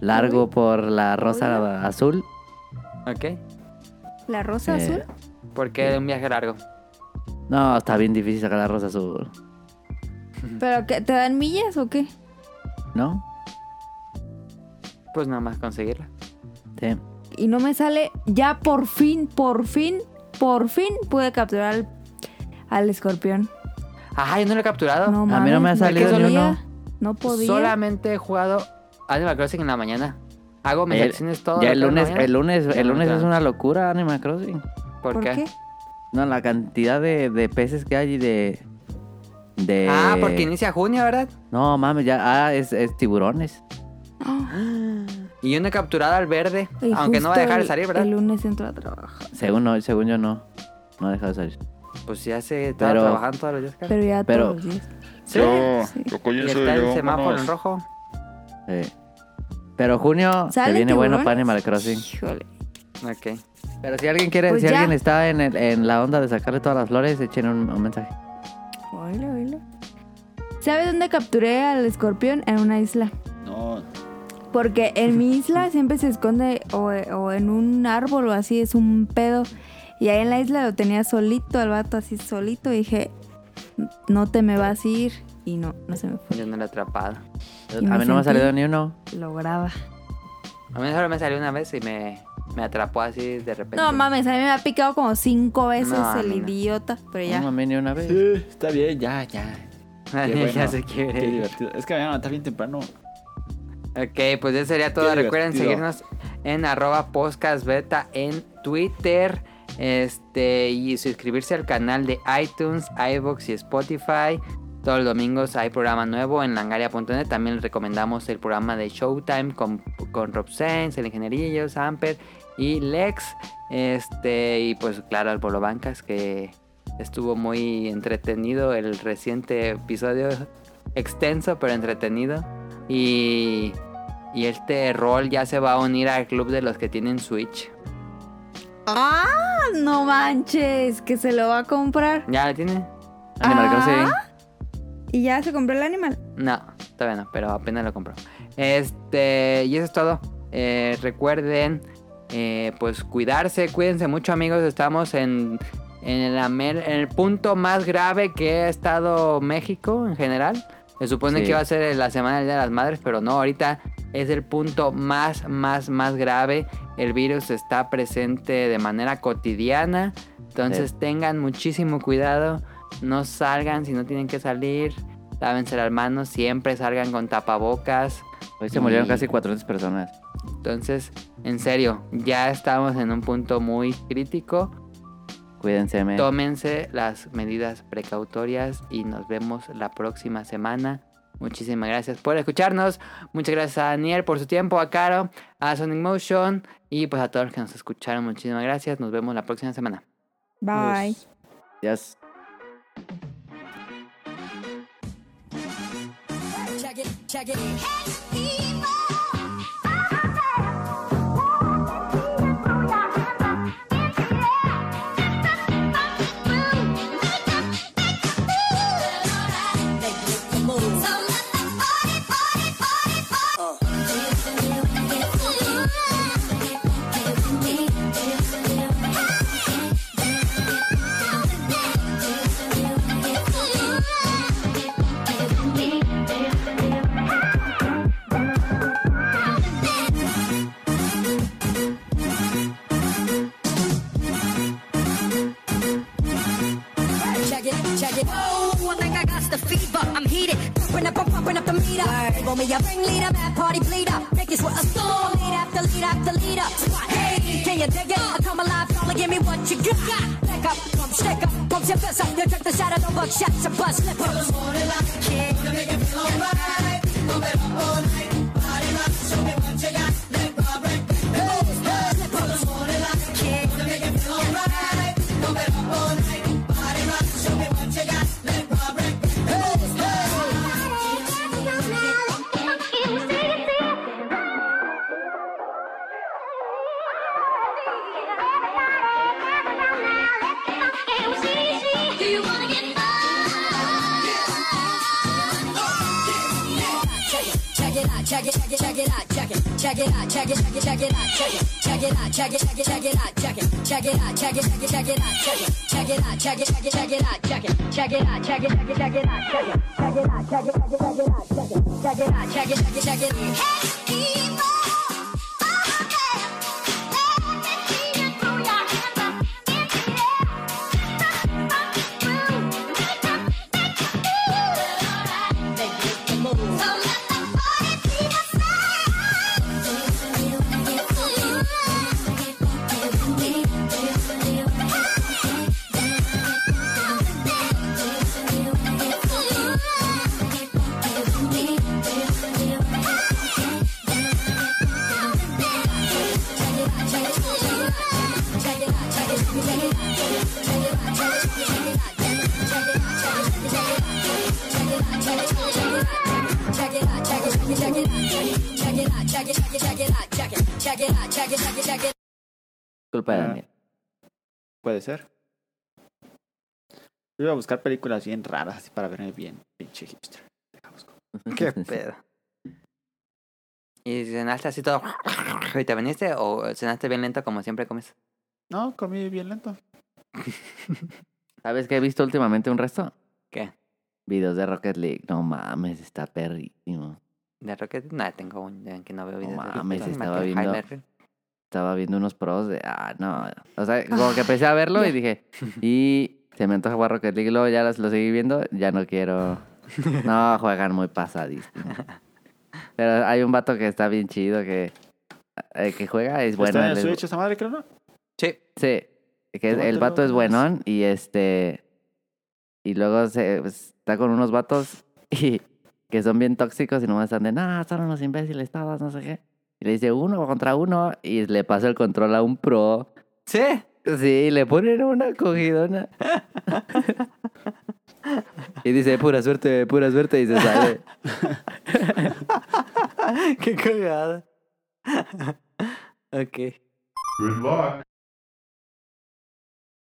[SPEAKER 4] largo por la rosa azul,
[SPEAKER 2] ¿Ok?
[SPEAKER 1] ¿La rosa
[SPEAKER 4] eh,
[SPEAKER 1] azul?
[SPEAKER 2] Porque un viaje largo.
[SPEAKER 4] no, está bien difícil sacar la rosa azul,
[SPEAKER 1] ¿Pero qué, te dan millas o qué?
[SPEAKER 4] ¿no?
[SPEAKER 2] Pues nada más conseguirla.
[SPEAKER 4] Sí.
[SPEAKER 1] Y no me sale. Ya por fin, por fin, por fin pude capturar al
[SPEAKER 5] al escorpión.
[SPEAKER 2] Ay, ¿no lo he capturado?
[SPEAKER 5] No,
[SPEAKER 4] A mí no me ha
[SPEAKER 5] mames,
[SPEAKER 4] salido
[SPEAKER 2] ni
[SPEAKER 5] podía,
[SPEAKER 4] uno.
[SPEAKER 5] No podía.
[SPEAKER 2] Solamente he jugado Animal Crossing en la mañana. Hago mis
[SPEAKER 4] El-
[SPEAKER 2] acciones todo.
[SPEAKER 4] Ya
[SPEAKER 2] lo
[SPEAKER 4] el
[SPEAKER 2] que hago en la
[SPEAKER 4] lunes,
[SPEAKER 2] mañana.
[SPEAKER 4] el lunes,
[SPEAKER 2] Ya
[SPEAKER 4] el
[SPEAKER 2] no
[SPEAKER 4] lunes
[SPEAKER 2] me
[SPEAKER 4] es
[SPEAKER 2] da.
[SPEAKER 4] una locura Animal Crossing.
[SPEAKER 2] ¿Por,
[SPEAKER 5] ¿Por
[SPEAKER 2] qué?
[SPEAKER 5] qué?
[SPEAKER 4] No, la cantidad de, de peces que hay y de... de...
[SPEAKER 2] Ah, porque inicia junio, ¿verdad?
[SPEAKER 4] No, mames, ya... Ah, es, es tiburones.
[SPEAKER 2] Y yo no he capturado al verde.
[SPEAKER 5] Y
[SPEAKER 2] aunque no va a
[SPEAKER 5] justo
[SPEAKER 2] dejar de
[SPEAKER 5] el-
[SPEAKER 2] salir, ¿verdad?
[SPEAKER 5] El lunes entro a trabajar.
[SPEAKER 4] Según, no, según yo no. No ha dejado de salir.
[SPEAKER 2] Pues ya se está
[SPEAKER 4] Pero-
[SPEAKER 2] trabajando todos los días. cara.
[SPEAKER 5] Pero ya
[SPEAKER 4] Pero-
[SPEAKER 5] todos los días.
[SPEAKER 2] Sí.
[SPEAKER 10] Yo,
[SPEAKER 5] Sí.
[SPEAKER 10] Oh, yo coño
[SPEAKER 2] Y
[SPEAKER 10] soy
[SPEAKER 2] está el
[SPEAKER 10] yo,
[SPEAKER 2] semáforo en
[SPEAKER 10] vámonos.
[SPEAKER 2] rojo.
[SPEAKER 4] Sí. Pero junio se
[SPEAKER 5] ¿Salen
[SPEAKER 4] viene bueno para
[SPEAKER 5] tiburones?
[SPEAKER 4] Animal Crossing.
[SPEAKER 5] Híjole.
[SPEAKER 2] Ok.
[SPEAKER 4] Pero si alguien quiere,
[SPEAKER 5] Pues
[SPEAKER 4] si
[SPEAKER 5] ya.
[SPEAKER 4] alguien está en, el- en la onda de sacarle todas las flores, echen un, un mensaje.
[SPEAKER 5] Oílo, oílo. ¿Sabes dónde capturé al escorpión? En una isla.
[SPEAKER 10] No,
[SPEAKER 5] Porque en mi isla siempre se esconde o, o en un árbol o así, es un pedo. Y ahí en la isla lo tenía solito, al vato así solito. Y dije, no te me vas a ir. Y no, no se me fue.
[SPEAKER 2] Yo no lo he atrapado.
[SPEAKER 4] A
[SPEAKER 5] Y
[SPEAKER 4] mí
[SPEAKER 5] me
[SPEAKER 4] no me ha
[SPEAKER 5] sentí-
[SPEAKER 4] salido ni uno.
[SPEAKER 5] Lograba.
[SPEAKER 2] A mí solo me salió una vez y me, me atrapó así de repente.
[SPEAKER 5] No mames, a mí me ha picado como cinco veces
[SPEAKER 2] No,
[SPEAKER 5] el
[SPEAKER 2] no, no.
[SPEAKER 5] idiota. Pero
[SPEAKER 4] No
[SPEAKER 5] ya.
[SPEAKER 4] me ni una vez.
[SPEAKER 3] Sí, está bien, ya, ya. Qué
[SPEAKER 2] ya
[SPEAKER 3] bueno,
[SPEAKER 2] se quiere.
[SPEAKER 3] Qué divertido. Es que me van a matar bien temprano.
[SPEAKER 2] Ok, pues eso sería todo.
[SPEAKER 3] Qué
[SPEAKER 2] Recuerden
[SPEAKER 3] divertido.
[SPEAKER 2] seguirnos en arroba podcastbeta en Twitter. Este, y suscribirse al canal de iTunes, iVoox y Spotify. Todos los domingos hay programa nuevo en langaria.net. También les recomendamos el programa de Showtime con, con Rob Sainz, el ingenierillo, Samper y Lex. Este, y pues claro, al Polo Bancas, que estuvo muy entretenido el reciente episodio, extenso pero entretenido. Y, y este rol ya se va a unir al club de los que tienen Switch.
[SPEAKER 5] ¡Ah! No manches, que se lo va a comprar.
[SPEAKER 2] ¿Ya la tiene?
[SPEAKER 4] Animal Crossing.
[SPEAKER 5] Y ya se compró el animal.
[SPEAKER 2] No, todavía no, pero apenas lo compró. Este, y eso es todo. Eh, recuerden, eh, pues cuidarse, cuídense mucho amigos. Estamos en, en, la mer- en el punto más grave que ha estado México en general. Se supone
[SPEAKER 4] Sí.
[SPEAKER 2] que iba a ser la semana del Día de las Madres, pero no, ahorita es el punto más, más, más grave. El virus está presente de manera cotidiana. Entonces tengan muchísimo cuidado. No salgan si no tienen que salir. Lávense las manos, siempre salgan con tapabocas.
[SPEAKER 4] Hoy se
[SPEAKER 3] Mm.
[SPEAKER 4] murieron
[SPEAKER 2] Y-
[SPEAKER 4] casi 400 personas.
[SPEAKER 2] Entonces, en serio, ya estamos en un punto muy crítico.
[SPEAKER 4] Cuídense, me.
[SPEAKER 2] Tómense las medidas precautorias y nos vemos la próxima semana. Muchísimas gracias por escucharnos. Muchas gracias a Daniel por su tiempo, a Caro, a Sonic Motion y pues a todos los que nos escucharon. Muchísimas gracias. Nos vemos la próxima semana.
[SPEAKER 5] Bye.
[SPEAKER 4] Ya
[SPEAKER 11] Check it, check it. Oh, I think I got the fever. I'm heated. Pumping up, I'm pumping up the meter. Roll me a ringleader, mad party bleeder. Make it with a storm. Lead after lead after leader. Hey, can you dig it? I come alive, caller, give me what you got. Back up, pump, stick up, pump your fist up. You check the shot of the buck, shots of bust, slip up.
[SPEAKER 8] Do you wanna get
[SPEAKER 11] Check it out, check it, check it, check it out, check it, check it out, check it, check it, check it out, check it, check it out, check it, check it, check it out, check it, check it out, check it, check it, check it out, check it, check it out, check it, check it, check it out, check it, check it out, check it, check it, check it out, check it, check it out, check it, check it, check it out, check it, check it out, check it, check it, check it out.
[SPEAKER 8] Throw your hands up in the air. Something funky, boom.
[SPEAKER 11] check it, check it, check it out, check it, check it out, check it, check it, check it.
[SPEAKER 4] Culpa de
[SPEAKER 3] Ah.
[SPEAKER 4] Daniel.
[SPEAKER 3] Puede ser. Yo iba a buscar películas bien raras así para verme bien, pinche hipster. Deja busco.
[SPEAKER 2] Qué pedo. ¿Y cenaste así todo y te veniste o cenaste bien lento como siempre comes?
[SPEAKER 3] No, comí bien lento.
[SPEAKER 4] ¿Sabes qué he visto últimamente un resto?
[SPEAKER 2] ¿Qué?
[SPEAKER 4] Videos de Rocket League. No mames, está perrísimo.
[SPEAKER 2] ¿De Rocket? Nada, tengo un en que no veo videos. de Rocket
[SPEAKER 4] mames,
[SPEAKER 2] League, más
[SPEAKER 4] estaba
[SPEAKER 2] que
[SPEAKER 4] viendo-
[SPEAKER 2] highlight reel.
[SPEAKER 4] Estaba viendo unos pros de. Ah, no. O sea, como que empecé a verlo y dije. Y se me antoja jugar Rocket League. Luego ya los- lo seguí viendo. Ya no quiero. No, juegan muy pasadísimo. Pero hay un vato que está bien chido que. eh, que juega, es bueno.
[SPEAKER 3] Está en
[SPEAKER 4] él
[SPEAKER 3] el
[SPEAKER 4] es-
[SPEAKER 3] Switch esa madre, creo, ¿no?
[SPEAKER 2] Sí,
[SPEAKER 4] Sí, que es- el
[SPEAKER 3] Tómatelo,
[SPEAKER 4] vato
[SPEAKER 3] pues.
[SPEAKER 4] es buenón y este. Y luego se, pues, está con unos vatos y, que son bien tóxicos y nomás están de, no, son unos imbéciles todos, no sé qué. Y le dice uno contra uno y le pasa el control a un pro.
[SPEAKER 2] sí.
[SPEAKER 4] Sí, y le ponen una cogidona. y dice, pura suerte, pura suerte, y se sale.
[SPEAKER 2] Qué cagada. ok.
[SPEAKER 7] Good luck.